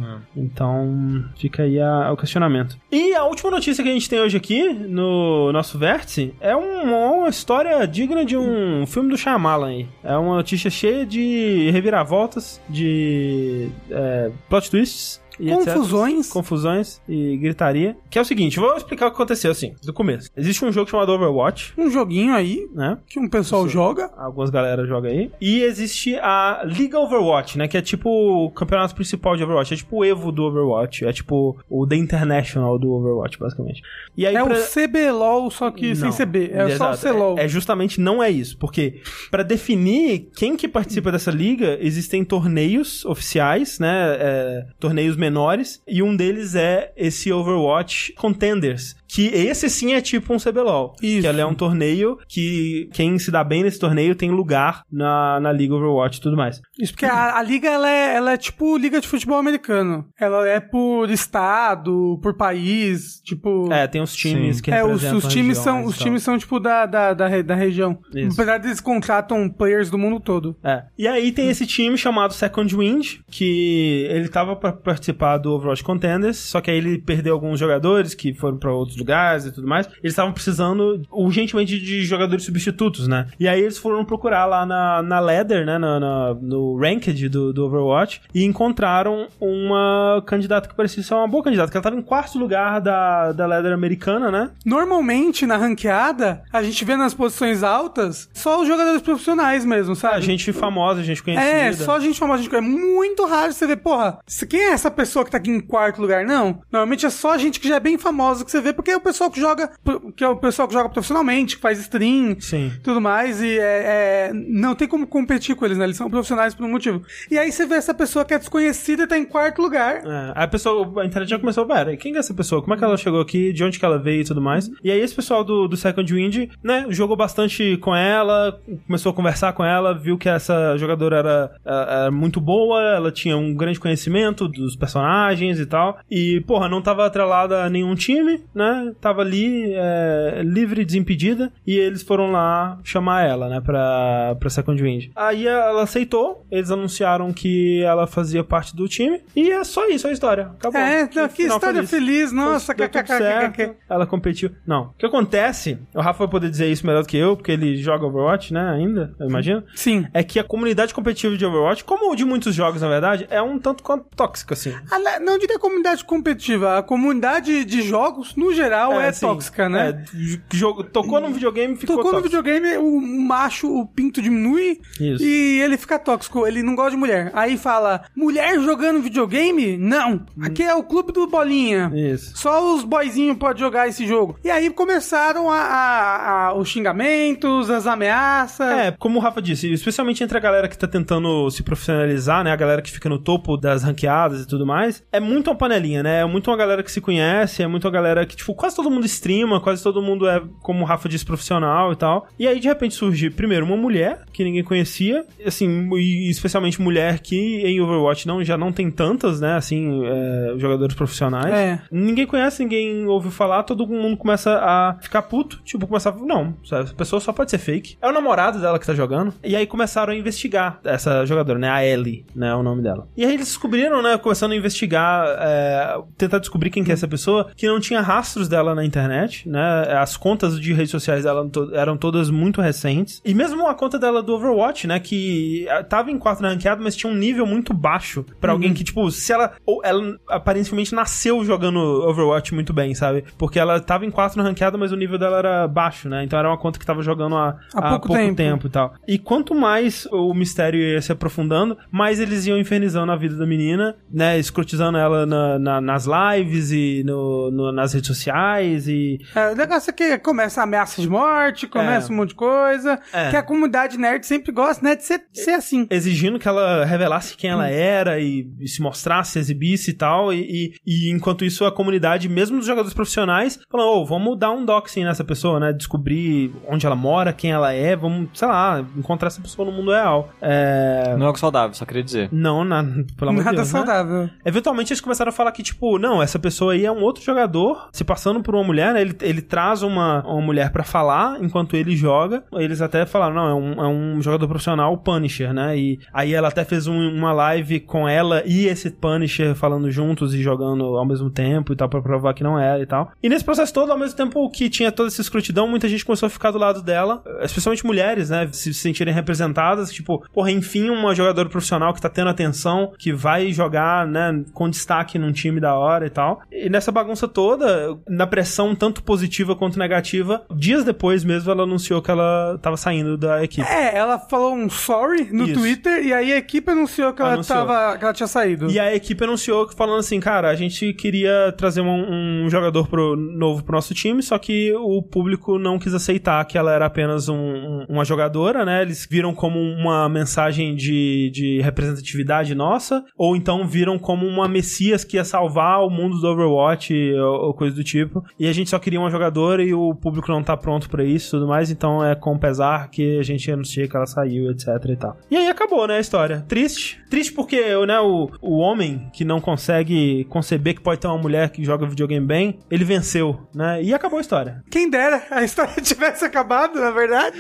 [SPEAKER 1] Então, fica aí a- o questionamento. E a última notícia que a gente tem hoje aqui, no nosso vértice, é um- uma história digna de um filme do Shyamalan aí. É uma notícia cheia de reviravoltas, de é, plot twists. e etc.
[SPEAKER 3] Confusões.
[SPEAKER 1] confusões e gritaria. Que é o seguinte, vou explicar o que aconteceu assim, do começo. Existe um jogo chamado Overwatch,
[SPEAKER 3] Um joguinho aí
[SPEAKER 1] né?
[SPEAKER 3] que um pessoal joga.
[SPEAKER 1] Algumas galera joga aí. E existe a Liga Overwatch, né? Que é tipo o campeonato principal de Overwatch. É tipo o Evo do Overwatch. É tipo o The International do Overwatch, basicamente. E aí,
[SPEAKER 3] É o
[SPEAKER 1] pra-
[SPEAKER 3] CBLOL, só que sem
[SPEAKER 1] Não.
[SPEAKER 3] CB. É só o
[SPEAKER 1] Exato.
[SPEAKER 3] CLOL.
[SPEAKER 1] É, é justamente não é isso, porque pra definir quem que participa dessa liga, existem torneios oficiais, né, é, torneios menores, e um deles é esse Overwatch Contenders, que esse sim é tipo um CBLOL,
[SPEAKER 3] Isso.
[SPEAKER 1] que ele é um torneio que quem se dá bem nesse torneio tem lugar na, na liga Overwatch e tudo mais.
[SPEAKER 3] Isso porque a, a liga, ela é, ela é tipo liga de futebol americano. Ela é por estado, por país, tipo...
[SPEAKER 1] É, tem os times
[SPEAKER 2] Sim.
[SPEAKER 1] que
[SPEAKER 3] É, os,
[SPEAKER 1] representam
[SPEAKER 3] os
[SPEAKER 1] a
[SPEAKER 3] times
[SPEAKER 1] região, né,
[SPEAKER 3] são,
[SPEAKER 1] mas
[SPEAKER 3] os
[SPEAKER 1] tal.
[SPEAKER 3] times são tipo da, da, da, re- da região.
[SPEAKER 1] Isso.
[SPEAKER 3] Apesar deles contratam players do mundo todo.
[SPEAKER 1] É. E aí
[SPEAKER 3] Hum.
[SPEAKER 1] tem esse time chamado Second Wind, que ele tava pra participar do Overwatch Contenders, só que aí ele perdeu alguns jogadores que foram pra outros lugares e tudo mais. Eles estavam precisando urgentemente de jogadores substitutos, né? E aí eles foram procurar lá na, na Ladder, né? Na, na- no Ranked do, do Overwatch, e encontraram uma candidata que parecia ser uma boa candidata, que ela tava em quarto lugar da, da Ladder americana, né?
[SPEAKER 3] Normalmente, na ranqueada, a gente vê nas posições altas só os jogadores profissionais mesmo, sabe?
[SPEAKER 1] A gente famosa, gente conhecida.
[SPEAKER 3] Uhum. É, só gente famosa. Gente... É muito raro você ver, porra, se- quem é essa pessoa que tá aqui em quarto lugar? Não. Normalmente é só gente que já é bem famosa que você vê, porque é o pessoal que joga, que é o pessoal que joga profissionalmente, que faz stream.
[SPEAKER 1] Sim.
[SPEAKER 3] Tudo mais, e é, é- não tem como competir com eles, né? Eles são profissionais por um motivo. E aí você vê essa pessoa que é desconhecida e tá em quarto lugar.
[SPEAKER 1] É, a pessoa, a internet já começou, pera, quem é essa pessoa? Como é que ela chegou aqui? De onde que ela veio e tudo mais? E aí esse pessoal do, do Second Wind, né, jogou bastante com ela, começou a conversar com ela, viu que essa jogadora era, era- era muito boa, ela tinha um grande conhecimento dos personagens e tal, e, porra, não tava atrelada a nenhum time, né, tava ali é, livre, desimpedida, e eles foram lá chamar ela, né, pra, pra Second Wind. Aí ela aceitou, eles anunciaram que ela fazia parte do time, e é só isso a história. Acabou.
[SPEAKER 3] é, não,
[SPEAKER 1] O
[SPEAKER 3] que
[SPEAKER 1] final
[SPEAKER 3] história
[SPEAKER 1] feliz.
[SPEAKER 3] feliz, nossa,
[SPEAKER 1] Deu tudo
[SPEAKER 3] kkkk.
[SPEAKER 1] certo, Ela competiu. Não. O que acontece, o Rafa vai poder dizer isso melhor do que eu, porque ele joga Overwatch, né, ainda, eu imagino.
[SPEAKER 3] Sim.
[SPEAKER 1] É que a comunidade competitiva de Overwatch, como de muitos jogos, na verdade, é um tanto quanto tóxica, assim.
[SPEAKER 3] Ale- Não diria comunidade competitiva, a comunidade de jogos, no geral, é,
[SPEAKER 1] assim,
[SPEAKER 3] tóxica, né?
[SPEAKER 1] é, j- jogo, tocou num videogame, ficou
[SPEAKER 3] Tocou no
[SPEAKER 1] tóxico.
[SPEAKER 3] videogame, o macho, o pinto diminui
[SPEAKER 1] Isso.
[SPEAKER 3] e ele fica tóxico, ele não gosta de mulher. Aí fala, mulher jogando videogame? Não, aqui é o clube do bolinha.
[SPEAKER 1] Hum. Isso.
[SPEAKER 3] Só os boyzinhos podem jogar esse jogo. E aí começaram a, a- a- os xingamentos, as ameaças.
[SPEAKER 1] É, como o Rafa disse, especialmente entre a galera que tá tentando se profissionalizar, né? A galera que fica no topo das ranqueadas e tudo mais. É muito uma panelinha, né? É muito uma galera que se conhece, é muito uma galera que, tipo, tipo, quase todo mundo streama, quase todo mundo é, como o Rafa disse, profissional e tal. E aí, de repente, surge, primeiro, uma mulher que ninguém conhecia, assim, e especialmente mulher que em Overwatch não, já não tem tantas, né, assim, é, jogadores profissionais.
[SPEAKER 3] É.
[SPEAKER 1] Ninguém conhece, ninguém ouviu falar, todo mundo começa a ficar puto, tipo, começar a... Não, sabe, essa pessoa só pode ser fake. É o namorado dela que tá jogando. E aí começaram a investigar essa jogadora, né, a Ellie, né, é o nome dela. E aí eles descobriram, né, começando a investigar, é, tentar descobrir quem que é essa pessoa, que não tinha rastros dela na internet, né, as contas de redes sociais dela to- eram todas muito recentes. E mesmo a conta dela do Overwatch, né, que ah, tava em quarto na ranqueada, mas tinha um nível muito baixo pra
[SPEAKER 3] Uhum.
[SPEAKER 1] alguém que, tipo, se ela... Ou ela aparentemente nasceu jogando Overwatch muito bem, sabe? Porque ela tava em quarto na ranqueada, mas o nível dela era baixo, né? Então era uma conta que tava jogando há,
[SPEAKER 3] Há
[SPEAKER 1] há
[SPEAKER 3] pouco
[SPEAKER 1] pouco,
[SPEAKER 3] tempo.
[SPEAKER 1] tempo. e tal. E quanto mais o mistério ia se aprofundando, mais eles iam infernizando a vida da menina, né? Escrotizando ela na- na- nas lives e no- no- nas redes sociais e...
[SPEAKER 3] É, o negócio é que começa ameaça de morte,
[SPEAKER 1] É.
[SPEAKER 3] começa um monte de coisa.
[SPEAKER 1] É.
[SPEAKER 3] Que a comunidade nerd sempre gosta, né? De ser, de ser assim.
[SPEAKER 1] exigindo que ela revelasse quem ela era e, e se mostrasse, exibisse e tal. E, e- e enquanto isso, a comunidade, mesmo dos jogadores profissionais, falando: ô, vamos dar um doxing nessa pessoa, né? Descobrir onde ela mora, quem ela é, vamos, sei lá, encontrar essa pessoa no mundo real. É.
[SPEAKER 2] Não é algo saudável, só queria dizer.
[SPEAKER 1] Não, na, pelo amor de
[SPEAKER 3] Nada
[SPEAKER 1] Deus. né?
[SPEAKER 3] saudável.
[SPEAKER 1] Eventualmente eles começaram a falar que, tipo, não, essa pessoa aí é um outro jogador, se passando por uma mulher, né? Ele, ele traz uma, uma mulher pra falar enquanto ele joga. Eles até falaram, não, é um, é um jogador profissional, o Punisher, né? E aí ela até fez um- uma live com ela e esse Punisher falando juntos e jogando ao mesmo tempo e tal, pra provar que não era e tal. E nesse processo todo, ao mesmo tempo que tinha toda essa escrotidão, muita gente começou a ficar do lado dela, especialmente mulheres, né? Se sentirem representadas, tipo, porra, enfim, uma jogadora profissional que tá tendo atenção, que vai jogar, né, com destaque num time da hora e tal. E nessa bagunça toda, na pressão tanto positiva quanto negativa, dias depois mesmo ela anunciou que ela tava saindo da equipe.
[SPEAKER 3] É, ela falou um sorry no
[SPEAKER 1] Isso.
[SPEAKER 3] Twitter e aí a equipe anunciou que ela,
[SPEAKER 1] Anunciou.
[SPEAKER 3] tava, que ela tinha saído.
[SPEAKER 1] E a equipe anunciou que falando assim, cara, a gente queria trazer um, um jogador pro- novo pro nosso time, só que o público não quis aceitar que ela era apenas um- um- uma jogadora, né? Eles viram como uma mensagem de, de representatividade nossa, ou então viram como uma messias que ia salvar o mundo do Overwatch ou, ou coisa do tipo. E a gente só queria uma jogadora e o público não tá pronto pra isso e tudo mais, então é com pesar que a gente anuncia que ela saiu, etc e tal. E aí acabou, né, a história. Triste. Triste porque, né, o, o homem que não consegue conceber que pode ter uma mulher que joga videogame bem, ele venceu, né? E acabou a história.
[SPEAKER 3] Quem dera a história tivesse acabado, na verdade.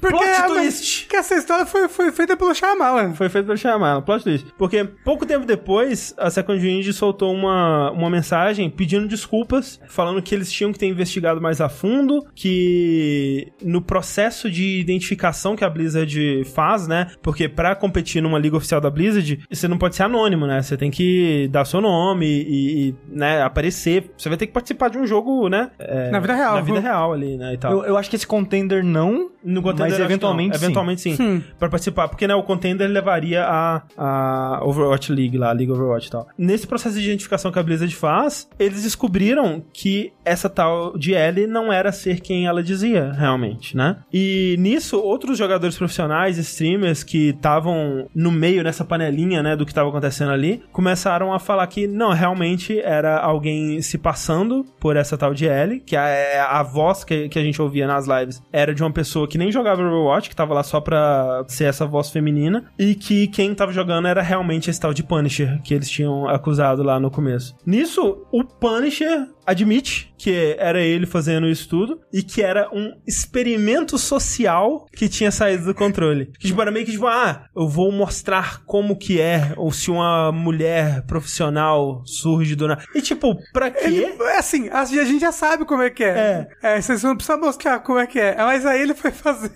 [SPEAKER 3] Porque
[SPEAKER 1] Plot
[SPEAKER 3] a-
[SPEAKER 1] twist.
[SPEAKER 3] que essa história foi, foi feita pelo Shyamalan.
[SPEAKER 1] Foi feito pra chamar ela, plot twist. Porque pouco tempo depois, a Second Wind soltou uma, uma mensagem pedindo desculpas, falando que eles tinham que ter investigado mais a fundo, que no processo de identificação que a Blizzard faz, né? Porque pra competir numa liga oficial da Blizzard, você não pode ser anônimo, né? Você tem que dar seu nome e, e, né, aparecer. Você vai ter que participar de um jogo, né? é,
[SPEAKER 3] Na vida real.
[SPEAKER 1] Na vida real ali, né? E tal.
[SPEAKER 2] Eu, eu acho que esse contender não.
[SPEAKER 1] No contender,
[SPEAKER 2] Mas
[SPEAKER 1] acho que não.
[SPEAKER 2] eventualmente sim.
[SPEAKER 1] Eventualmente sim.
[SPEAKER 3] Hum.
[SPEAKER 1] Pra participar. Porque, né, o contender levaria a, a Overwatch League lá, a League Overwatch e tal. Nesse processo de identificação que a Blizzard faz, eles descobriram que essa tal de Ellie não era ser quem ela dizia, realmente, né? E nisso, outros jogadores profissionais, streamers que estavam no meio, nessa panelinha, né, do que tava acontecendo ali, começaram a falar que, não, realmente era alguém se passando por essa tal de Ellie, que é a, a voz que, que a gente ouvia nas lives era de uma pessoa que nem jogava Overwatch, que tava lá só pra ser essa voz feminina, e que quem tava jogando era realmente esse tal de Punisher, que eles tinham acusado lá no começo. Nisso, o Punisher admite que era ele fazendo isso tudo, e que era um experimento social que tinha saído do controle. Que tipo, era meio que tipo, ah, eu vou mostrar como que é, ou se uma mulher profissional surge do nada. E tipo, pra quê?
[SPEAKER 3] Ele, é assim, a, a gente já sabe como é que é. é. Vocês não precisam mostrar como é que é. Mas aí ele foi fazer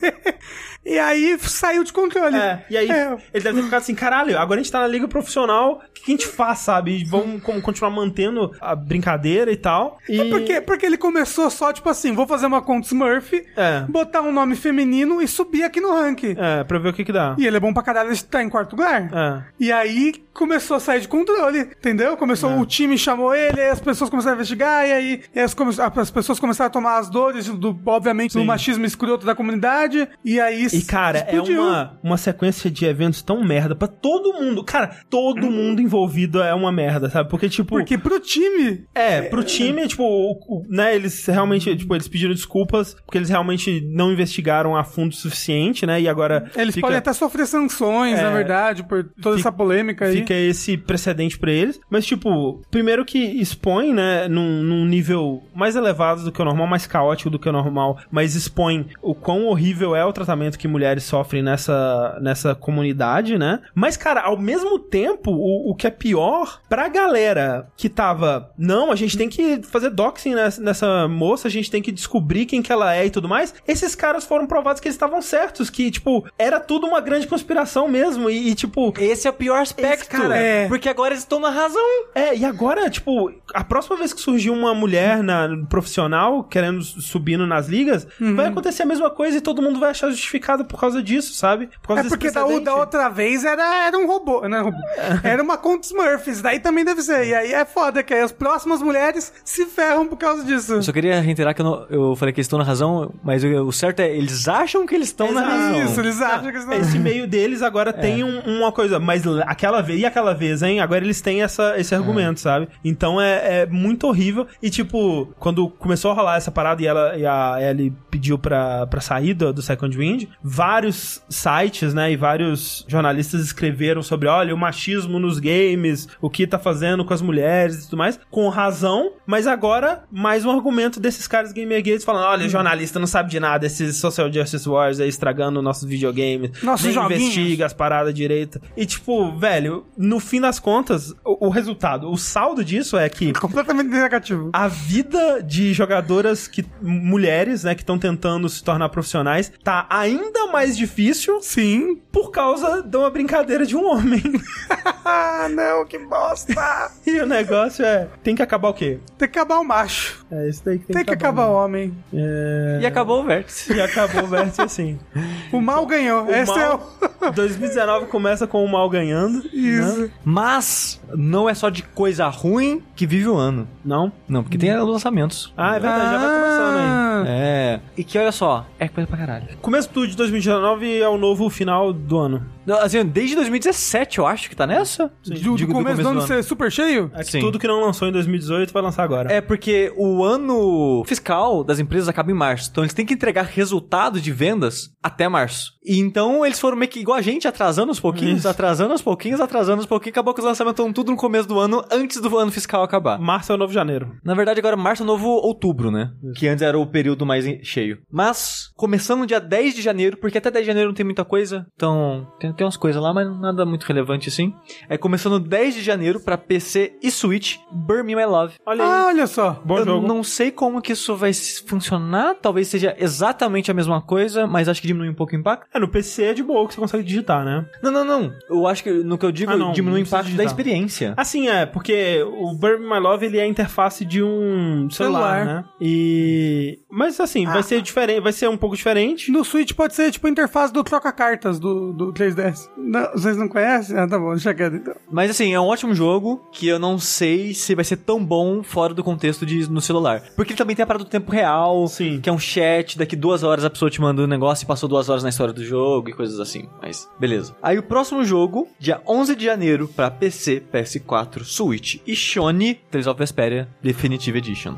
[SPEAKER 3] e aí saiu de controle.
[SPEAKER 1] É, e aí
[SPEAKER 3] É.
[SPEAKER 1] ele deve ter ficado assim, caralho, agora a gente tá na liga profissional, o que que a gente faz, sabe? E Vamos como, continuar mantendo a brincadeira e tal. E...
[SPEAKER 3] É porque, porque ele começou só, tipo assim, vou fazer uma conta Smurf,
[SPEAKER 1] É.
[SPEAKER 3] botar um nome feminino e subir aqui no ranking.
[SPEAKER 1] É, pra ver o que que dá.
[SPEAKER 3] E ele é bom pra caralho, ele tá em quarto lugar.
[SPEAKER 1] É.
[SPEAKER 3] E aí, começou a sair de controle, entendeu? Começou, o time chamou ele, aí as pessoas começaram a investigar, e aí e as, come- as pessoas começaram a tomar as dores, do, obviamente, do machismo escroto da comunidade, e aí
[SPEAKER 1] E, cara, é
[SPEAKER 3] explodiu.
[SPEAKER 1] uma, uma sequência de eventos tão merda pra todo mundo. Cara, todo mundo envolvido é uma merda, sabe? Porque, tipo.
[SPEAKER 3] Uhum. Porque pro time,
[SPEAKER 1] É, pro time, tipo, o- o- né, eles
[SPEAKER 3] Uhum.
[SPEAKER 1] realmente, tipo, eles pediram desculpas porque eles realmente não investigaram a fundo o suficiente, né, e agora
[SPEAKER 3] eles podem até sofrer sanções, na verdade, por toda
[SPEAKER 1] É. fica-
[SPEAKER 3] essa polêmica aí.
[SPEAKER 1] fica esse precedente pra eles. Mas, tipo, primeiro que expõe, né, num, num nível mais elevado do que o normal, mais caótico do que o normal, mas expõe o quão horrível é o tratamento que mulheres sofrem nessa, nessa comunidade, né. Mas, cara, ao mesmo tempo, o, o que é pior pra galera que tava, não, a gente tem que fazer doxing nessa, nessa moça, a gente tem que descobrir quem que ela é e tudo mais, esses caras foram provados que eles estavam certos, que, tipo, era tudo uma grande conspiração mesmo, e, e tipo,
[SPEAKER 2] Esse é o pior aspecto.
[SPEAKER 1] cara
[SPEAKER 3] é-
[SPEAKER 2] Porque agora eles estão na razão.
[SPEAKER 1] é, e agora, tipo, a próxima vez que surgir uma mulher na, profissional querendo s- subindo nas ligas,
[SPEAKER 3] Uhum.
[SPEAKER 1] vai acontecer a mesma coisa e todo mundo vai achar justificado por causa disso, sabe? Por causa
[SPEAKER 3] É
[SPEAKER 1] desse
[SPEAKER 3] porque da,
[SPEAKER 1] precedente.
[SPEAKER 3] da outra vez era, era um robô, não era um robô.
[SPEAKER 1] É.
[SPEAKER 3] Era uma conta Smurfs, daí também deve ser. E aí é foda, que aí as próximas mulheres se ferram por causa disso.
[SPEAKER 2] Eu só queria reiterar que eu, não- eu falei que eles estão na razão, mas eu- o certo é, eles acham que eles estão na
[SPEAKER 1] Exato.
[SPEAKER 2] razão.
[SPEAKER 3] Isso, eles acham que isso não...
[SPEAKER 1] Esse meio deles agora tem um- uma coisa, mas l- aquela vez, e aquela vez, hein? Agora eles têm essa, esse argumento, sabe? Então é, é muito horrível. E tipo, quando começou a rolar essa parada e, ela, e a Ellie pediu pra, pra sair do, do Second Wind, vários sites, né? E vários jornalistas escreveram sobre, olha, o machismo nos games, o que tá fazendo com as mulheres e tudo mais, com razão, mas agora mais um argumento desses caras gamer gays falando, olha, jornalista não sabe de nada, esses social justice wars aí estragando o nosso videogame,
[SPEAKER 3] Nossos
[SPEAKER 1] nem
[SPEAKER 3] joguinhos.
[SPEAKER 1] investiga as paradas direita. E tipo, velho, no fim das contas, o, o resultado, o saldo disso é que
[SPEAKER 3] Completamente negativo.
[SPEAKER 1] a vida de jogadoras que mulheres, né, que estão tentando se tornar profissionais, tá ainda mais difícil
[SPEAKER 3] Sim.
[SPEAKER 1] por causa de uma brincadeira de um homem.
[SPEAKER 3] Ah, não, que bosta.
[SPEAKER 1] e o negócio é, tem que acabar o quê?
[SPEAKER 3] Tem que acabar o macho.
[SPEAKER 1] É isso daí que tem,
[SPEAKER 3] Tem que acabar o homem.
[SPEAKER 1] É...
[SPEAKER 2] E acabou o vértice.
[SPEAKER 1] E acabou o verso assim.
[SPEAKER 3] O mal ganhou. Esse é o...
[SPEAKER 1] mal- 2019 começa com o mal ganhando. né?
[SPEAKER 3] Isso.
[SPEAKER 2] Mas não é só de coisa ruim que vive o ano.
[SPEAKER 1] Não?
[SPEAKER 2] Não, porque tem os lançamentos.
[SPEAKER 1] Ah, é verdade, já vai começando aí.
[SPEAKER 3] Ah.
[SPEAKER 2] É. E que olha só, é coisa pra caralho.
[SPEAKER 1] Começo do- de 2019 é o novo final do ano.
[SPEAKER 2] Não, Assim, desde 2017 eu acho que tá nessa.
[SPEAKER 3] Do, do
[SPEAKER 2] Digo,
[SPEAKER 3] começo do ano ser super cheio?
[SPEAKER 1] É que
[SPEAKER 2] Sim.
[SPEAKER 1] tudo que não lançou em 2018 vai lançar agora.
[SPEAKER 2] É porque o ano fiscal das empresas acaba em março. Então eles têm que entregar resultado de vendas até março. E então eles foram meio que igual a gente, atrasando aos pouquinhos, atrasando aos pouquinhos, atrasando aos pouquinhos. Acabou que os lançamentos estão tudo no começo do ano, antes do ano fiscal acabar.
[SPEAKER 1] Março é o novo janeiro.
[SPEAKER 2] Na verdade, agora março é o novo outubro, né? Que antes era o período mais em- cheio. Mas, começando no dia 10 de janeiro, porque até 10 de janeiro não tem muita coisa. Então, tem, tem umas coisas lá, mas nada muito relevante assim. É começando 10 de janeiro pra PC e Switch, Burn Me My Love.
[SPEAKER 1] Olha aí.
[SPEAKER 3] Ah, olha só.
[SPEAKER 1] Bom
[SPEAKER 2] Eu
[SPEAKER 1] jogo.
[SPEAKER 2] não sei como que isso vai s- funcionar. Talvez seja exatamente a mesma coisa, mas acho que diminui um pouco o impacto.
[SPEAKER 1] É, no PC é de boa que você consegue digitar, né?
[SPEAKER 2] Não, não, não. Eu acho que no que eu digo
[SPEAKER 1] Ah, não,
[SPEAKER 2] diminui
[SPEAKER 1] não
[SPEAKER 2] o
[SPEAKER 1] precisa
[SPEAKER 2] impacto da
[SPEAKER 1] digitar.
[SPEAKER 2] experiência.
[SPEAKER 1] Assim, é, porque o Burn Me My Love, ele é a interface de um celular,
[SPEAKER 3] Celular.
[SPEAKER 1] né? E... Mas assim,
[SPEAKER 2] Ah.
[SPEAKER 1] vai ser diferente, vai ser um pouco diferente.
[SPEAKER 3] No Switch pode ser tipo a interface do troca-cartas do, do 3DS. Não, vocês não conhecem? Ah, tá bom, deixa quieto então.
[SPEAKER 2] Mas assim, é um ótimo jogo que eu não sei se vai ser tão bom fora do contexto de no celular. Porque ele também tem a parada do tempo real,
[SPEAKER 1] Sim.
[SPEAKER 2] que é um chat, daqui duas horas a pessoa te manda um negócio e passou duas horas na história do jogo e coisas assim. Mas beleza. Aí o próximo jogo, dia 11 de janeiro, pra PC, PS4, Switch e Shone, Tales of Vesperia Definitive Edition.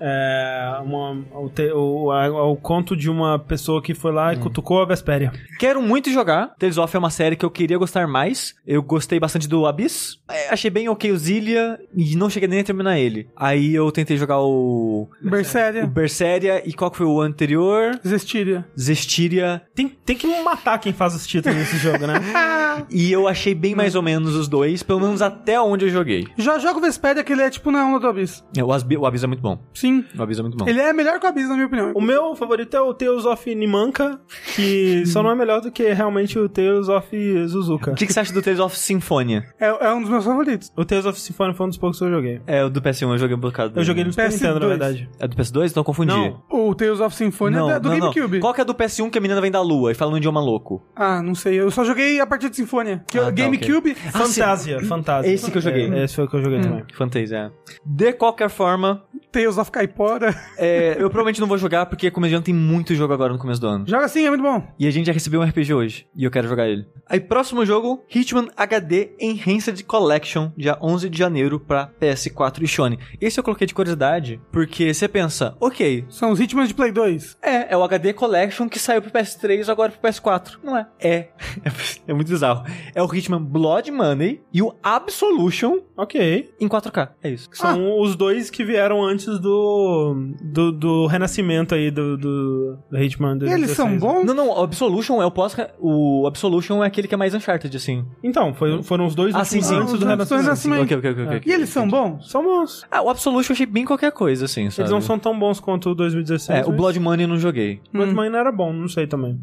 [SPEAKER 1] É... uma- o, te- o- a- o conto de uma pessoa que foi
[SPEAKER 2] Hum.
[SPEAKER 1] lá e cutucou a Vespéria.
[SPEAKER 2] Quero muito jogar. Tales of é uma série que eu queria gostar mais. Eu gostei bastante do Abyss. É, Achei bem ok o Zilia e não cheguei nem a terminar ele. Aí eu tentei jogar o O
[SPEAKER 3] Berseria.
[SPEAKER 2] Berseria e qual que foi o anterior?
[SPEAKER 3] Zestiria.
[SPEAKER 2] Zestiria.
[SPEAKER 1] Tem, tem que matar quem faz os títulos nesse jogo, né?
[SPEAKER 2] E eu achei bem mais ou menos os dois, pelo menos até onde eu joguei.
[SPEAKER 3] Já jogo Vesperia, que ele é tipo na onda do Abyss.
[SPEAKER 2] É, O, Asbi, o Abyss é muito bom. bom.
[SPEAKER 3] Sim.
[SPEAKER 2] O Abyss é muito bom.
[SPEAKER 3] Ele é melhor que o Abyss, na minha opinião.
[SPEAKER 1] O meu favorito é o Tales of Nimanka, que só não é melhor do que realmente o Tales of Suzuka.
[SPEAKER 2] O que, que você acha do Tales of Symphonia?
[SPEAKER 3] É, é um dos meus favoritos.
[SPEAKER 1] O Tales of Symphony foi um dos poucos que eu joguei.
[SPEAKER 2] É o do PS1, eu joguei um bocado.
[SPEAKER 1] Eu joguei no Super
[SPEAKER 3] PS2.
[SPEAKER 1] Nintendo, na verdade.
[SPEAKER 2] É do PS2? Então eu confundi.
[SPEAKER 1] Não.
[SPEAKER 3] O Tales of Symphonia é da- do GameCube.
[SPEAKER 2] Qual que é do PS1 que a menina vem da lua e fala um idioma louco?
[SPEAKER 3] Ah, não sei. Eu só joguei a partir de Sinfonia. Que é eu-
[SPEAKER 2] Ah, tá,
[SPEAKER 3] GameCube.
[SPEAKER 1] Fantasia, Fantasia.
[SPEAKER 2] Esse que eu joguei. Hum.
[SPEAKER 1] É, esse foi o que eu joguei também.
[SPEAKER 2] Fantasia. De qualquer forma,
[SPEAKER 3] Tales of Caipora.
[SPEAKER 2] é, eu provavelmente não vou jogar porque é comediante tem muito jogo agora no começo do ano.
[SPEAKER 3] Joga sim, é muito bom.
[SPEAKER 2] E a gente já recebeu um RPG hoje. E eu quero jogar ele. Aí, próximo jogo: Hitman HD Enhanced Collection, dia 11 de janeiro pra PS4 e Sony. Esse eu coloquei de curiosidade porque você pensa, ok.
[SPEAKER 3] São os ritmos de Play 2.
[SPEAKER 2] É, é o HD Collection que saiu pro PS3 agora pro PS4. Não é? É. É muito bizarro. É o Hitman Blood Money e o Absolution
[SPEAKER 1] Ok.
[SPEAKER 2] em 4K. É isso.
[SPEAKER 1] São os dois que vieram antes do. do, do renascimento aí do, do, do Hitman. do
[SPEAKER 3] E eles são
[SPEAKER 1] 16, né?
[SPEAKER 3] bons?
[SPEAKER 2] Não, não, o Absolution é o pós. O Absolution é aquele que é mais Uncharted, assim.
[SPEAKER 1] Então, foi- foram os dois
[SPEAKER 2] Ah,
[SPEAKER 1] últimos
[SPEAKER 2] sim, sim.
[SPEAKER 1] antes
[SPEAKER 3] Os
[SPEAKER 1] do
[SPEAKER 3] dois
[SPEAKER 1] renascimento.
[SPEAKER 3] antes. Sim.
[SPEAKER 2] Ok, ok, ok. ok.
[SPEAKER 3] E eles são bons?
[SPEAKER 1] São bons.
[SPEAKER 2] Ah, o Absolution eu achei bem qualquer coisa, assim, sabe?
[SPEAKER 1] Eles não são tão bons quanto o 2016.
[SPEAKER 2] É, o
[SPEAKER 1] mas-
[SPEAKER 2] Blood Hum. Money eu não joguei.
[SPEAKER 1] Blood Money não era bom, não sei também.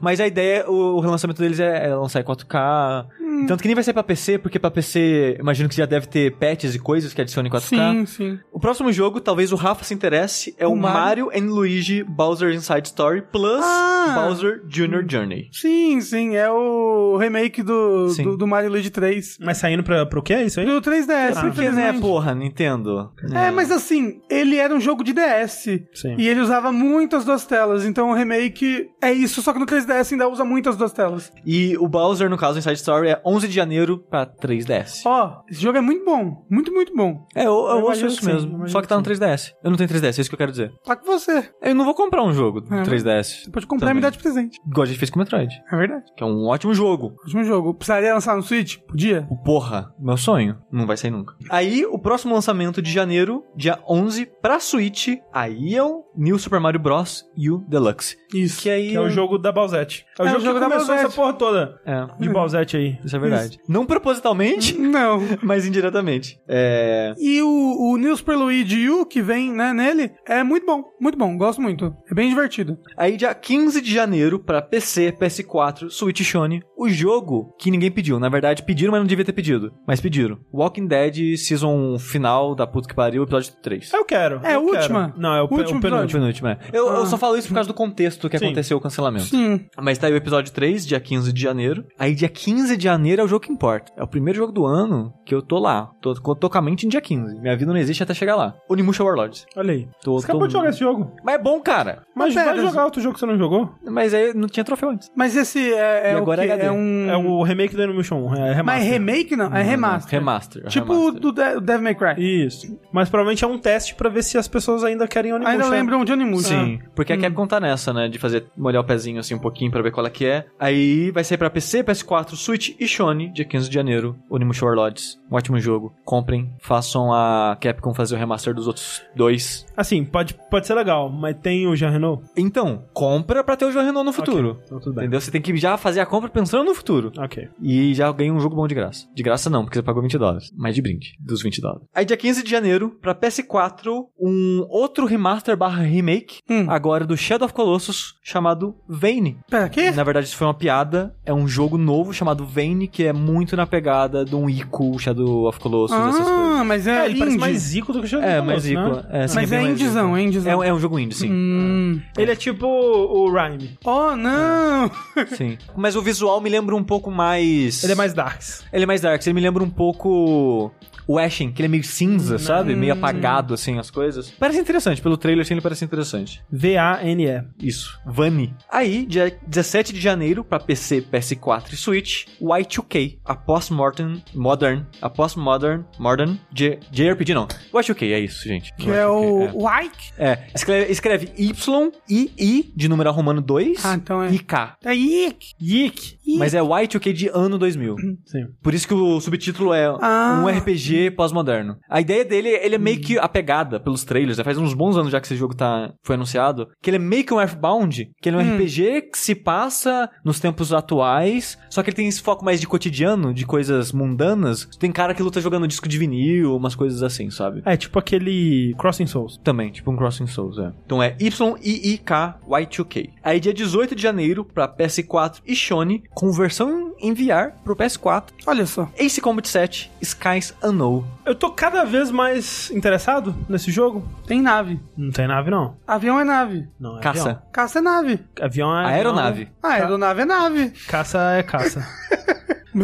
[SPEAKER 2] Mas a ideia, o, o lançamento deles é, é lançar em 4K. Tanto que nem vai ser pra PC, porque pra PC, imagino que já deve ter patches e coisas que adicionam em 4K.
[SPEAKER 3] Sim, sim.
[SPEAKER 2] O próximo jogo, talvez o Rafa se interesse, é o,
[SPEAKER 3] O
[SPEAKER 2] Mario,
[SPEAKER 3] Mario.
[SPEAKER 2] and Luigi Bowser Inside Story plus
[SPEAKER 3] Ah!
[SPEAKER 2] Bowser Jr. Journey.
[SPEAKER 3] Sim, sim. É o remake do,
[SPEAKER 2] Sim.
[SPEAKER 3] do, do Mario Luigi 3.
[SPEAKER 1] Mas saindo pra, pro que é isso aí?
[SPEAKER 3] Do 3DS,
[SPEAKER 1] Ah,
[SPEAKER 2] Porque, né,
[SPEAKER 3] infelizmente.
[SPEAKER 2] porra, Nintendo? Né.
[SPEAKER 3] É, mas assim, ele era um jogo de DS.
[SPEAKER 1] Sim.
[SPEAKER 3] E ele usava muitas duas telas. Então o remake é isso, só que no 3DS ainda usa muitas duas telas.
[SPEAKER 2] E o Bowser, no caso, Inside Story, é 11 de janeiro pra 3DS.
[SPEAKER 3] Ó, esse jogo é muito bom. Muito, muito bom.
[SPEAKER 2] É, eu, eu,
[SPEAKER 1] Eu
[SPEAKER 2] ouço
[SPEAKER 1] imagino
[SPEAKER 2] isso
[SPEAKER 1] que sim, eu
[SPEAKER 2] mesmo.
[SPEAKER 1] imagino
[SPEAKER 2] Só que tá no 3DS. Eu não tenho 3DS, é isso que eu quero dizer.
[SPEAKER 3] Tá com você.
[SPEAKER 2] Eu não vou comprar um jogo do
[SPEAKER 3] É.
[SPEAKER 2] 3DS.
[SPEAKER 3] Você pode comprar e me dar
[SPEAKER 2] Também.
[SPEAKER 3] de presente.
[SPEAKER 2] Igual a gente fez com o Metroid.
[SPEAKER 3] É verdade.
[SPEAKER 2] Que é um ótimo jogo.
[SPEAKER 3] Último jogo. Precisaria lançar no Switch? Podia.
[SPEAKER 2] O Porra, meu sonho. Não vai sair nunca. Aí, o próximo lançamento de janeiro, dia 11, pra Switch, aí é o New Super Mario Bros. e o Deluxe.
[SPEAKER 3] Isso.
[SPEAKER 2] Que aí...
[SPEAKER 1] Que é o jogo da Balzette. É o jogo, Hum. que
[SPEAKER 3] da
[SPEAKER 1] começou
[SPEAKER 3] Balzette.
[SPEAKER 1] essa porra toda
[SPEAKER 2] É,
[SPEAKER 1] de Balzette aí.
[SPEAKER 2] isso é verdade. Não propositalmente,
[SPEAKER 3] Não.
[SPEAKER 2] mas indiretamente. É...
[SPEAKER 3] E o, o New Super Luigi U, que vem né, nele, é muito bom. Muito bom. Gosto muito. É bem divertido.
[SPEAKER 2] Aí, dia 15 de janeiro, pra PC, PS4, Switch e Sony, o jogo que ninguém pediu. Na verdade, pediram, mas não devia ter pedido. Mas pediram. Walking Dead Season Final da puta que pariu, episódio 3.
[SPEAKER 1] Eu quero.
[SPEAKER 3] É a
[SPEAKER 1] eu quero.
[SPEAKER 3] última?
[SPEAKER 1] Não, é o, pe-
[SPEAKER 3] Último
[SPEAKER 1] o penúltimo.
[SPEAKER 2] Penúltimo, é. Eu, eu
[SPEAKER 3] Ah.
[SPEAKER 2] só falo isso por causa do contexto que
[SPEAKER 1] Sim.
[SPEAKER 2] aconteceu o cancelamento.
[SPEAKER 3] Sim.
[SPEAKER 2] Mas tá aí o episódio 3, dia 15 de janeiro. Aí dia 15 de janeiro é o jogo que importa. É o primeiro jogo do ano que eu tô lá. Tô, tô com a mente em dia 15. Minha vida não existe até chegar lá. Onimusha Warlords.
[SPEAKER 1] Olha aí.
[SPEAKER 2] Tô,
[SPEAKER 1] Você acabou
[SPEAKER 2] tô-
[SPEAKER 1] de jogar esse jogo.
[SPEAKER 2] Mas é bom, cara.
[SPEAKER 1] Mas
[SPEAKER 3] Mas
[SPEAKER 1] vai
[SPEAKER 3] pera,
[SPEAKER 1] jogar outro jogo que você não jogou?
[SPEAKER 2] Mas aí não tinha troféu antes.
[SPEAKER 3] Mas esse é, é
[SPEAKER 2] E
[SPEAKER 3] o
[SPEAKER 2] agora
[SPEAKER 3] quê?
[SPEAKER 2] é HD.
[SPEAKER 3] É um...
[SPEAKER 1] É o remake do Animation 1. É remaster.
[SPEAKER 3] Mas remake não? É remaster.
[SPEAKER 2] Remaster.
[SPEAKER 3] Tipo o
[SPEAKER 2] remaster.
[SPEAKER 3] do De Devil May Cry.
[SPEAKER 1] Isso. Mas provavelmente é um teste pra ver se as pessoas ainda querem Animation.
[SPEAKER 3] Ainda lembram de Onimusha.
[SPEAKER 2] né? Sim, porque a
[SPEAKER 3] Hum.
[SPEAKER 2] Capcom tá nessa, né? De fazer molhar o pezinho assim um pouquinho pra ver qual é que é. Aí vai sair pra PC, PS4, Switch e Sony, dia 15 de janeiro, Onimusha Warlords. Um ótimo jogo. Comprem, façam a Capcom fazer o remaster dos outros dois.
[SPEAKER 1] Assim, pode, pode ser legal, mas tem o Jean Renault?
[SPEAKER 2] Então, compra pra ter o João Renault no futuro.
[SPEAKER 1] Ok, Então tudo bem.
[SPEAKER 2] Entendeu? Você tem que já fazer a compra pensando no futuro.
[SPEAKER 1] Ok.
[SPEAKER 2] E já ganha um jogo bom de graça. De graça não, porque você pagou 20 dólares. Mas de brinde, dos 20 dólares. Aí dia 15 de janeiro, pra PS4, um outro remaster barra remake,
[SPEAKER 3] Hum.
[SPEAKER 2] agora do Shadow of Colossus, chamado Vane.
[SPEAKER 3] Pera, quê?
[SPEAKER 2] Na verdade, isso foi uma piada. É um jogo novo chamado Vane, que é muito na pegada de um Ico, Shadow of Colossus, essas coisas.
[SPEAKER 3] Ah, mas é,
[SPEAKER 1] É, ele parece
[SPEAKER 3] indie.
[SPEAKER 1] mais zico do que o Jean
[SPEAKER 2] É,
[SPEAKER 1] Renault,
[SPEAKER 2] mas Ico.
[SPEAKER 1] né?
[SPEAKER 2] É, sim,
[SPEAKER 3] Mas
[SPEAKER 2] bem
[SPEAKER 3] é
[SPEAKER 2] mais
[SPEAKER 3] indiezão, é
[SPEAKER 2] Ico. É,
[SPEAKER 3] indiezão.
[SPEAKER 2] um- é um jogo indie, sim.
[SPEAKER 3] Hum.
[SPEAKER 1] Ele é tipo o o Rhyme.
[SPEAKER 3] Oh, não!
[SPEAKER 2] É. Sim. Mas o visual me lembra um pouco mais.
[SPEAKER 1] Ele é mais Darks.
[SPEAKER 2] Ele é mais dark, ele me lembra um pouco o Ashen, que ele é meio cinza,
[SPEAKER 3] Hum.
[SPEAKER 2] sabe? Meio apagado, assim, as coisas. Parece interessante, pelo trailer, assim, ele parece interessante.
[SPEAKER 1] V-A-N-E.
[SPEAKER 2] Isso. Vani. Aí, dia 17 de janeiro, pra PC, PS4 e Switch, Y2K, a Postmodern, Modern, a Postmodern, Modern, J, JRPG não. Y2K, é isso, gente.
[SPEAKER 3] Que é o
[SPEAKER 2] Y2K,
[SPEAKER 3] Wike.
[SPEAKER 2] É, É, escreve, escreve Y, I, I, de numeral romano 2,
[SPEAKER 3] Ah, então é.
[SPEAKER 2] e K.
[SPEAKER 3] É Ike.
[SPEAKER 1] Yik.
[SPEAKER 2] Mas é Y2K de ano 2000.
[SPEAKER 1] Sim.
[SPEAKER 2] Por isso que o subtítulo é
[SPEAKER 3] Ah,
[SPEAKER 2] um RPG RPG pós-moderno. A ideia dele, ele é meio que apegada pelos trailers, já faz uns bons anos já que esse jogo tá, foi anunciado, que ele é meio que um Earthbound, que ele é um RPG que se passa nos tempos atuais, só que ele tem esse foco mais de cotidiano, de coisas mundanas. Tem cara que luta jogando disco de vinil, umas coisas assim, sabe?
[SPEAKER 1] É tipo aquele Crossing Souls.
[SPEAKER 2] Também, tipo um Crossing Souls, é. Então é Y-I-I-K Y2K. Aí dia 18 de janeiro pra PS4 e Sony, com versão em VR pro PS4,
[SPEAKER 3] Olha só.
[SPEAKER 2] Ace Combat 7, Skies Unknown.
[SPEAKER 1] Eu tô cada vez mais interessado nesse jogo.
[SPEAKER 3] Tem nave.
[SPEAKER 1] Não tem nave, não.
[SPEAKER 3] Avião é nave.
[SPEAKER 1] Não é
[SPEAKER 2] Caça.
[SPEAKER 1] avião.
[SPEAKER 3] Caça é nave.
[SPEAKER 1] Avião é.
[SPEAKER 2] Aeronave.
[SPEAKER 3] Ah, aeronave é nave.
[SPEAKER 1] avião. Caça é caça.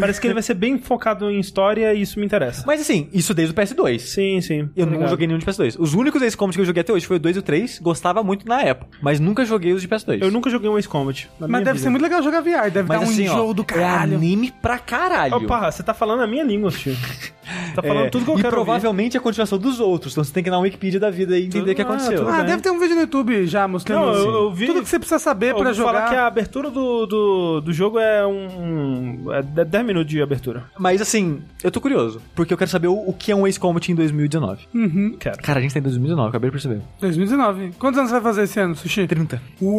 [SPEAKER 1] Parece que ele vai ser bem focado em história e isso me interessa.
[SPEAKER 2] Mas assim, isso desde o PS2.
[SPEAKER 1] Sim, sim.
[SPEAKER 2] Eu não
[SPEAKER 1] Obrigado.
[SPEAKER 2] joguei nenhum de PS2. Os únicos Ace Combat que eu joguei até hoje foi o 2 e o 3. Gostava muito na época, mas nunca joguei os de PS2.
[SPEAKER 1] Eu nunca joguei um Ace Combat. na minha
[SPEAKER 3] Mas deve
[SPEAKER 1] vida.
[SPEAKER 3] ser muito legal jogar VR. Deve
[SPEAKER 2] Mas
[SPEAKER 3] dar um
[SPEAKER 2] assim,
[SPEAKER 3] enjoo
[SPEAKER 2] ó,
[SPEAKER 3] do
[SPEAKER 2] é
[SPEAKER 3] caralho.
[SPEAKER 2] anime pra caralho.
[SPEAKER 1] Ô, parra, você tá falando a minha língua, tio. Você tá falando
[SPEAKER 2] É,
[SPEAKER 1] tudo que eu
[SPEAKER 2] e
[SPEAKER 1] quero ouvir.
[SPEAKER 2] provavelmente é a continuação dos outros. Então você tem que ir na Wikipedia da vida e entender o que
[SPEAKER 1] Ah,
[SPEAKER 2] aconteceu.
[SPEAKER 1] tudo
[SPEAKER 3] ah,
[SPEAKER 1] bem.
[SPEAKER 3] deve ter um vídeo no YouTube já mostrando
[SPEAKER 1] Não, eu- eu vi-
[SPEAKER 3] tudo que você precisa saber
[SPEAKER 1] Eu
[SPEAKER 3] pra
[SPEAKER 1] ouvi falar
[SPEAKER 3] jogar.
[SPEAKER 1] que a abertura do, do, do jogo é um. um- É 10 minutos de abertura.
[SPEAKER 2] Mas assim, eu tô curioso, porque eu quero saber o, o que é um Ace Combat em 2019.
[SPEAKER 3] Uhum.
[SPEAKER 1] Quero.
[SPEAKER 2] Cara, a gente tá em 2019, acabei de perceber.
[SPEAKER 3] 2019. Quantos anos você vai fazer esse ano, Sushi?
[SPEAKER 2] 30.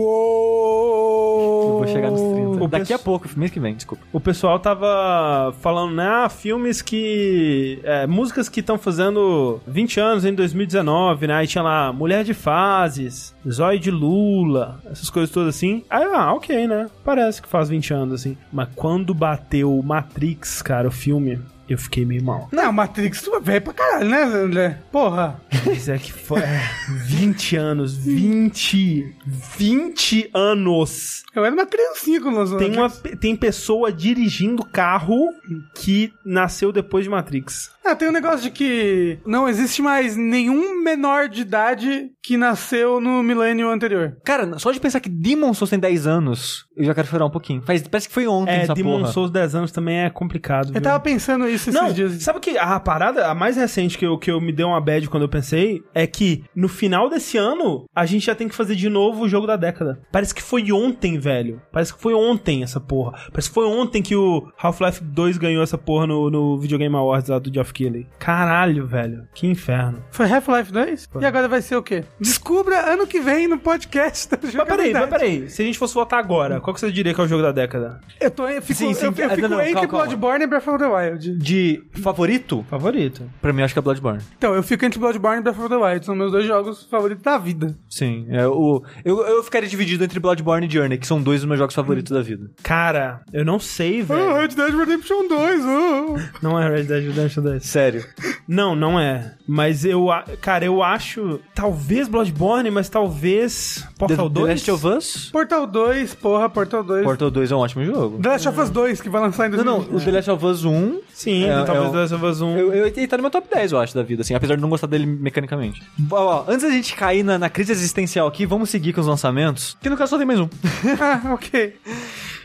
[SPEAKER 3] Uou!
[SPEAKER 2] Vou chegar nos 30.
[SPEAKER 1] O
[SPEAKER 2] Daqui a
[SPEAKER 1] pesso-
[SPEAKER 2] pouco, mês que vem, desculpa.
[SPEAKER 1] O pessoal tava falando, né? Ah, filmes que. é, músicas que estão fazendo 20 anos em 2019, né? Aí tinha lá Mulher de Fases, Zóio de Lula, essas coisas todas assim. Aí, ah, ok, né? Parece que faz 20 anos assim. Mas quando bateu o Matrix, cara, o filme, eu fiquei meio mal.
[SPEAKER 3] Não, Matrix tu é velho pra caralho, né, André? Porra.
[SPEAKER 1] Mas é que foi. É, 20 anos, 20. 20 anos.
[SPEAKER 3] Eu era uma criancinha quando lançou.
[SPEAKER 1] Tem, uma,
[SPEAKER 3] Matrix.
[SPEAKER 1] tem pessoa dirigindo carro que nasceu depois de Matrix.
[SPEAKER 3] Ah, tem um negócio de que não existe mais nenhum menor de idade que nasceu no milênio anterior.
[SPEAKER 2] Cara, só de pensar que Demon Souls tem 10 anos, eu já quero chorar um pouquinho. Faz, parece que foi ontem
[SPEAKER 1] É,
[SPEAKER 2] essa
[SPEAKER 1] Demon
[SPEAKER 2] porra.
[SPEAKER 1] Souls 10 anos também é complicado.
[SPEAKER 3] Eu
[SPEAKER 1] viu?
[SPEAKER 3] tava pensando isso esses
[SPEAKER 1] Não,
[SPEAKER 3] dias.
[SPEAKER 1] sabe que a parada, a mais recente que eu, que eu me dei uma bad quando eu pensei, é que no final desse ano, a gente já tem que fazer de novo o jogo da década. Parece que foi ontem, velho. Parece que foi ontem essa porra. Parece que foi ontem que o Half-Life 2 ganhou essa porra no, no Videogame Awards lá do Geoff Keighley. Caralho, velho. Que inferno.
[SPEAKER 3] Foi Half-Life 2? E agora vai ser o quê? Descubra ano que vem no podcast da
[SPEAKER 1] Mas peraí, mas
[SPEAKER 3] Jogabilidade.
[SPEAKER 1] peraí. Se a gente fosse votar agora, qual que você diria que é o jogo da década?
[SPEAKER 3] Eu, tô, eu fico,
[SPEAKER 2] Sim, sim,
[SPEAKER 3] eu, eu
[SPEAKER 2] ah,
[SPEAKER 3] fico
[SPEAKER 2] não, não,
[SPEAKER 3] entre
[SPEAKER 2] calma, calma.
[SPEAKER 3] Bloodborne e Breath of the Wild.
[SPEAKER 2] De favorito,
[SPEAKER 1] Favorito.
[SPEAKER 2] pra mim eu acho que é Bloodborne.
[SPEAKER 3] Então, eu fico entre Bloodborne e Breath of the Wild. São meus dois jogos favoritos da vida.
[SPEAKER 2] Sim, é o. Eu, eu ficaria dividido entre Bloodborne e Journey, que são dois dos meus jogos favoritos da vida.
[SPEAKER 1] Cara, eu não sei,
[SPEAKER 3] Ah,
[SPEAKER 2] É.
[SPEAKER 1] velho.
[SPEAKER 3] Red Dead Redemption 2. ah.
[SPEAKER 1] Não é Red Dead Redemption 2.
[SPEAKER 2] Sério.
[SPEAKER 1] Não, não é. Mas eu, a- cara, eu acho talvez Bloodborne, mas talvez Portal
[SPEAKER 2] The-
[SPEAKER 1] 2.
[SPEAKER 2] The Last of Us?
[SPEAKER 3] Portal 2, porra, Portal 2.
[SPEAKER 2] Portal 2 é um ótimo jogo.
[SPEAKER 3] The Last of Us 2, que vai lançar em
[SPEAKER 2] Não, não,
[SPEAKER 3] 2020.
[SPEAKER 2] o The Last of Us 1.
[SPEAKER 1] Sim,
[SPEAKER 2] É,
[SPEAKER 1] talvez
[SPEAKER 2] é o-
[SPEAKER 1] The Last of Us 1.
[SPEAKER 2] Eu, eu, ele tá no meu top 10, eu acho, da vida, assim, apesar de não gostar dele mecanicamente. Ó, ó, antes da gente cair na, na crise existencial aqui, vamos seguir com os lançamentos. Que no caso só tem mais um.
[SPEAKER 3] Ah, ok.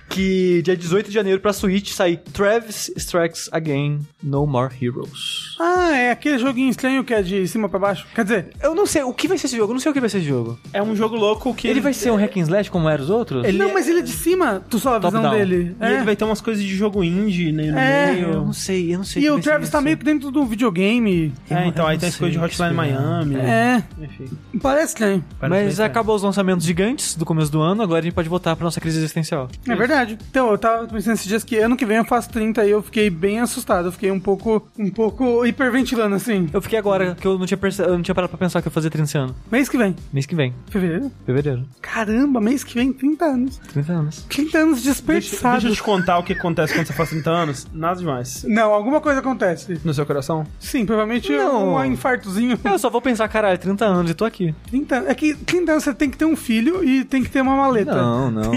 [SPEAKER 2] que dia 18 de janeiro pra Switch sai Travis Strikes Again No More Heroes.
[SPEAKER 3] Ah, é aquele joguinho estranho que é de cima pra baixo. Quer dizer,
[SPEAKER 2] Eu não sei, o que vai ser esse jogo? Eu não sei o que vai ser esse jogo.
[SPEAKER 1] É um jogo louco que
[SPEAKER 2] Ele vai ser um hack and slash como eram os outros?
[SPEAKER 1] Ele-
[SPEAKER 3] não, mas ele é de cima, tu só a
[SPEAKER 2] Top
[SPEAKER 3] visão
[SPEAKER 2] down.
[SPEAKER 3] dele.
[SPEAKER 1] e ele vai ter umas coisas de jogo indie né, no
[SPEAKER 3] É,
[SPEAKER 2] Eu
[SPEAKER 1] meio.
[SPEAKER 2] não sei, eu não sei.
[SPEAKER 3] E o
[SPEAKER 2] um o que vai ser tipo
[SPEAKER 3] Travis tá
[SPEAKER 2] isso.
[SPEAKER 3] meio que dentro de um videogame.
[SPEAKER 1] É, então
[SPEAKER 2] Eu
[SPEAKER 1] aí
[SPEAKER 2] não
[SPEAKER 1] tem as coisas de
[SPEAKER 2] sei o que
[SPEAKER 1] Hotline
[SPEAKER 2] esperar.
[SPEAKER 1] Miami.
[SPEAKER 3] É,
[SPEAKER 1] Enfim.
[SPEAKER 3] parece estranho.
[SPEAKER 1] parece
[SPEAKER 2] Mas
[SPEAKER 1] bem
[SPEAKER 2] acabou os lançamentos gigantes do começo do ano, agora a gente pode voltar pra nossa crise existencial.
[SPEAKER 3] É verdade. Então, eu tava pensando esses dias que ano que vem eu faço 30 e eu fiquei bem assustado. Eu fiquei um pouco, um pouco hiperventilando, assim.
[SPEAKER 2] Eu fiquei agora, que eu não tinha, perce... eu não tinha parado pra pensar que eu ia fazer 30 esse ano.
[SPEAKER 3] Mês que vem.
[SPEAKER 2] Mês que vem,
[SPEAKER 3] Fevereiro?
[SPEAKER 2] fevereiro.
[SPEAKER 3] Caramba, mês que vem, 30 anos.
[SPEAKER 2] 30 anos.
[SPEAKER 3] 30 anos
[SPEAKER 1] Deixa, deixa eu
[SPEAKER 3] desperdiçados.
[SPEAKER 1] te contar o que acontece quando você faz 30 anos. Nada demais.
[SPEAKER 3] Não, alguma coisa acontece.
[SPEAKER 1] No seu coração?
[SPEAKER 3] Sim, provavelmente
[SPEAKER 2] Não.
[SPEAKER 3] um infartozinho.
[SPEAKER 2] Eu só vou pensar, caralho, 30 anos e tô aqui.
[SPEAKER 3] 30 anos. É que 30 anos você tem que ter um filho e tem que ter uma maleta.
[SPEAKER 2] Não, não.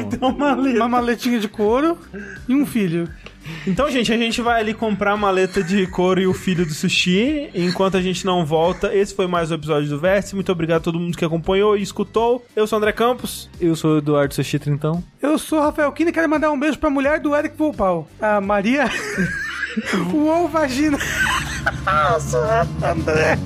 [SPEAKER 3] Uma maletinha de couro e um filho.
[SPEAKER 1] Então, gente, a gente vai ali comprar a maleta de couro e o filho do sushi. Enquanto a gente não volta, esse foi mais um episódio do Vértice. Muito obrigado a todo mundo que acompanhou e escutou. Eu sou o André Campos.
[SPEAKER 2] Eu sou o Eduardo Sushi Trintão.
[SPEAKER 3] Eu sou o Rafael Kina e quero mandar um beijo pra mulher do Eric Volpal. A Maria. Uou, vagina. Eu sou o André.